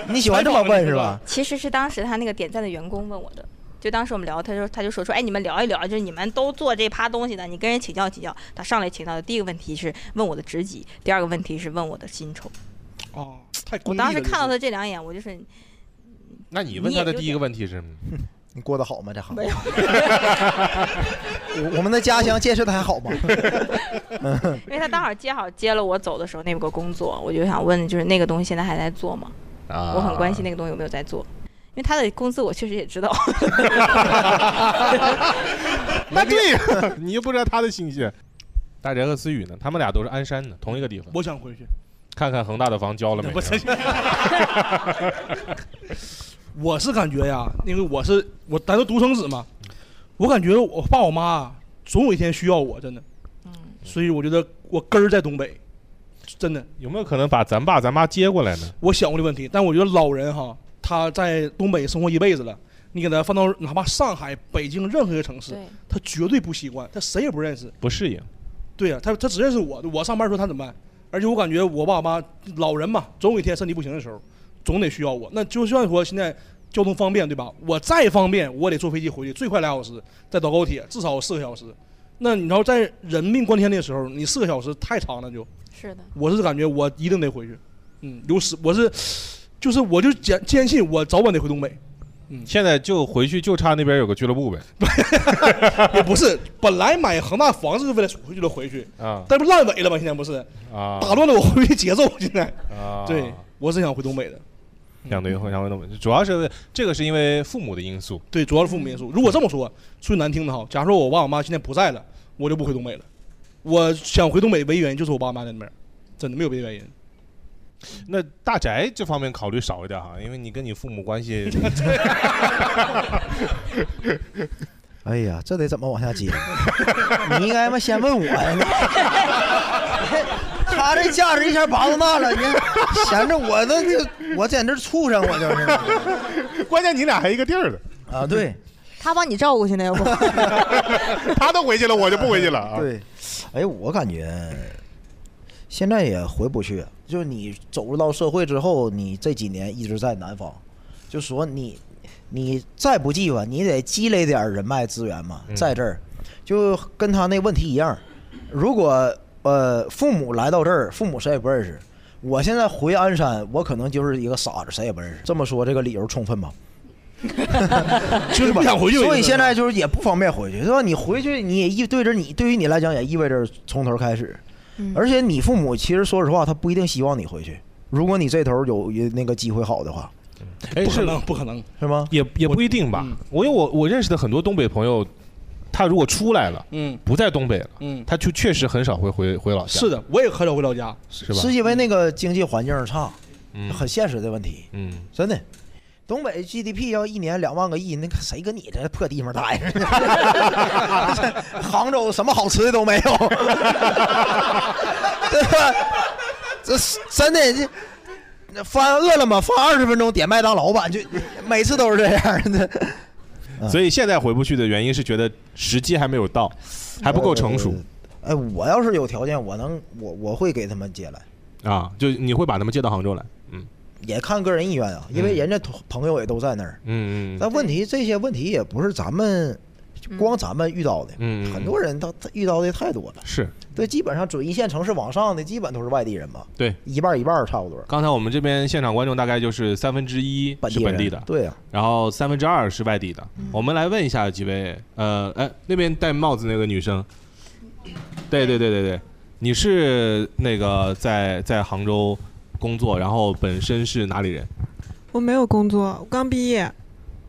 Speaker 5: 你喜欢这么问是吧？
Speaker 2: 其实是当时他那个点赞的员工问我的，就当时我们聊，他就他就说说，哎，你们聊一聊，就是你们都做这趴东西的，你跟人请教请教。他上来请教的第一个问题是问我的职级，第二个问题是问我的薪酬。
Speaker 5: 啊
Speaker 8: 哦，太
Speaker 2: 我
Speaker 8: 功利了
Speaker 2: 当时看到
Speaker 8: 这
Speaker 2: 他这两眼，我就是
Speaker 1: 那你问
Speaker 2: 你
Speaker 1: 他
Speaker 2: 也
Speaker 1: 的
Speaker 2: 有
Speaker 1: 第一个问题是？
Speaker 3: 你过得好吗？在杭 州？
Speaker 2: 没有。
Speaker 5: 我我们的家乡建设的还好吗？
Speaker 2: 因为他刚好接好接了我走的时候那个工作，我就想问，就是那个东西现在还在做吗？
Speaker 1: 啊
Speaker 2: 我很关心那个东西有没有在做，因为他的工资我确实也知道。
Speaker 1: 那对呀， 你又不知道他的信息。大哲和思雨呢？他们俩都是鞍山的，同一个地方。
Speaker 8: 我想回去。
Speaker 1: 看看恒大的房交了没？
Speaker 8: 我真我是感觉呀，因为我是我咱都独生子嘛，我感觉我爸我妈总有一天需要我，真的。
Speaker 2: 嗯
Speaker 8: 所以我觉得我根儿在东北，真的。
Speaker 1: 有没有可能把咱爸咱妈接过来呢？
Speaker 8: 我想过这个问题，但我觉得老人哈，他在东北生活一辈子了，你给他放到哪怕上海、北京任何一个城市
Speaker 2: 对，
Speaker 8: 他绝对不习惯，他谁也不认识。
Speaker 1: 不适应。
Speaker 8: 对呀、啊他他只认识我，我上班的时候他怎么办？而且我感觉我爸妈老人嘛，总有一天身体不行的时候，总得需要我。那就算说现在交通方便，对吧？我再方便，我得坐飞机回去，最快俩小时，再倒高铁，至少四个小时。那你要在人命关天的时候，你四个小时太长了就。
Speaker 2: 是的，
Speaker 8: 我是感觉我一定得回去，嗯，有时我是，就是我就坚坚信我早晚得回东北，嗯
Speaker 1: 现在就回去，就差那边有个俱乐部呗。
Speaker 8: 也不是，本来买恒大房子是为了回去就回去，
Speaker 1: 啊
Speaker 8: 但不烂尾了吗？现在不是，
Speaker 1: 啊，
Speaker 8: 打乱了我回去节奏，现在，
Speaker 1: 啊，
Speaker 8: 对，我是想回东北的，
Speaker 1: 想回想回东北，主要是这个是因为父母的因素。
Speaker 8: 对，主要是父母因
Speaker 1: 嗯
Speaker 8: 素。如果这么说，说句难听的哈，假如说我爸我妈现在不在了，我就不回东北了。我想回东北唯一原因就是我爸妈在那边，真的没有别的原因。
Speaker 1: 那大宅这方面考虑少一点哈，因为你跟你父母关 系
Speaker 3: 哎呀，这得怎么往下接？你应该嘛先问我呀。 他这架势一下拔到那了，你看闲着我那就我简直畜生，我就是。
Speaker 1: 关键你俩还一个地儿的
Speaker 3: 啊，对，
Speaker 2: 他帮你照顾去呢，要不？
Speaker 1: 他都回去了，我就不回去了啊。
Speaker 3: 对，哎，我感觉现在也回不去。就是你走入到社会之后，你这几年一直在南方，就说你你再不济吧，你得积累点人脉资源嘛，在这儿就跟他那问题一样。如果呃父母来到这儿，父母谁也不认识，我现在回鞍山，我可能就是一个傻子，谁也不认识。这么说，这个理由充分吗？
Speaker 8: 就是不想回去
Speaker 3: 所以现在就是也不方便回去，对吧？你回去你也意对着你对于你来讲也意味着从头开始，
Speaker 2: 嗯
Speaker 3: 而且你父母其实说实话，他不一定希望你回去。如果你这头有有那个机会好的话，
Speaker 1: 哎，
Speaker 8: 不可
Speaker 1: 是
Speaker 8: 能，不可能，
Speaker 3: 是吗？
Speaker 1: 也也不一定吧。我因为我我认识的很多东北朋友，他如果出来了，
Speaker 8: 嗯，
Speaker 1: 不在东北了，
Speaker 8: 嗯，
Speaker 1: 他就确实很少会回回老家。
Speaker 8: 是的，我也很少回老家，
Speaker 1: 是吧？
Speaker 3: 是因为那个经济环境差，
Speaker 1: 嗯
Speaker 3: 很现实的问题，
Speaker 1: 嗯，
Speaker 3: 真的。东北 GDP 要一年两万个亿，那个谁跟你这破地方待着？ 杭州什么好吃的都没有，对吧？这是真的这。那翻饿了么翻二十分钟点麦当劳吧，就每次都是这样的。
Speaker 8: 嗯
Speaker 1: 所以现在回不去的原因是觉得时机还没有到，还不够成熟
Speaker 3: 哎，我要是有条件，我能我我会给他们接来，
Speaker 8: 呃
Speaker 1: 啊。就你会把他们接到杭州来，嗯
Speaker 3: 也看个人意愿啊，因为人家同朋友也都在那儿。
Speaker 1: 嗯嗯。
Speaker 3: 但问题这些问题也不是咱们
Speaker 5: 嗯
Speaker 3: 光咱们遇到的，
Speaker 1: 嗯嗯
Speaker 3: 很多人他他遇到的太多了。
Speaker 1: 是
Speaker 3: 对，基本上准一线城市往上的，基本都是外地人嘛，
Speaker 1: 对。
Speaker 3: 一半儿一半儿差不多。
Speaker 1: 刚才我们这边现场观众大概就是三分之一是本地的，
Speaker 3: 对啊呀、
Speaker 1: 然后三分之二是外地的。
Speaker 8: 嗯
Speaker 1: 我们来问一下几位，呃，哎，那边戴帽子那个女生，对对对对对，你是那个在在杭州工作，然后本身是哪里人
Speaker 20: 我没有工作，我刚毕业，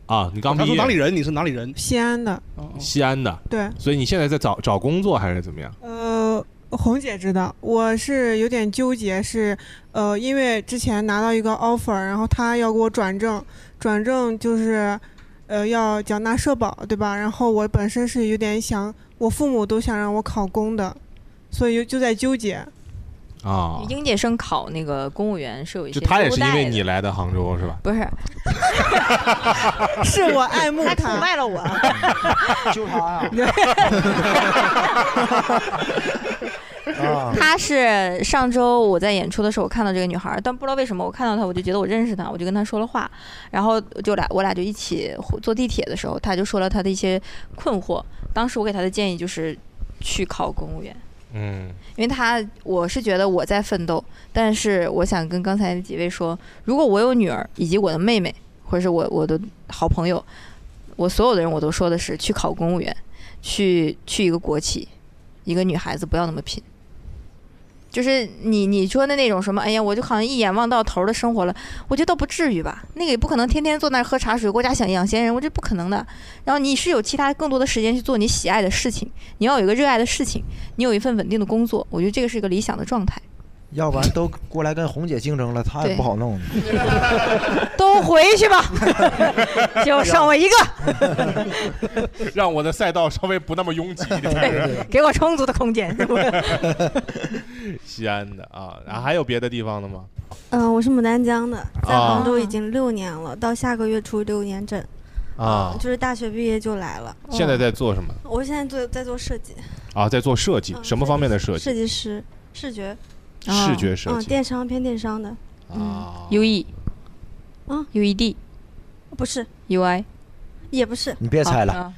Speaker 1: 啊？你刚
Speaker 8: 哦他
Speaker 1: 毕业，
Speaker 8: 说哪里人？你是哪里人？
Speaker 20: 西安的。
Speaker 8: 哦
Speaker 2: 哦
Speaker 1: 西安的，
Speaker 20: 对
Speaker 1: 所以你现在在找找工作还是怎么样？
Speaker 20: 呃，红姐知道，我是有点纠结，是呃，因为之前拿到一个 offer，然后他要给我转正，转正就是呃要缴纳社保，对吧？然后我本身是有点想，我父母都想让我考公的，所以就就在纠结。
Speaker 1: 啊，
Speaker 2: 应届生考那个 公务员是有一些
Speaker 1: 就他也是
Speaker 2: 优
Speaker 1: 因
Speaker 2: 待
Speaker 1: 为
Speaker 2: 的
Speaker 1: 你啊来的杭州是 吧？
Speaker 2: 不是，
Speaker 20: 是我爱慕他，
Speaker 2: 他崇拜了 我。
Speaker 3: 就他啊，
Speaker 5: 啊
Speaker 2: 他是上周我在演出的时候，我看到这个女孩儿，但不知道为什么我看到她，我就觉得我认识她，我就跟她说了话，然后就俩我俩就一起坐地铁的时候，她就说了她的一些困惑。当时我给她的建议就是去考公务员，
Speaker 1: 嗯，
Speaker 2: 因为她我是觉得我在奋斗，但是我想跟刚才几位说，如果我有女儿以及我的妹妹，或者是我我的好朋友，我所有的人我都说的是去考公务员，去去一个国企，一个女孩子不要那么拼。就是你你说的那种什么，哎呀，我就好像一眼望到头的生活了，我觉得倒不至于吧，那个也不可能天天坐那儿喝茶水，国家想养闲人，我这不可能的。然后你是有其他更多的时间去做你喜爱的事情，你要有一个热爱的事情，你有一份稳定的工作，我觉得这个是一个理想的状态。
Speaker 3: 要不然都过来跟红姐竞争了，她也不好弄。
Speaker 2: 都回去吧，就剩我一个，
Speaker 1: 让我的赛道稍微不那么拥挤一
Speaker 2: 对
Speaker 1: 点。
Speaker 2: 给我充足的 空间。
Speaker 1: 西安的啊，然后还有别的地方的吗？
Speaker 9: 呃嗯、我是牡丹江的，在
Speaker 1: 啊
Speaker 9: 杭州已经六年了，到下个月初六年整。
Speaker 1: 啊
Speaker 2: 哦
Speaker 9: 就是大学毕业就来了。
Speaker 1: 现在在做什么？
Speaker 9: 我现在做在做设计，
Speaker 1: 啊，在做设
Speaker 2: 哦
Speaker 1: 计，什么方面的设计？
Speaker 9: 设计师，视觉，
Speaker 1: 视觉设
Speaker 9: 嗯，
Speaker 1: 计
Speaker 9: 电商偏电商的，嗯
Speaker 12: U E
Speaker 9: 啊
Speaker 12: U E D
Speaker 9: 不是，
Speaker 12: U I，
Speaker 9: 也不是。
Speaker 5: 你别猜了
Speaker 12: 啊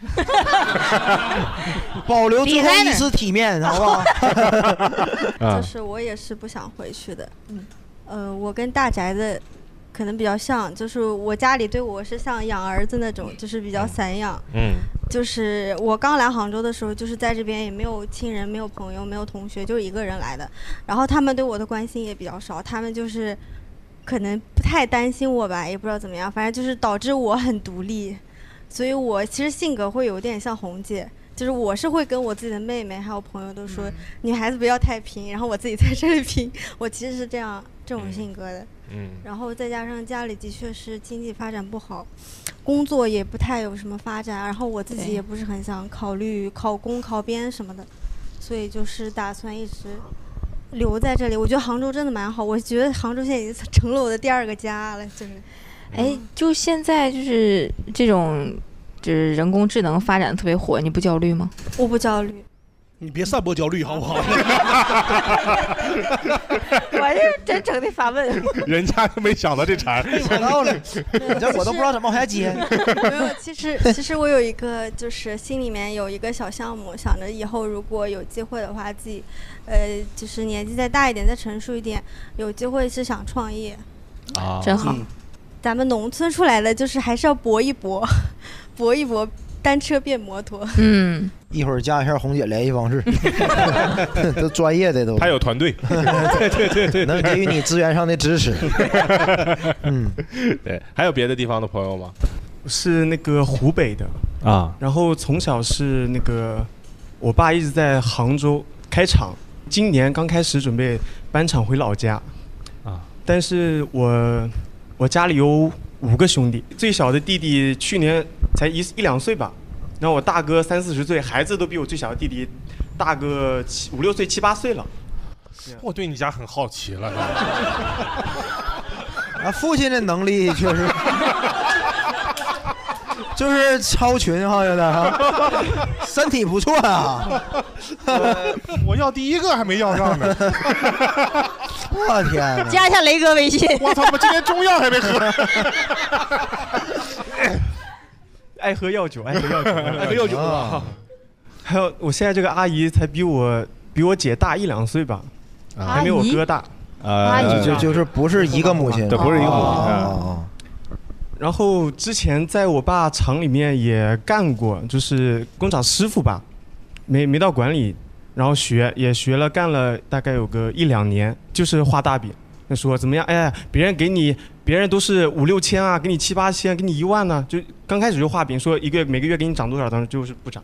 Speaker 5: 保留最后一丝体 面，好不好？
Speaker 9: 就是我也是不想回去的。嗯，呃，我跟大宅子可能比较像，就是我家里对我是像养儿子那种，就是比较散养。
Speaker 1: 嗯，
Speaker 9: 就是我刚来杭州的时候，就是在这边也没有亲人、没有朋友、没有同学，就是一个人来的。然后他们对我的关心也比较少，他们就是可能不太担心我吧，也不知道怎么样，反正就是导致我很独立。所以我其实性格会有点像红姐，就是我是会跟我自己的妹妹还有朋友都说，女孩子不要太拼，然后我自己在这里拼，我其实是这样这种性格的。
Speaker 1: 嗯
Speaker 9: 然后再加上家里的确是经济发展不好，工作也不太有什么发展，然后我自己
Speaker 12: 对
Speaker 9: 也不是很想考虑考公、考编什么的，所以就是打算一直留在这里。我觉得杭州真的蛮好，我觉得杭州现在已经成了我的第二个家了，就是。
Speaker 12: 哎，
Speaker 21: 嗯
Speaker 12: 就现在就是这种，就是人工智能发展得特别火，你不焦虑吗？
Speaker 9: 我不焦虑，
Speaker 8: 你别散播焦虑好不好？
Speaker 9: 我是真诚的发问。
Speaker 1: 人家都没想到这 茬儿，
Speaker 5: 道理，你这我都不知道怎么往下接。
Speaker 9: 没有，其实其实我有一个，就是心里面有一个小项目，想着以后如果有机会的话，自己，呃，就是年纪再大一点，再成熟一点，有机会是想创业。
Speaker 1: 啊
Speaker 12: 真好。
Speaker 9: 咱们农村出来的，就是还是要搏一搏， 搏一搏，单车变摩托。
Speaker 12: 嗯，
Speaker 5: 一会儿加一下红姐联系方 式， 都专业的都。
Speaker 1: 他有团 队，对对对对，
Speaker 5: 能给予你资源上的支持。
Speaker 1: 嗯， 对，还有别的地方的朋友吗？
Speaker 21: 是那个湖北的
Speaker 1: 啊，
Speaker 21: 然后从小是那个我爸一直在杭州开厂，今年刚开始准备搬厂回老家
Speaker 1: 啊，
Speaker 21: 但是我我家里有五个兄弟，最小的弟弟去年才一一两岁吧，然后我大哥三四十岁，孩子都比我最小的弟弟大个七五六岁七八岁了。
Speaker 1: 我对你家很好奇了。
Speaker 5: 啊，父亲的能力确实，就是超群哈，有点哈，身体不错啊。
Speaker 1: 呃我要第一个还没要上呢。
Speaker 5: 我天 哪！
Speaker 9: 加一下雷哥微信。
Speaker 1: 我操，我今天中药还没喝。
Speaker 21: 爱喝药 酒，爱喝药酒，
Speaker 1: 爱喝药酒啊！
Speaker 21: 还有，我现在这个阿姨才比我比我姐大一两岁吧，还没我哥大。
Speaker 5: 啊，就就是不是一个母亲，
Speaker 21: 对不是一个母亲啊
Speaker 5: 哦
Speaker 21: 然后之前在我爸厂里面也干过，就是工厂师傅吧，没没到管理，然后学也学了，干了大概有个一两年，就是画大饼。那说怎么样？哎，别人给你，别人都是五六千啊，给你七八千，给你一万呢、就刚开始就画饼，说一个月每个月给你涨多少，当时就是不涨，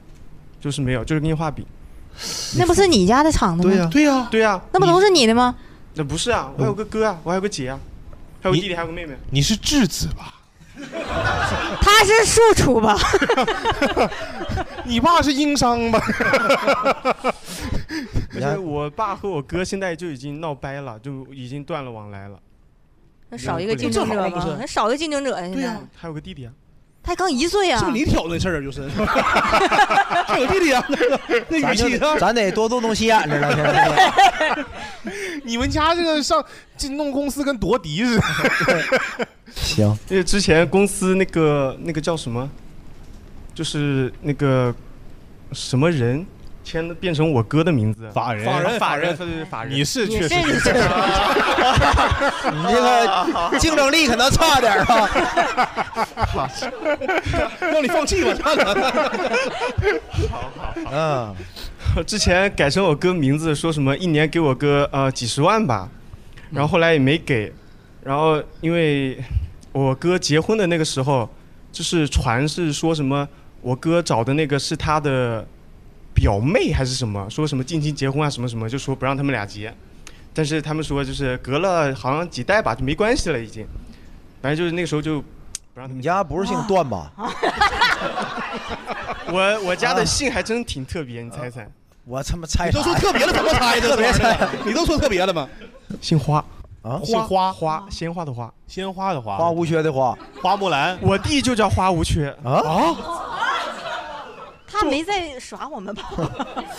Speaker 21: 就是没有，就是给你画饼。
Speaker 12: 那不是你家的厂子吗？
Speaker 21: 对呀对呀对呀
Speaker 12: 那不都是你的吗？
Speaker 21: 那不是啊，我还有个哥啊，我还有个姐啊，还有弟弟，还有个妹妹。啊
Speaker 1: 你是质子吧？
Speaker 12: 他是庶出吧？
Speaker 1: 你爸是殷商吧？
Speaker 21: 而且我爸和我哥现在就已经闹掰了，就已经断了往来了。
Speaker 2: 那少一个竞争者
Speaker 21: 这正好
Speaker 2: 吗
Speaker 21: 不？是
Speaker 2: 那少一个竞争者呀！现
Speaker 21: 对呀、
Speaker 2: 在
Speaker 21: 还有个弟弟啊。
Speaker 2: 他刚一岁啊！
Speaker 8: 是你挑的事儿，就是。这有弟弟啊，那
Speaker 5: 咱
Speaker 8: 语气
Speaker 5: 就
Speaker 8: 上，
Speaker 5: 咱得多动动心眼子了，现在。
Speaker 1: 你们家这个上这弄公司跟夺嫡 似的。
Speaker 5: 行，
Speaker 21: 因为之前公司那个那个叫什么，就是那个什么人签的变成我哥的名字，
Speaker 1: 法人
Speaker 21: 法人，
Speaker 1: 哎法
Speaker 21: 法
Speaker 1: 人
Speaker 21: 人，对对法人。
Speaker 1: 你是
Speaker 5: 你确实
Speaker 1: 是
Speaker 5: 是你这 个竞争力可能差点儿啊。
Speaker 8: 让你放弃吧，算了。
Speaker 5: 嗯，
Speaker 21: 之前改成我哥名字，说什么一年给我哥呃几十万吧，然后后来也没给，然后因为我哥结婚的那个时候，就是传是说什么我哥找的那个是他的表妹还是什么，说什么近亲结婚啊什么什么，就说不让他们俩结，但是他们说就是隔了好像几代吧就没关系了已经，反正就是那个时候就不让他们。
Speaker 5: 你家不是姓段吧？
Speaker 21: 我我家的姓还真挺特别，你猜猜？
Speaker 5: 啊我他妈猜
Speaker 8: 都说特别了，怎么猜的？
Speaker 21: 特别猜
Speaker 8: 你都说特别了吗？
Speaker 21: 姓花。
Speaker 3: 啊
Speaker 21: 姓花花鲜花的花，鲜花的花，
Speaker 3: 花无缺的花，
Speaker 21: 花木兰。我弟就叫花无缺啊，
Speaker 2: 他没在耍我 们吧？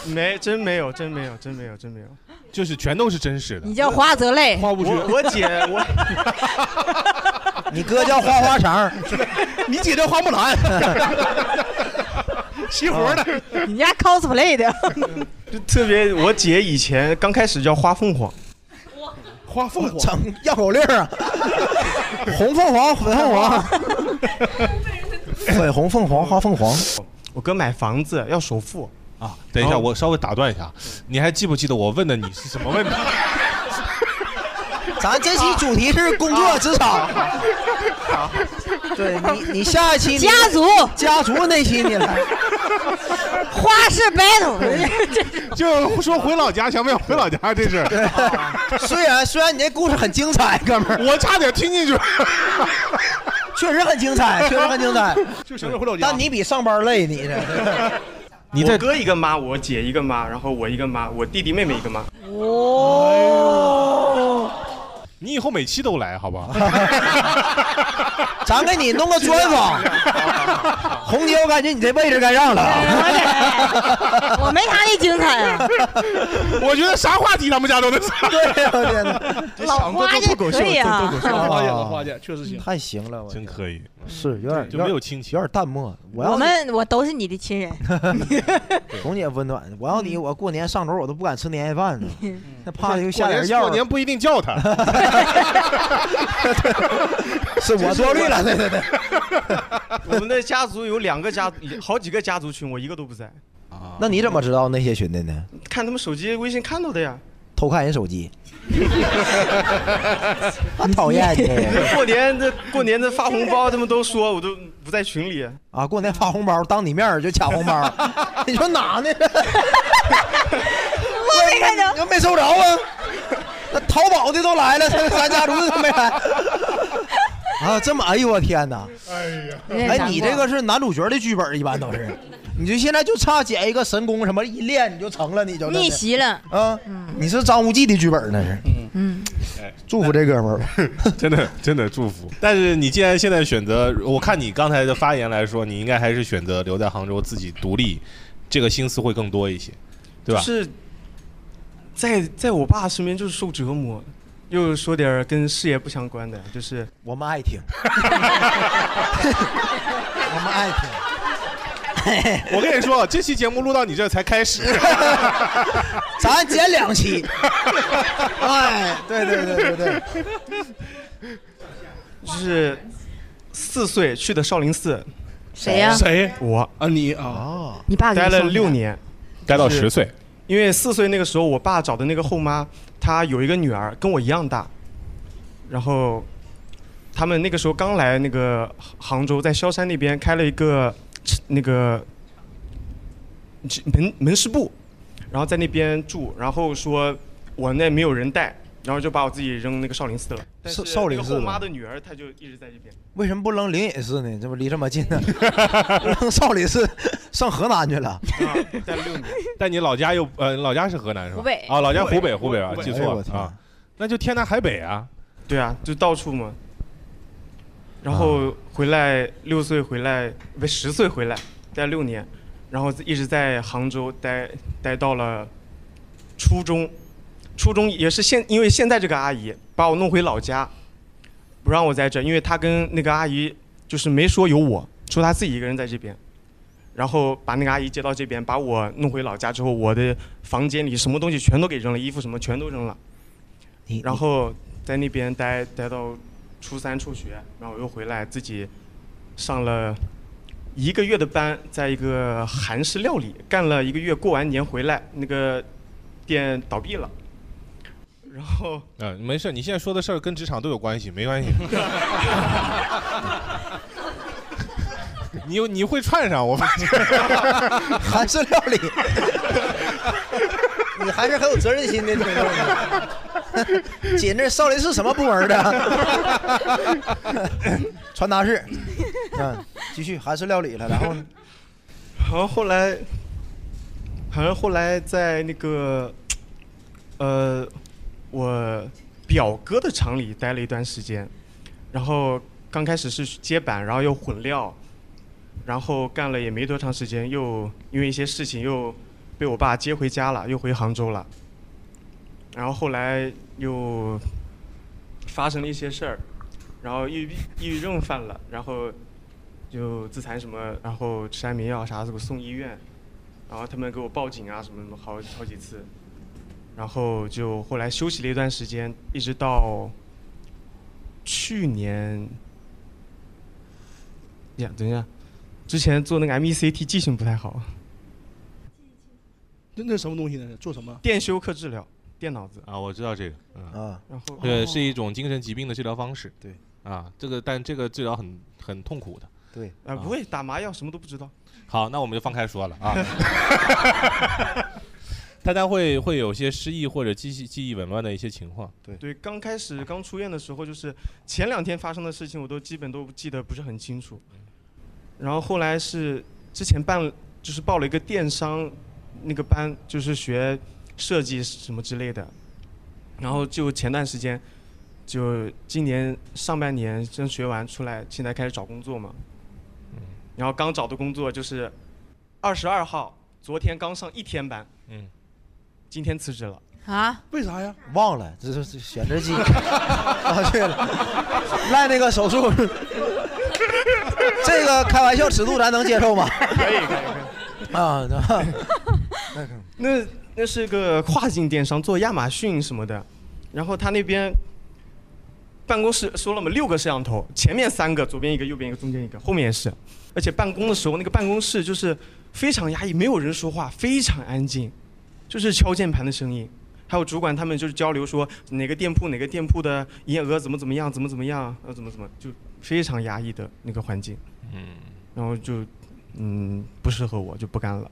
Speaker 21: 没，真没有，真没有，真没有，真没有，
Speaker 1: 就是全都是真实的。
Speaker 2: 你叫花泽类，
Speaker 21: 花无缺。我姐， 我
Speaker 3: 你哥叫花花肠，
Speaker 21: 你姐叫花木兰，
Speaker 2: 齐活的，你家 cosplay 的，
Speaker 21: 就特别，我姐以前刚开始叫花凤凰，
Speaker 8: 花凤凰，
Speaker 3: 整绕口令 啊，红凤凰，粉凤凰，粉红凤凰，花凤凰。
Speaker 21: 我哥买房子要首付
Speaker 1: 啊，等一下，我稍微打断一下，啊你还记不记得我问的你是什么问题？
Speaker 3: 咱这期主题是工作职场，对你，你下一期你
Speaker 2: 家族
Speaker 3: 家族那期你来，
Speaker 2: 花式 battle，
Speaker 1: 就说回老家想不想回老家这事
Speaker 3: 儿。虽然虽然你这故事很精彩，哥们儿，
Speaker 1: 我差点听进去。
Speaker 3: 确实很精彩，确实很精彩，
Speaker 8: 就想着回老
Speaker 3: 但你比上班累，你这。
Speaker 21: 你我哥一个妈，我姐一个妈，然后我一个妈，我弟弟妹妹一个妈。
Speaker 1: 哦，你以后每期都来，好吧？
Speaker 3: 咱给你弄个专访。红姐，我感觉你这位置该让了。
Speaker 2: 哎我没他那精彩啊。
Speaker 1: 我觉得啥话题他们家都能上。
Speaker 3: 对呀，天 哪！
Speaker 2: 老花这可以啊，
Speaker 8: 花姐的花姐确实行，
Speaker 3: 太行了，
Speaker 1: 真可以。
Speaker 3: 是有点
Speaker 1: 就没有亲情，
Speaker 3: 有点淡漠。我要
Speaker 2: 我们我都是你的亲 人，
Speaker 3: 红姐温暖，我要你，
Speaker 2: 嗯
Speaker 3: 我过年上桌我都不敢吃年夜饭呢， 那怕又下点
Speaker 1: 过
Speaker 3: 药。
Speaker 1: 年过年不一定 叫他。
Speaker 3: 是我多虑 了，对对对。
Speaker 21: 我们的家族有两个家，好几个家族群，我一个都不在。
Speaker 3: 那你怎么知道那些群的呢？
Speaker 21: 看他们手机微信看到的呀。
Speaker 3: 偷看人手机，我讨厌你
Speaker 21: 过年这过年这发红包，他们都说我都不在群里。
Speaker 3: 啊！过年发红包，当你面儿就抢红包， 你说哪呢？我
Speaker 2: 没看着，
Speaker 3: 又没收着啊！那淘宝的都来了， 咱咱家族的都没来。啊，这么，哎呦我天哪！哎，你这个是男主角的剧本，一般 都是。你就现在就差捡一个神功什么一练你就成了，你就
Speaker 2: 逆袭了。
Speaker 3: 啊！你是张无忌的剧本那是。
Speaker 2: 嗯，
Speaker 3: 祝福这 哥们儿吧。
Speaker 1: 真的真的祝福。但是你既然现在选择，我看你刚才的发言来说，你应该还是选择留在杭州自己独立，这个心思会更多一些，对吧？
Speaker 21: 就是在在我爸身边就是受折磨，又说点儿跟事业不相关的，就是
Speaker 3: 我们爱听，我们爱听。
Speaker 1: 我跟你说，啊这期节目录到你这才开始，
Speaker 3: 咱剪两期。 哎，对对对对对，
Speaker 21: 就是四岁去的少林寺。
Speaker 2: 谁呀
Speaker 21: 谁？我啊，你啊，
Speaker 3: 哦
Speaker 2: 你爸给
Speaker 21: 待
Speaker 2: 你
Speaker 21: 了
Speaker 2: 送的
Speaker 21: 六年，
Speaker 1: 待到
Speaker 21: 就是
Speaker 1: 10岁。
Speaker 21: 因为四岁那个时候，我爸找的那个后妈，她有一个女儿跟我一样大，然后他们那个时候刚来那个杭州，在萧山那边开了一个那个门门市部，然后在那边住，然后说我那没有人带，然后就把我自己扔那个少林寺了。但是
Speaker 3: 少少林
Speaker 21: 那个
Speaker 3: 寺
Speaker 21: 后
Speaker 3: 吗
Speaker 21: 妈的女儿，她就一直在这边。
Speaker 3: 为什么不扔灵隐寺呢？这不离这么近呢？扔少林寺上河南去了。
Speaker 21: 待了六年。
Speaker 1: 但你老家又呃，老家是河南是吧？
Speaker 21: 湖北
Speaker 1: 啊，老家湖北，湖
Speaker 21: 湖
Speaker 1: 北
Speaker 21: 北
Speaker 1: 啊
Speaker 21: 湖，北
Speaker 1: 记错
Speaker 21: 哎
Speaker 1: 了
Speaker 21: 我天
Speaker 1: 啊。那就天南海北啊。
Speaker 21: 对啊，就到处嘛。然后回来六岁回来，不十岁回来，待六年，然后一直在杭州待待到了初中，初中也是现因为现在这个阿姨把我弄回老家，不让我在这，因为她跟那个阿姨就是没说有我，说她自己一个人在这边，然后把那个阿姨接到这边，把我弄回老家之后，我的房间里什么东西全都给扔了，衣服什么全都扔了。然后在那边待待到初三辍学，然后我又回来自己上了一个月的班，在一个韩式料理干了一个月，过完年回来那个店倒闭了，然后
Speaker 1: 嗯、没事，你现在说的事儿跟职场都有关系，没关系。 你有你会串上，我发现。
Speaker 3: 韩式 料理，你还是很有责任心的听众。姐，那少林寺什么部门的？传达室。嗯，继续韩式料理了，然后呢
Speaker 21: 好像后来，好像后来在那个，呃，我表哥的厂里待了一段时间，然后刚开始是接板，然后又混料，然后干了也没多长时间，又因为一些事情又被我爸接回家了，又回杭州了。然后后来又发生了一些事儿，然后抑郁抑郁症犯了，然后就自残什么，然后吃安眠药啥的，给我送医院，然后他们给我报警啊什么什么好好几次，然后就后来休息了一段时间，一直到去年，呀，等一下，之前做那个 MECT 记性不太好，
Speaker 8: 那那什么东西呢？做什么？
Speaker 21: 电休克治疗，电脑子。
Speaker 1: 啊，我知道这个，嗯
Speaker 21: 啊然后
Speaker 1: 对，是一种精神疾病的治疗方式，
Speaker 21: 对
Speaker 1: 啊，这个但这个治疗很很痛苦的，
Speaker 21: 对啊，
Speaker 1: 啊
Speaker 21: 不会打麻药，什么都不知道。
Speaker 1: 好，那我们就放开说了啊。 大家会会有些失忆或者记忆记忆紊乱的一些情况，
Speaker 21: 对对，刚开始刚出院的时候，就是前两天发生的事情，我都基本都记得不是很清楚。然后后来是之前办了，就是报了一个电商那个班，就是学设计什么之类的。然后就前段时间，就今年上半年真学完出来，现在开始找工作嘛。然后刚找的工作就是二十二号，昨天刚上一天班，
Speaker 1: 嗯，
Speaker 21: 今天辞职了。
Speaker 2: 啊？
Speaker 8: 为啥呀？
Speaker 5: 忘了，这是这选择机啊，对了，赖那个手术，这个开玩笑尺度咱能接受吗？
Speaker 21: 可以可以可
Speaker 5: 以啊，那
Speaker 21: 那那是个跨境电商，做亚马逊什么的。然后他那边办公室说了嘛，六个摄像头，前面三个，左边一个，右边一个，中间一个，后面也是。而且办公的时候，那个办公室就是非常压抑，没有人说话，非常安静，就是敲键盘的声音。还有主管他们就是交流说哪个店铺哪个店铺的营业额怎么怎么样，怎么怎么样，呃怎么怎么，就非常压抑的那个环境。
Speaker 1: 嗯，
Speaker 21: 然后就嗯不适合我，就不干 了。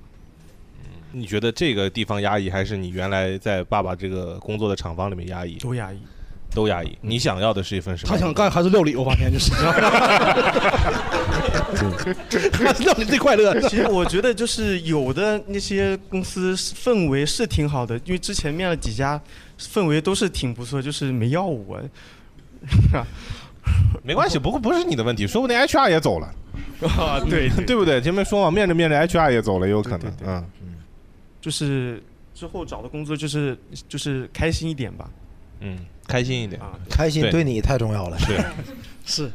Speaker 1: 你觉得这个地方压抑，还是你原来在爸爸这个工作的厂房里面压抑？
Speaker 21: 都压抑，
Speaker 1: 都压抑。你想要的是一份什么？
Speaker 8: 他想干还是料理？我发 现就是，料理最快乐。
Speaker 21: 其实我觉得就是有的那些公司氛围是挺好的，因为之前面了几家，氛围都是挺不错，就是没要我。
Speaker 1: 没关系，不过不是你的问题，说不定 HR 也走了。
Speaker 21: 啊， 对
Speaker 1: 对不对？前面说嘛，面着面着 HR 也走了，也有可能。嗯，
Speaker 21: 就是之后找的工作就是就是开心一点吧。
Speaker 1: 嗯，开心一点
Speaker 21: 啊，
Speaker 5: 开心对你太重要了。
Speaker 1: 对，
Speaker 8: 是，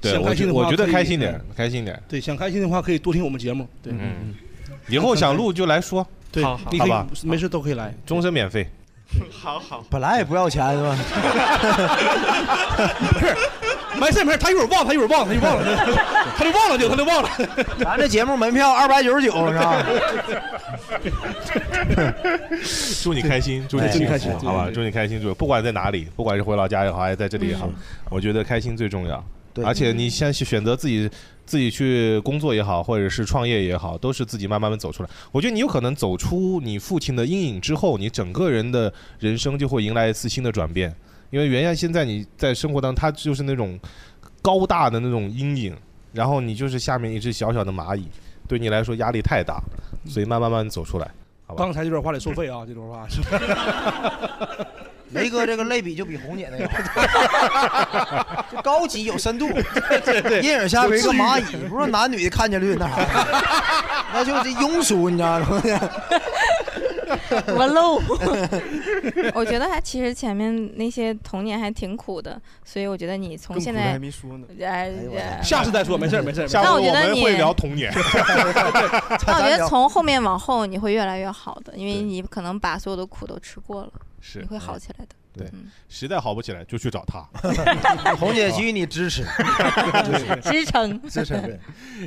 Speaker 1: 对
Speaker 8: 想
Speaker 1: 我
Speaker 8: 开心
Speaker 1: 觉
Speaker 8: 的
Speaker 1: 我
Speaker 8: 话
Speaker 1: 觉得
Speaker 8: 可以哎
Speaker 1: 开心点，开心点。
Speaker 8: 对，想开心的话可以多听我们节目。对，
Speaker 1: 嗯，以后想录就来说，
Speaker 8: 对，你
Speaker 1: 好
Speaker 8: 可
Speaker 1: 吧，
Speaker 8: 以没事都可以来。
Speaker 1: 终身免 费。
Speaker 21: 好 好，
Speaker 5: 本来也不要钱是吧？
Speaker 8: 没事没事，他一会儿忘，他一会儿忘，他就忘了，他就忘了就他就忘了。
Speaker 5: 咱这节目门票二百九十九是吧？
Speaker 1: 祝你开心，祝你
Speaker 5: 哎
Speaker 1: 幸福
Speaker 5: 祝你开心对对
Speaker 1: 好吧？
Speaker 5: 对
Speaker 1: 祝你开心，祝不管在哪里，不管是回老家也好，还是在这里也好，我觉得开心最重要。
Speaker 5: 对
Speaker 1: 而且你先去选择自己自己去工作也好，或者是创业也好，都是自己慢慢慢走出来。我觉得你有可能走出你父亲的阴影之后，你整个人的人生就会迎来一次新的转变。因为原先现在你在生活当中，他就是那种高大的那种阴影，然后你就是下面一只小小的蚂蚁，对你来说压力太大，所以慢慢慢走出来。 好吧
Speaker 8: 刚才这段话得收费啊，这段 话。
Speaker 5: 雷哥这个类比就比红姐那个好，就高级有 深度。阴影下面一个蚂蚁，不是男女看见率那啥，那就是庸俗，你知道 吗？
Speaker 2: 我 漏。我觉得还其实前面那些童年还挺苦的，所以我觉得你从现在
Speaker 21: 说呢，
Speaker 2: 哎哎
Speaker 8: 下次再说，没事儿没事儿。
Speaker 2: 下次那我觉得我们会你聊
Speaker 1: 童年。
Speaker 2: 但我觉得从后面往后你会越来越好的，因为你可能把所有的苦都吃过了，
Speaker 1: 是嗯
Speaker 2: 你会好起来的。嗯
Speaker 1: 对，实在好不起来就去找 他。
Speaker 5: 红姐给予你支 持，
Speaker 2: 支撑
Speaker 5: 支撑对。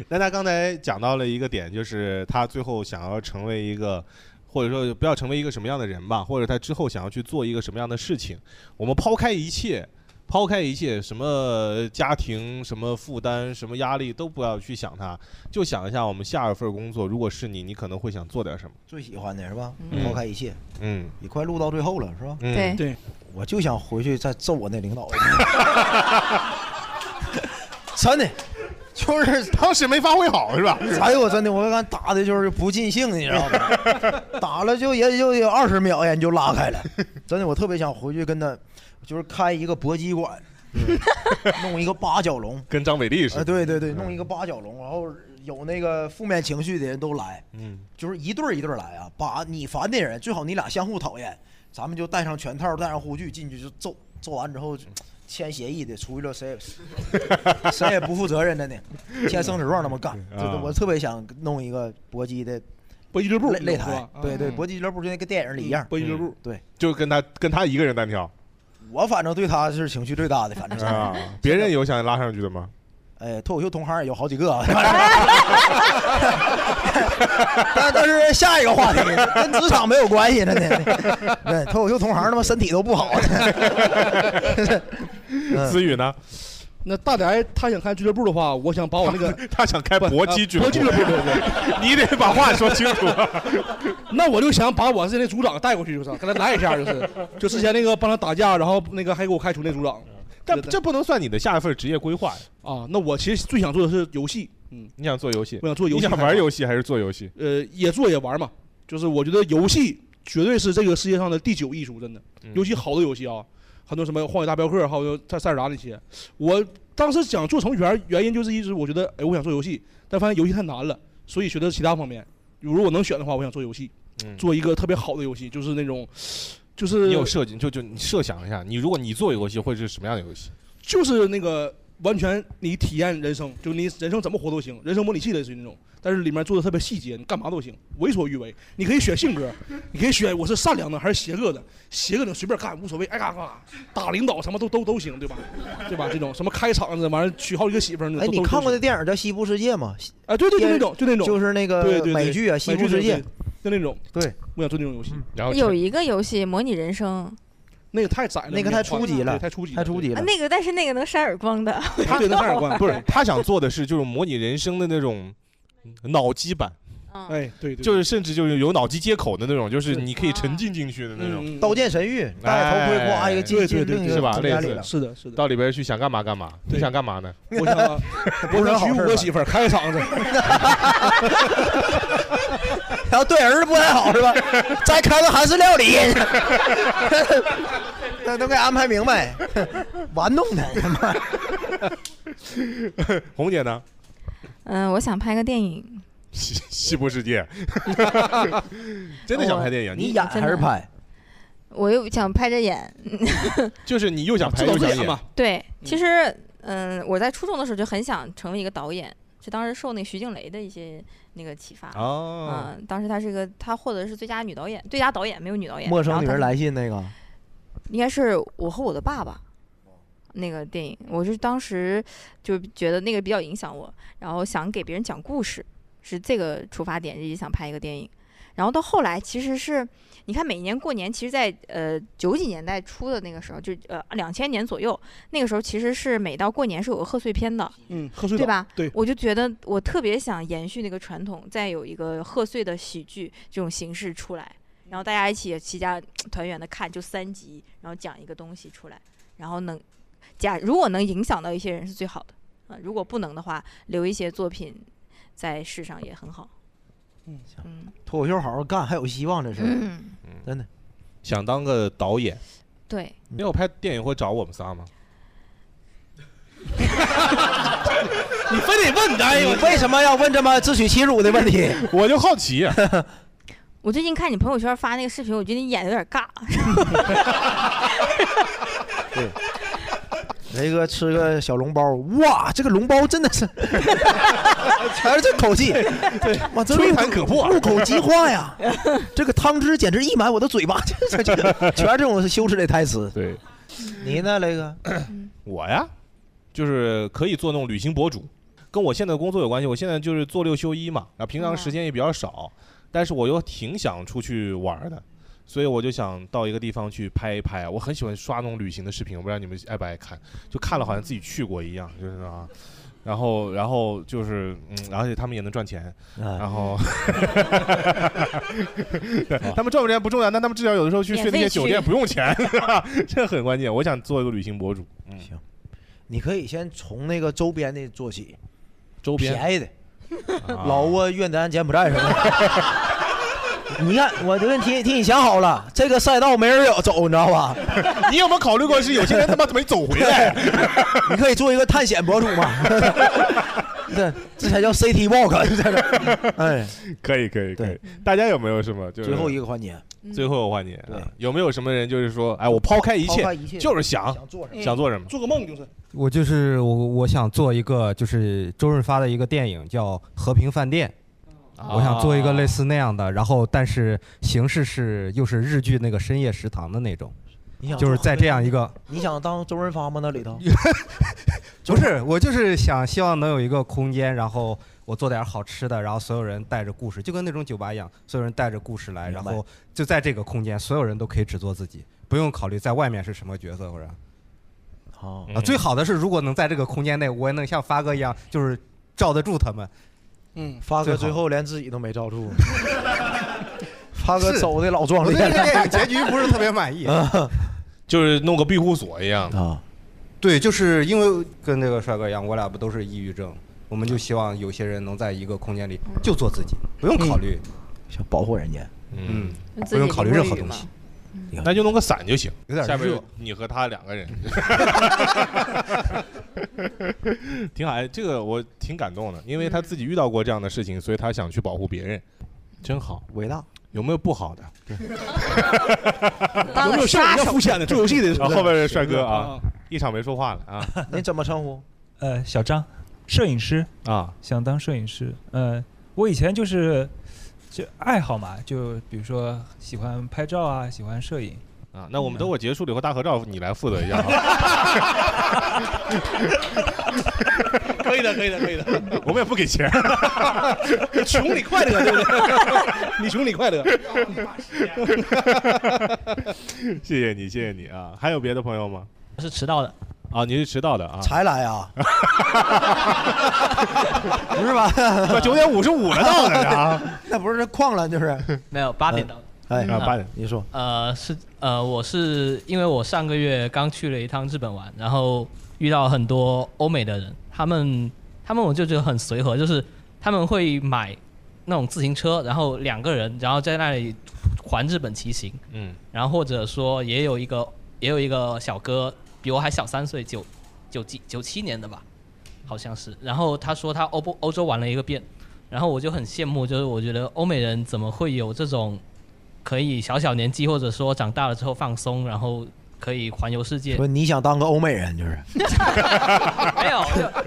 Speaker 1: 那他刚才讲到了一个点，就是他最后想要成为一个，或者说不要成为一个什么样的人吧，或者他之后想要去做一个什么样的事情。我们抛开一切，抛开一切，什么家庭、什么负担、什么压力都不要去想它，就想一下我们下一份工作，如果是你，你可能会想做点什么。
Speaker 5: 最喜欢的是吧
Speaker 1: 嗯？
Speaker 5: 抛开一切，
Speaker 1: 嗯，
Speaker 5: 也快录到最后了是吧？
Speaker 1: 嗯对
Speaker 8: 对，
Speaker 5: 我就想回去再揍我那领导。真的，
Speaker 3: 就是
Speaker 1: 当时没发挥好是吧？
Speaker 3: 哎呦我真的，我刚打的就是不尽兴，你知道吗？ 打了就也就有二十秒，人就拉开了。真的，我特别想回去跟他，就是开一个搏击 馆，弄一个八角笼。
Speaker 1: 跟张伟丽似的。
Speaker 3: 啊，
Speaker 1: 嗯
Speaker 3: 对对对，弄一个八角笼，然后有那个负面情绪的人都来，
Speaker 1: 嗯，
Speaker 3: 就是一对儿一对儿来啊，把你烦的人最好你俩相互讨厌，咱们就戴上拳套，戴上护具进去就揍，揍完之后就签协议的，出去了谁也谁也不负责任的呢，签生死状那么干，
Speaker 1: 啊
Speaker 3: 真的我特别想弄一个搏击的。
Speaker 8: 搏击俱乐部
Speaker 3: 擂擂
Speaker 8: 是
Speaker 3: 台
Speaker 8: 吧，
Speaker 3: 对对，
Speaker 8: 嗯
Speaker 3: 搏击俱乐部就那个电影里一样。
Speaker 8: 嗯搏击俱乐部
Speaker 3: 嗯对
Speaker 1: 就跟他跟他一个人单挑
Speaker 3: 嗯我反正对他是情绪最大的，反正是。
Speaker 1: 啊！别人有想拉上去的吗？
Speaker 3: 哎，脱口秀同行有好几 个啊。但但是下一个话题跟职场没有关系，真 的。对，脱口秀同行他妈身体都不好。啊
Speaker 8: 嗯
Speaker 3: 嗯
Speaker 1: 思雨呢？
Speaker 8: 那大宅他想开俱乐部的话，我想把我那个
Speaker 1: 他想开
Speaker 8: 搏
Speaker 1: 击俱乐
Speaker 8: 搏
Speaker 1: 部
Speaker 8: 击俱乐部，对对，
Speaker 1: 你得把话说清楚。
Speaker 8: 那我就想把我之前那组长带过去，就是跟他来一下，就是就之前那个帮他打架，然后那个还给我开除那组长。
Speaker 1: 但这不能算你的下一份职业规划呀。
Speaker 8: 啊，那我其实最想做的是游戏，嗯，
Speaker 1: 你想做游戏？
Speaker 8: 我想做游戏
Speaker 1: 你想玩游戏还是做游戏？
Speaker 8: 呃，也做也玩嘛。就是我觉得游戏绝对是这个世界上的第九艺术，真的
Speaker 1: 嗯。
Speaker 8: 尤其好的游戏啊，很多什么《荒野大镖客》，还有《塞塞尔达》那些。我当时想做程序员，原因就是一直我觉得，哎，我想做游戏，但发现游戏太难了，所以学的是其他方面。如果我能选的话，我想做游戏，
Speaker 1: 嗯
Speaker 8: 做一个特别好的游戏，就是那种，就是
Speaker 1: 你有设计，就就你设想一下，你如果你做游戏会是什么样的游戏？
Speaker 8: 就是那个完全你体验人生，就你人生怎么活都行，人生模拟器类似于那种，但是里面做的特别细节，你干嘛都行，为所欲为。你可以选性格， 你可以选我是善良的还是邪恶的，邪恶的随便干无所谓，爱干嘛打领导什么都都都行，对吧？对吧？这种什么开场子，完了娶好几个媳妇儿呢，
Speaker 3: 哎，
Speaker 8: 都
Speaker 3: 你
Speaker 8: 都
Speaker 3: 看
Speaker 8: 都
Speaker 3: 过
Speaker 8: 行
Speaker 3: 那电影叫《西部世界》吗？
Speaker 8: 啊，对对，就那种，就那种，
Speaker 3: 就是那
Speaker 8: 对
Speaker 3: 个
Speaker 8: 对对
Speaker 3: 美剧啊，《西
Speaker 8: 美
Speaker 3: 部世界》。
Speaker 8: 就那种，
Speaker 3: 对，
Speaker 8: 我想做那种游戏。
Speaker 1: 嗯然
Speaker 2: 有一个游戏模拟人生，
Speaker 8: 那个太窄了，
Speaker 3: 那个太初级了
Speaker 8: 对太初级，
Speaker 3: 太初级
Speaker 2: 啊那个但是那个能扇耳光的，
Speaker 1: 他
Speaker 8: 对那看着惯
Speaker 1: 不是他想做的是就是模拟人生的那种脑机版。
Speaker 3: 嗯
Speaker 8: 哎，对啊对，
Speaker 1: 就是甚至就是有脑机接口的那种，就是你可以沉浸进去的那
Speaker 8: 嗯
Speaker 1: 种。
Speaker 3: 《刀剑神域》，
Speaker 1: 哎
Speaker 8: 哎
Speaker 3: 戴头盔哗一个进进另一
Speaker 1: 是
Speaker 3: 个
Speaker 1: 吧？
Speaker 3: 空
Speaker 1: 类
Speaker 3: 间里
Speaker 1: 似
Speaker 3: 了。
Speaker 8: 的，是的。
Speaker 1: 到里边去想干嘛干嘛，你想干嘛呢？
Speaker 8: 我 想啊
Speaker 3: 不
Speaker 8: 我
Speaker 3: 是
Speaker 8: 想
Speaker 3: 好
Speaker 8: 娶
Speaker 3: 事
Speaker 8: 五
Speaker 3: 吧
Speaker 8: 个媳妇儿，开场子。
Speaker 3: 然后对儿子不太好是吧？ 再开个韩式料理， 那都给安排明白，玩弄他他 妈。
Speaker 1: 红姐呢？
Speaker 2: 嗯，我想拍个电影，
Speaker 1: 西 西部世界，真的想拍电影？
Speaker 2: 我真的？我又想拍着演，
Speaker 1: 就是你又想拍又想演，
Speaker 2: 对，其实，嗯，我在初中的时候就很想成为一个导演，就当时受那徐静蕾的一些那个启发。
Speaker 3: 哦
Speaker 2: 嗯，当时她是个，她获得的是最佳女导演，最佳导演没有女导演。
Speaker 3: 陌
Speaker 2: 然
Speaker 3: 生
Speaker 2: 后
Speaker 3: 女人
Speaker 2: 她
Speaker 3: 来信那个，
Speaker 2: 应该是我和我的爸爸那个电影，我就是当时就觉得那个比较影响我，然后想给别人讲故事，是这个出发点，一直想拍一个电影。然后到后来，其实是你看每年过年，其实在，呃九几年代初的那个时候，就呃两千年左右，那个时候其实是每到过年是有个贺岁片的，
Speaker 8: 嗯，贺岁
Speaker 2: 对
Speaker 8: 档
Speaker 2: 吧？
Speaker 8: 对，
Speaker 2: 我就觉得我特别想延续那个传统，再有一个贺岁的喜剧这种形式出来，然后大家一起齐家团圆的看，就三集，然后讲一个东西出来，然后能，假如果能影响到一些人是最好的，啊、如果不能的话，留一些作品在世上也很好。
Speaker 8: 嗯
Speaker 2: 嗯，
Speaker 3: 脱口秀好好干，还有希望这事儿
Speaker 2: 嗯
Speaker 3: 真的。
Speaker 1: 想当个导演。
Speaker 2: 对，
Speaker 1: 那我拍电影会找我们仨吗？
Speaker 3: 你非得问，哎呦，为什么要问这么自取其辱的问题？
Speaker 1: 我就好奇、
Speaker 2: 我最近看你朋友圈发那个视频，我觉得你演的有点尬。
Speaker 3: 雷哥吃个小笼包，哇，这个笼包真 的是，全是这口气，对，哇，真
Speaker 1: 吹
Speaker 3: 入
Speaker 1: 弹可破
Speaker 3: 入口即 化呀！这个汤汁简直溢满我的嘴巴，这这这全是这种羞耻的台词。
Speaker 1: 对，嗯
Speaker 3: 你呢，雷哥？
Speaker 1: 我呀，就是可以做那种旅行博主，跟我现在工作有关系。我现在就是做六休一嘛，然后平常时间也比较少，但是我又挺想出去玩儿的，所以我就想到一个地方去拍一拍。啊我很喜欢刷那种旅行的视频，我不知道你们爱不爱看，就看了好像自己去过一样，就是啊。然后，然后就是，嗯，而且他们也能赚钱，然后，对 他们赚不赚不重要，但他们至少有的时候去
Speaker 3: 免
Speaker 1: 睡那
Speaker 3: 费
Speaker 1: 些酒店
Speaker 3: 去
Speaker 1: 不用钱， 这很关键。我想做一个旅行博主，嗯，
Speaker 3: 行，你可以先从那个周边的做起，
Speaker 1: 周边
Speaker 5: 便宜的，
Speaker 1: 啊
Speaker 5: 老挝、越南、柬埔寨什么的。 你看，我的问题替你想好了，这个赛道没人有走，你知道吧？
Speaker 1: 你有没有考虑过是有些人他妈怎么走回来？
Speaker 5: 你可以做一个探险博主嘛？这这才叫 CT walk，在这儿。 哎，
Speaker 1: 可以可以可以，大家有没有什么就是
Speaker 5: 最后一个环节，
Speaker 8: 嗯
Speaker 1: 最后一个环节，啊有没有什么人就是说，哎，我抛开一
Speaker 8: 抛开一切
Speaker 1: 就是想
Speaker 8: 想做什么
Speaker 1: 想做什么？
Speaker 8: 做个梦就是。
Speaker 14: 我就是我，我想做一个就是周润发的一个电影叫《和平饭店》，
Speaker 5: 啊
Speaker 14: 我想做一个类似那样的，然后但是形式是又是日剧那个深夜食堂的那种
Speaker 5: 你想，
Speaker 14: 就是
Speaker 5: 做
Speaker 14: 在
Speaker 5: 和
Speaker 14: 这样一个
Speaker 5: 你想当周润发吗？那 里头
Speaker 14: 不是我就是想希望能有一个空间，然后我做点好吃的，然后所有人带着故事，就跟那种酒吧一样，所有人带着故事来，然后就在这个空间，所有人都可以只做自己，不用考虑在外面是什么角色或者。
Speaker 5: 哦
Speaker 14: 啊，最好的是，如果能在这个空间内，我也能像发哥一样，就是罩得住他们。
Speaker 5: 嗯，发
Speaker 14: 最
Speaker 5: 哥
Speaker 14: 好
Speaker 5: 最后连自己都没 罩住，发哥
Speaker 14: 是
Speaker 5: 走的老壮
Speaker 14: 我
Speaker 5: 烈
Speaker 14: 对这
Speaker 5: 了。嗯
Speaker 14: 个电影结局不是特别满意
Speaker 1: 就是弄个庇护所一样
Speaker 5: 啊。
Speaker 14: 对，就是因为跟这个帅哥一样，我俩不都是抑郁症，我们就希望有些人能在一个空间里就做自己，不用考虑，
Speaker 5: 嗯想保护人家，
Speaker 1: 嗯，
Speaker 14: 不用考虑任何东西。
Speaker 1: 那就弄个伞就行，
Speaker 14: 有点
Speaker 1: 下面
Speaker 14: 热
Speaker 1: 你和他 两个人，挺好。哎这个我挺感动的，因为他自己遇到过这样的事情，所以他想去保护别人，真好，
Speaker 5: 伟大。
Speaker 1: 有没有不好的？
Speaker 5: 当
Speaker 1: 有
Speaker 5: 了
Speaker 1: 没有像人家肤浅的做游戏的？
Speaker 5: 杀手
Speaker 1: 然后后边是帅哥啊，一场没说话了啊。
Speaker 5: 你怎么称呼？
Speaker 4: 呃，小张，摄影师
Speaker 1: 啊，
Speaker 4: 想当摄影师。呃，我以前就是就爱好嘛，就比如说喜欢拍照啊，喜欢摄影
Speaker 1: 啊。那我
Speaker 8: 嗯
Speaker 1: 们等我结束了以后，大合照你来负责一下啊。
Speaker 8: 可以的，可以的，可 以的。
Speaker 1: 我们也不给钱，
Speaker 8: 穷你快乐，对不对？ 你穷你快乐。
Speaker 1: 谢谢你，谢谢你啊！还有别的朋友吗？
Speaker 22: 我是迟到的。
Speaker 1: 啊，你是迟到的啊？
Speaker 5: 才 来啊？不是吧？
Speaker 1: 那九点五十五了到的啊？
Speaker 5: 那不是旷了就是？
Speaker 22: 没有八点到。
Speaker 5: 哎
Speaker 22: 嗯
Speaker 5: 啊八点你说。
Speaker 22: 呃，是呃，我是因为我上个月刚去了一趟日本玩，然后遇到很多欧美的人，他们他们我就觉得很随和，就是他们会买那种自行车，然后两个人，然后在那里环日本骑行。
Speaker 1: 嗯，
Speaker 22: 然后或者说也有一个也有一个小哥比我还小三岁，九九几九七年的吧，好像是。然后他说他欧不欧洲玩了一个遍，然后我就很羡慕，就是我觉得欧美人怎么会有这种可以小小年纪或者说长大了之后放松，然后可以环游世界
Speaker 5: 不，。你想当个欧美人就是？
Speaker 22: 没有，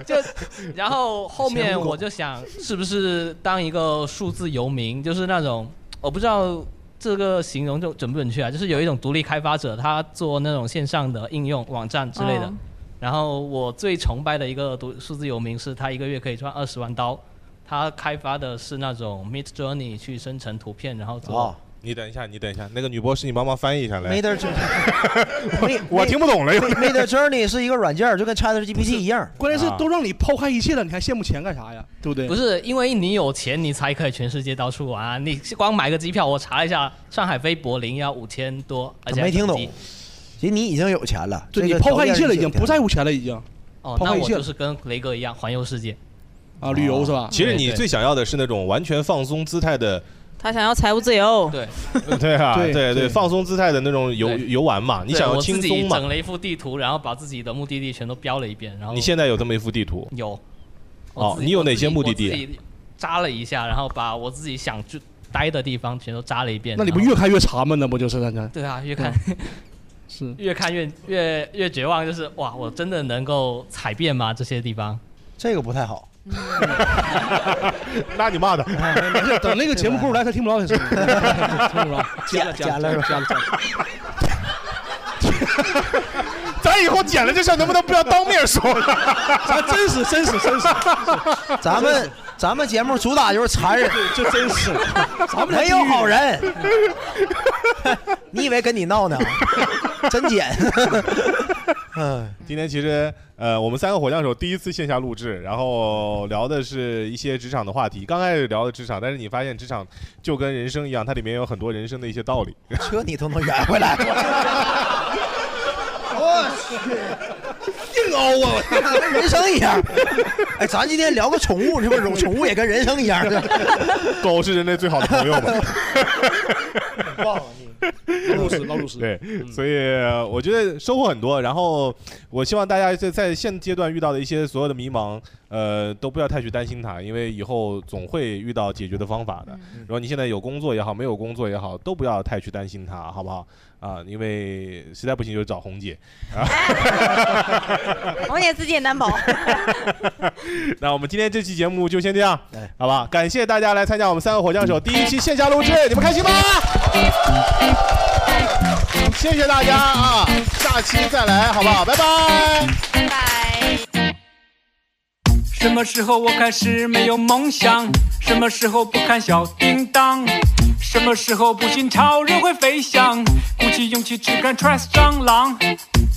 Speaker 22: 就就然后后面我就想，是不是当一个数字游民，就是那种我不知道这个形容就准不准确啊，就是有一种独立开发者，他做那种线上的应用网站之类的。
Speaker 1: 哦
Speaker 22: 嗯然后我最崇拜的一个独数字游民是他一个月可以赚二十万刀，他开发的是那种 Mid Journey 去生成图片，然后做。
Speaker 1: 哦你等一下，你等一下，那个女博士，你帮忙翻译一下来。
Speaker 5: 没得
Speaker 1: 这，
Speaker 5: 我
Speaker 1: 听不懂了又
Speaker 5: Made Journey 是一个软件，就跟 Chat
Speaker 8: 不是
Speaker 5: GPT 一样。
Speaker 8: 关键是都让你抛开一切了，你还羡慕钱干啥呀？对不对？
Speaker 22: 不是因为你有钱，你才可以全世界到处玩啊！你光买个机票，我查了一下，上海飞柏林要五千多，而且
Speaker 5: 没听
Speaker 22: 还
Speaker 5: 懂
Speaker 22: 转机。
Speaker 5: 其实你已经有钱了，
Speaker 8: 对
Speaker 5: 这
Speaker 8: 你
Speaker 5: 个
Speaker 8: 抛开一切了，已
Speaker 5: 条件是有
Speaker 8: 经
Speaker 5: 钱
Speaker 8: 不在乎钱了，已经。
Speaker 22: 哦，
Speaker 8: 抛
Speaker 22: 那
Speaker 8: 开一
Speaker 22: 我
Speaker 8: 切
Speaker 22: 就是跟雷哥一样环游世界。哦
Speaker 8: 啊，旅游是吧？
Speaker 1: 其实你最想要的是那种完全放松姿态 的，
Speaker 2: 他想要财务自由。
Speaker 22: 对，
Speaker 1: 对啊，
Speaker 22: 对
Speaker 1: 对
Speaker 22: 对
Speaker 1: 放松姿态的那种游游玩嘛，你
Speaker 22: 对
Speaker 1: 想要
Speaker 22: 我自
Speaker 1: 轻
Speaker 22: 己
Speaker 1: 松
Speaker 22: 整
Speaker 1: 嘛？
Speaker 22: 了一幅地图，然后把自己的目的地全都标了一遍，然后
Speaker 1: 你现在有这么一幅地图？
Speaker 22: 有。我
Speaker 1: 哦，
Speaker 22: 自己
Speaker 1: 你有哪些
Speaker 22: 我自己
Speaker 1: 目的
Speaker 22: 我自
Speaker 1: 地？
Speaker 22: 己扎了一下，然后把我自己想去待的地方全都扎了一遍。
Speaker 8: 那你不
Speaker 22: 然后
Speaker 8: 越看越馋吗？那不就是那那？
Speaker 22: 对啊，越看、
Speaker 8: 是
Speaker 22: 越看越越越绝望，就是哇，我真的能够踩遍吗？这些地方？
Speaker 5: 这个不太好。
Speaker 1: 那你骂他。
Speaker 8: 没事嗯 等那个节目过出来，他听不着他 声音，听不着，剪了剪了剪了剪了。
Speaker 1: 咱以后剪了这事儿能不能不要当面说了？
Speaker 8: 咱真实真实真实，
Speaker 5: 咱们咱们节目主打就是残忍，
Speaker 8: 就真是，咱们
Speaker 5: 没有好人。 你以为跟你闹呢？真简。嗯，
Speaker 1: 今天其实呃，我们三个火枪手第一次线下录制，然后聊的是一些职场的话题。刚开始聊的职场，但是你发现职场就跟人生一样，它里面有很多人生的一些道理。
Speaker 5: 车你都能圆回来。我去，
Speaker 15: 硬凹啊，我
Speaker 5: 跟人生一样。哎，咱今天聊个宠物，是不是？宠物也跟人生一样的。
Speaker 1: 狗是人类最好的朋友嘛。
Speaker 5: 忘了
Speaker 8: 老鲁师，老鲁师，
Speaker 1: 对，所以呃我觉得收获很多。然后我希望大家在在现阶段遇到的一些所有的迷茫，呃，都不要太去担心它，因为以后总会遇到解决的方法的。然后你现在有工作也好，没有工作也好，都不要太去担心它，好不好？啊，因为实在不行就找红姐啊。
Speaker 2: 红姐自己也难保。
Speaker 1: 那我们今天这期节目就先这样，好吧？感谢大家来参加我们三个火枪手第一期线下录制，你们开心吗？谢谢大家啊，下期再来，好不好？拜拜。
Speaker 18: 什么时候我开始没有梦想？什么时候不看小叮当？什么时候不信超人会飞翔？鼓起勇气只敢 trust 蟑螂。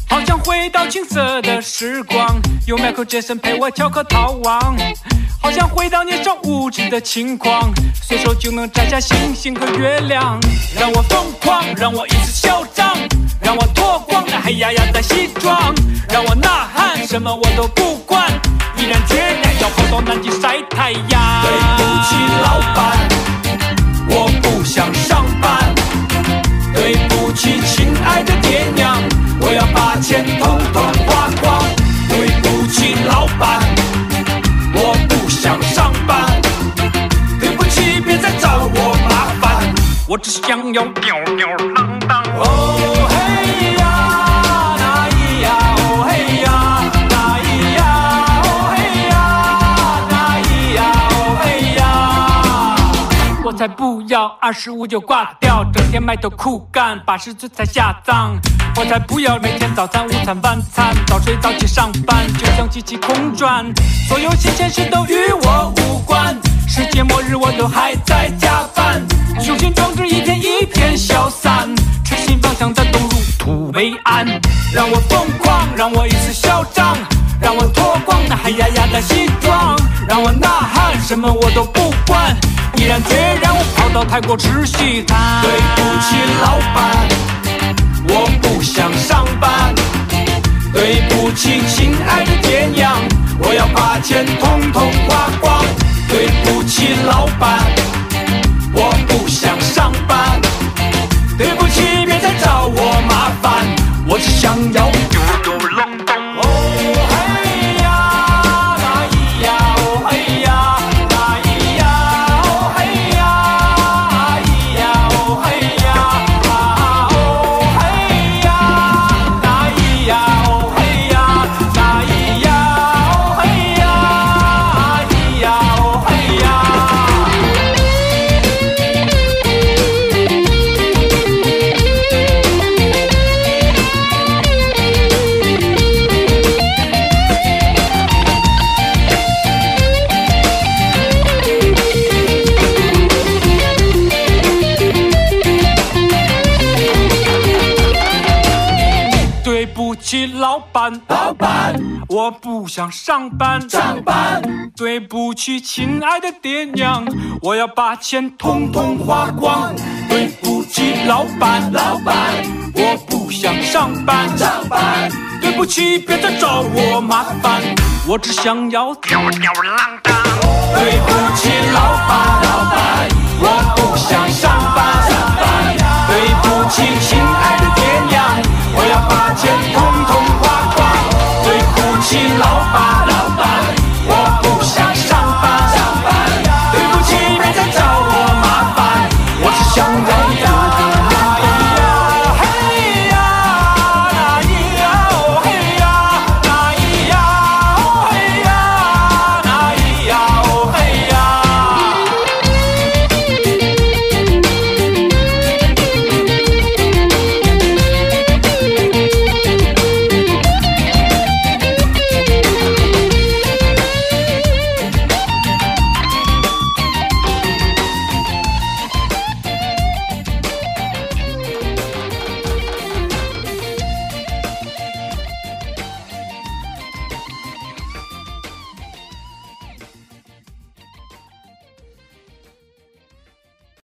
Speaker 18: 好想回到青涩的时光，有 Michael Jackson 陪我跳课逃亡。好想回到年少无知的轻狂，随手就能摘下星星和月亮。让我疯狂，让我一次嚣张，让我脱光那黑压压的西装，让我呐喊，什么我都不管，毅然决然要跑到南极晒太阳。对不起，老板，我不想上班。对不起，亲爱的爹娘，我要把钱统统花光。对不起，老板，我不想上班。对不起，别再找我麻烦，我只想要吊儿郎当。哦嘿呀，那咿呀，哦嘿呀，那咿呀，哦嘿呀，那咿呀，哦嘿呀。我才不要二十五就挂掉，整天埋头苦干，把十岁才下葬。我才不要每天早餐、午餐、晚餐，早睡早起上班，就像机器空转，所有新鲜事都与我无关。世界末日我都还在加班，雄心壮志一天一天消散，痴心妄想在东路土为安，让我疯狂，让我一次嚣张，让我脱光那黑压压的西装，让我呐喊，什么我都不管，毅然决然我跑到泰国吃西餐。对不起，老板。我不想上班。对不起，亲爱的爹娘，我要把钱统统花光。对不起，老板，我不想上班。对不起，别再找我麻烦，我只想要嘟嘟隆咚。哦嘿呀，那咿呀，哦嘿呀，那咿呀，哦嘿呀，啊咿呀，哦嘿呀，啊哦嘿呀，那咿呀，哦嘿呀，那咿呀，哦嘿呀，啊咿呀，哦嘿呀。对不起，老板，老板，我不想上班，上班。对不起，亲爱的爹娘，我要把钱统统花光。对不起，老板，老板，我不想上班，上班。对不起，别再找我麻烦，我只想要吊儿郎当。对不起，老板，老板，哦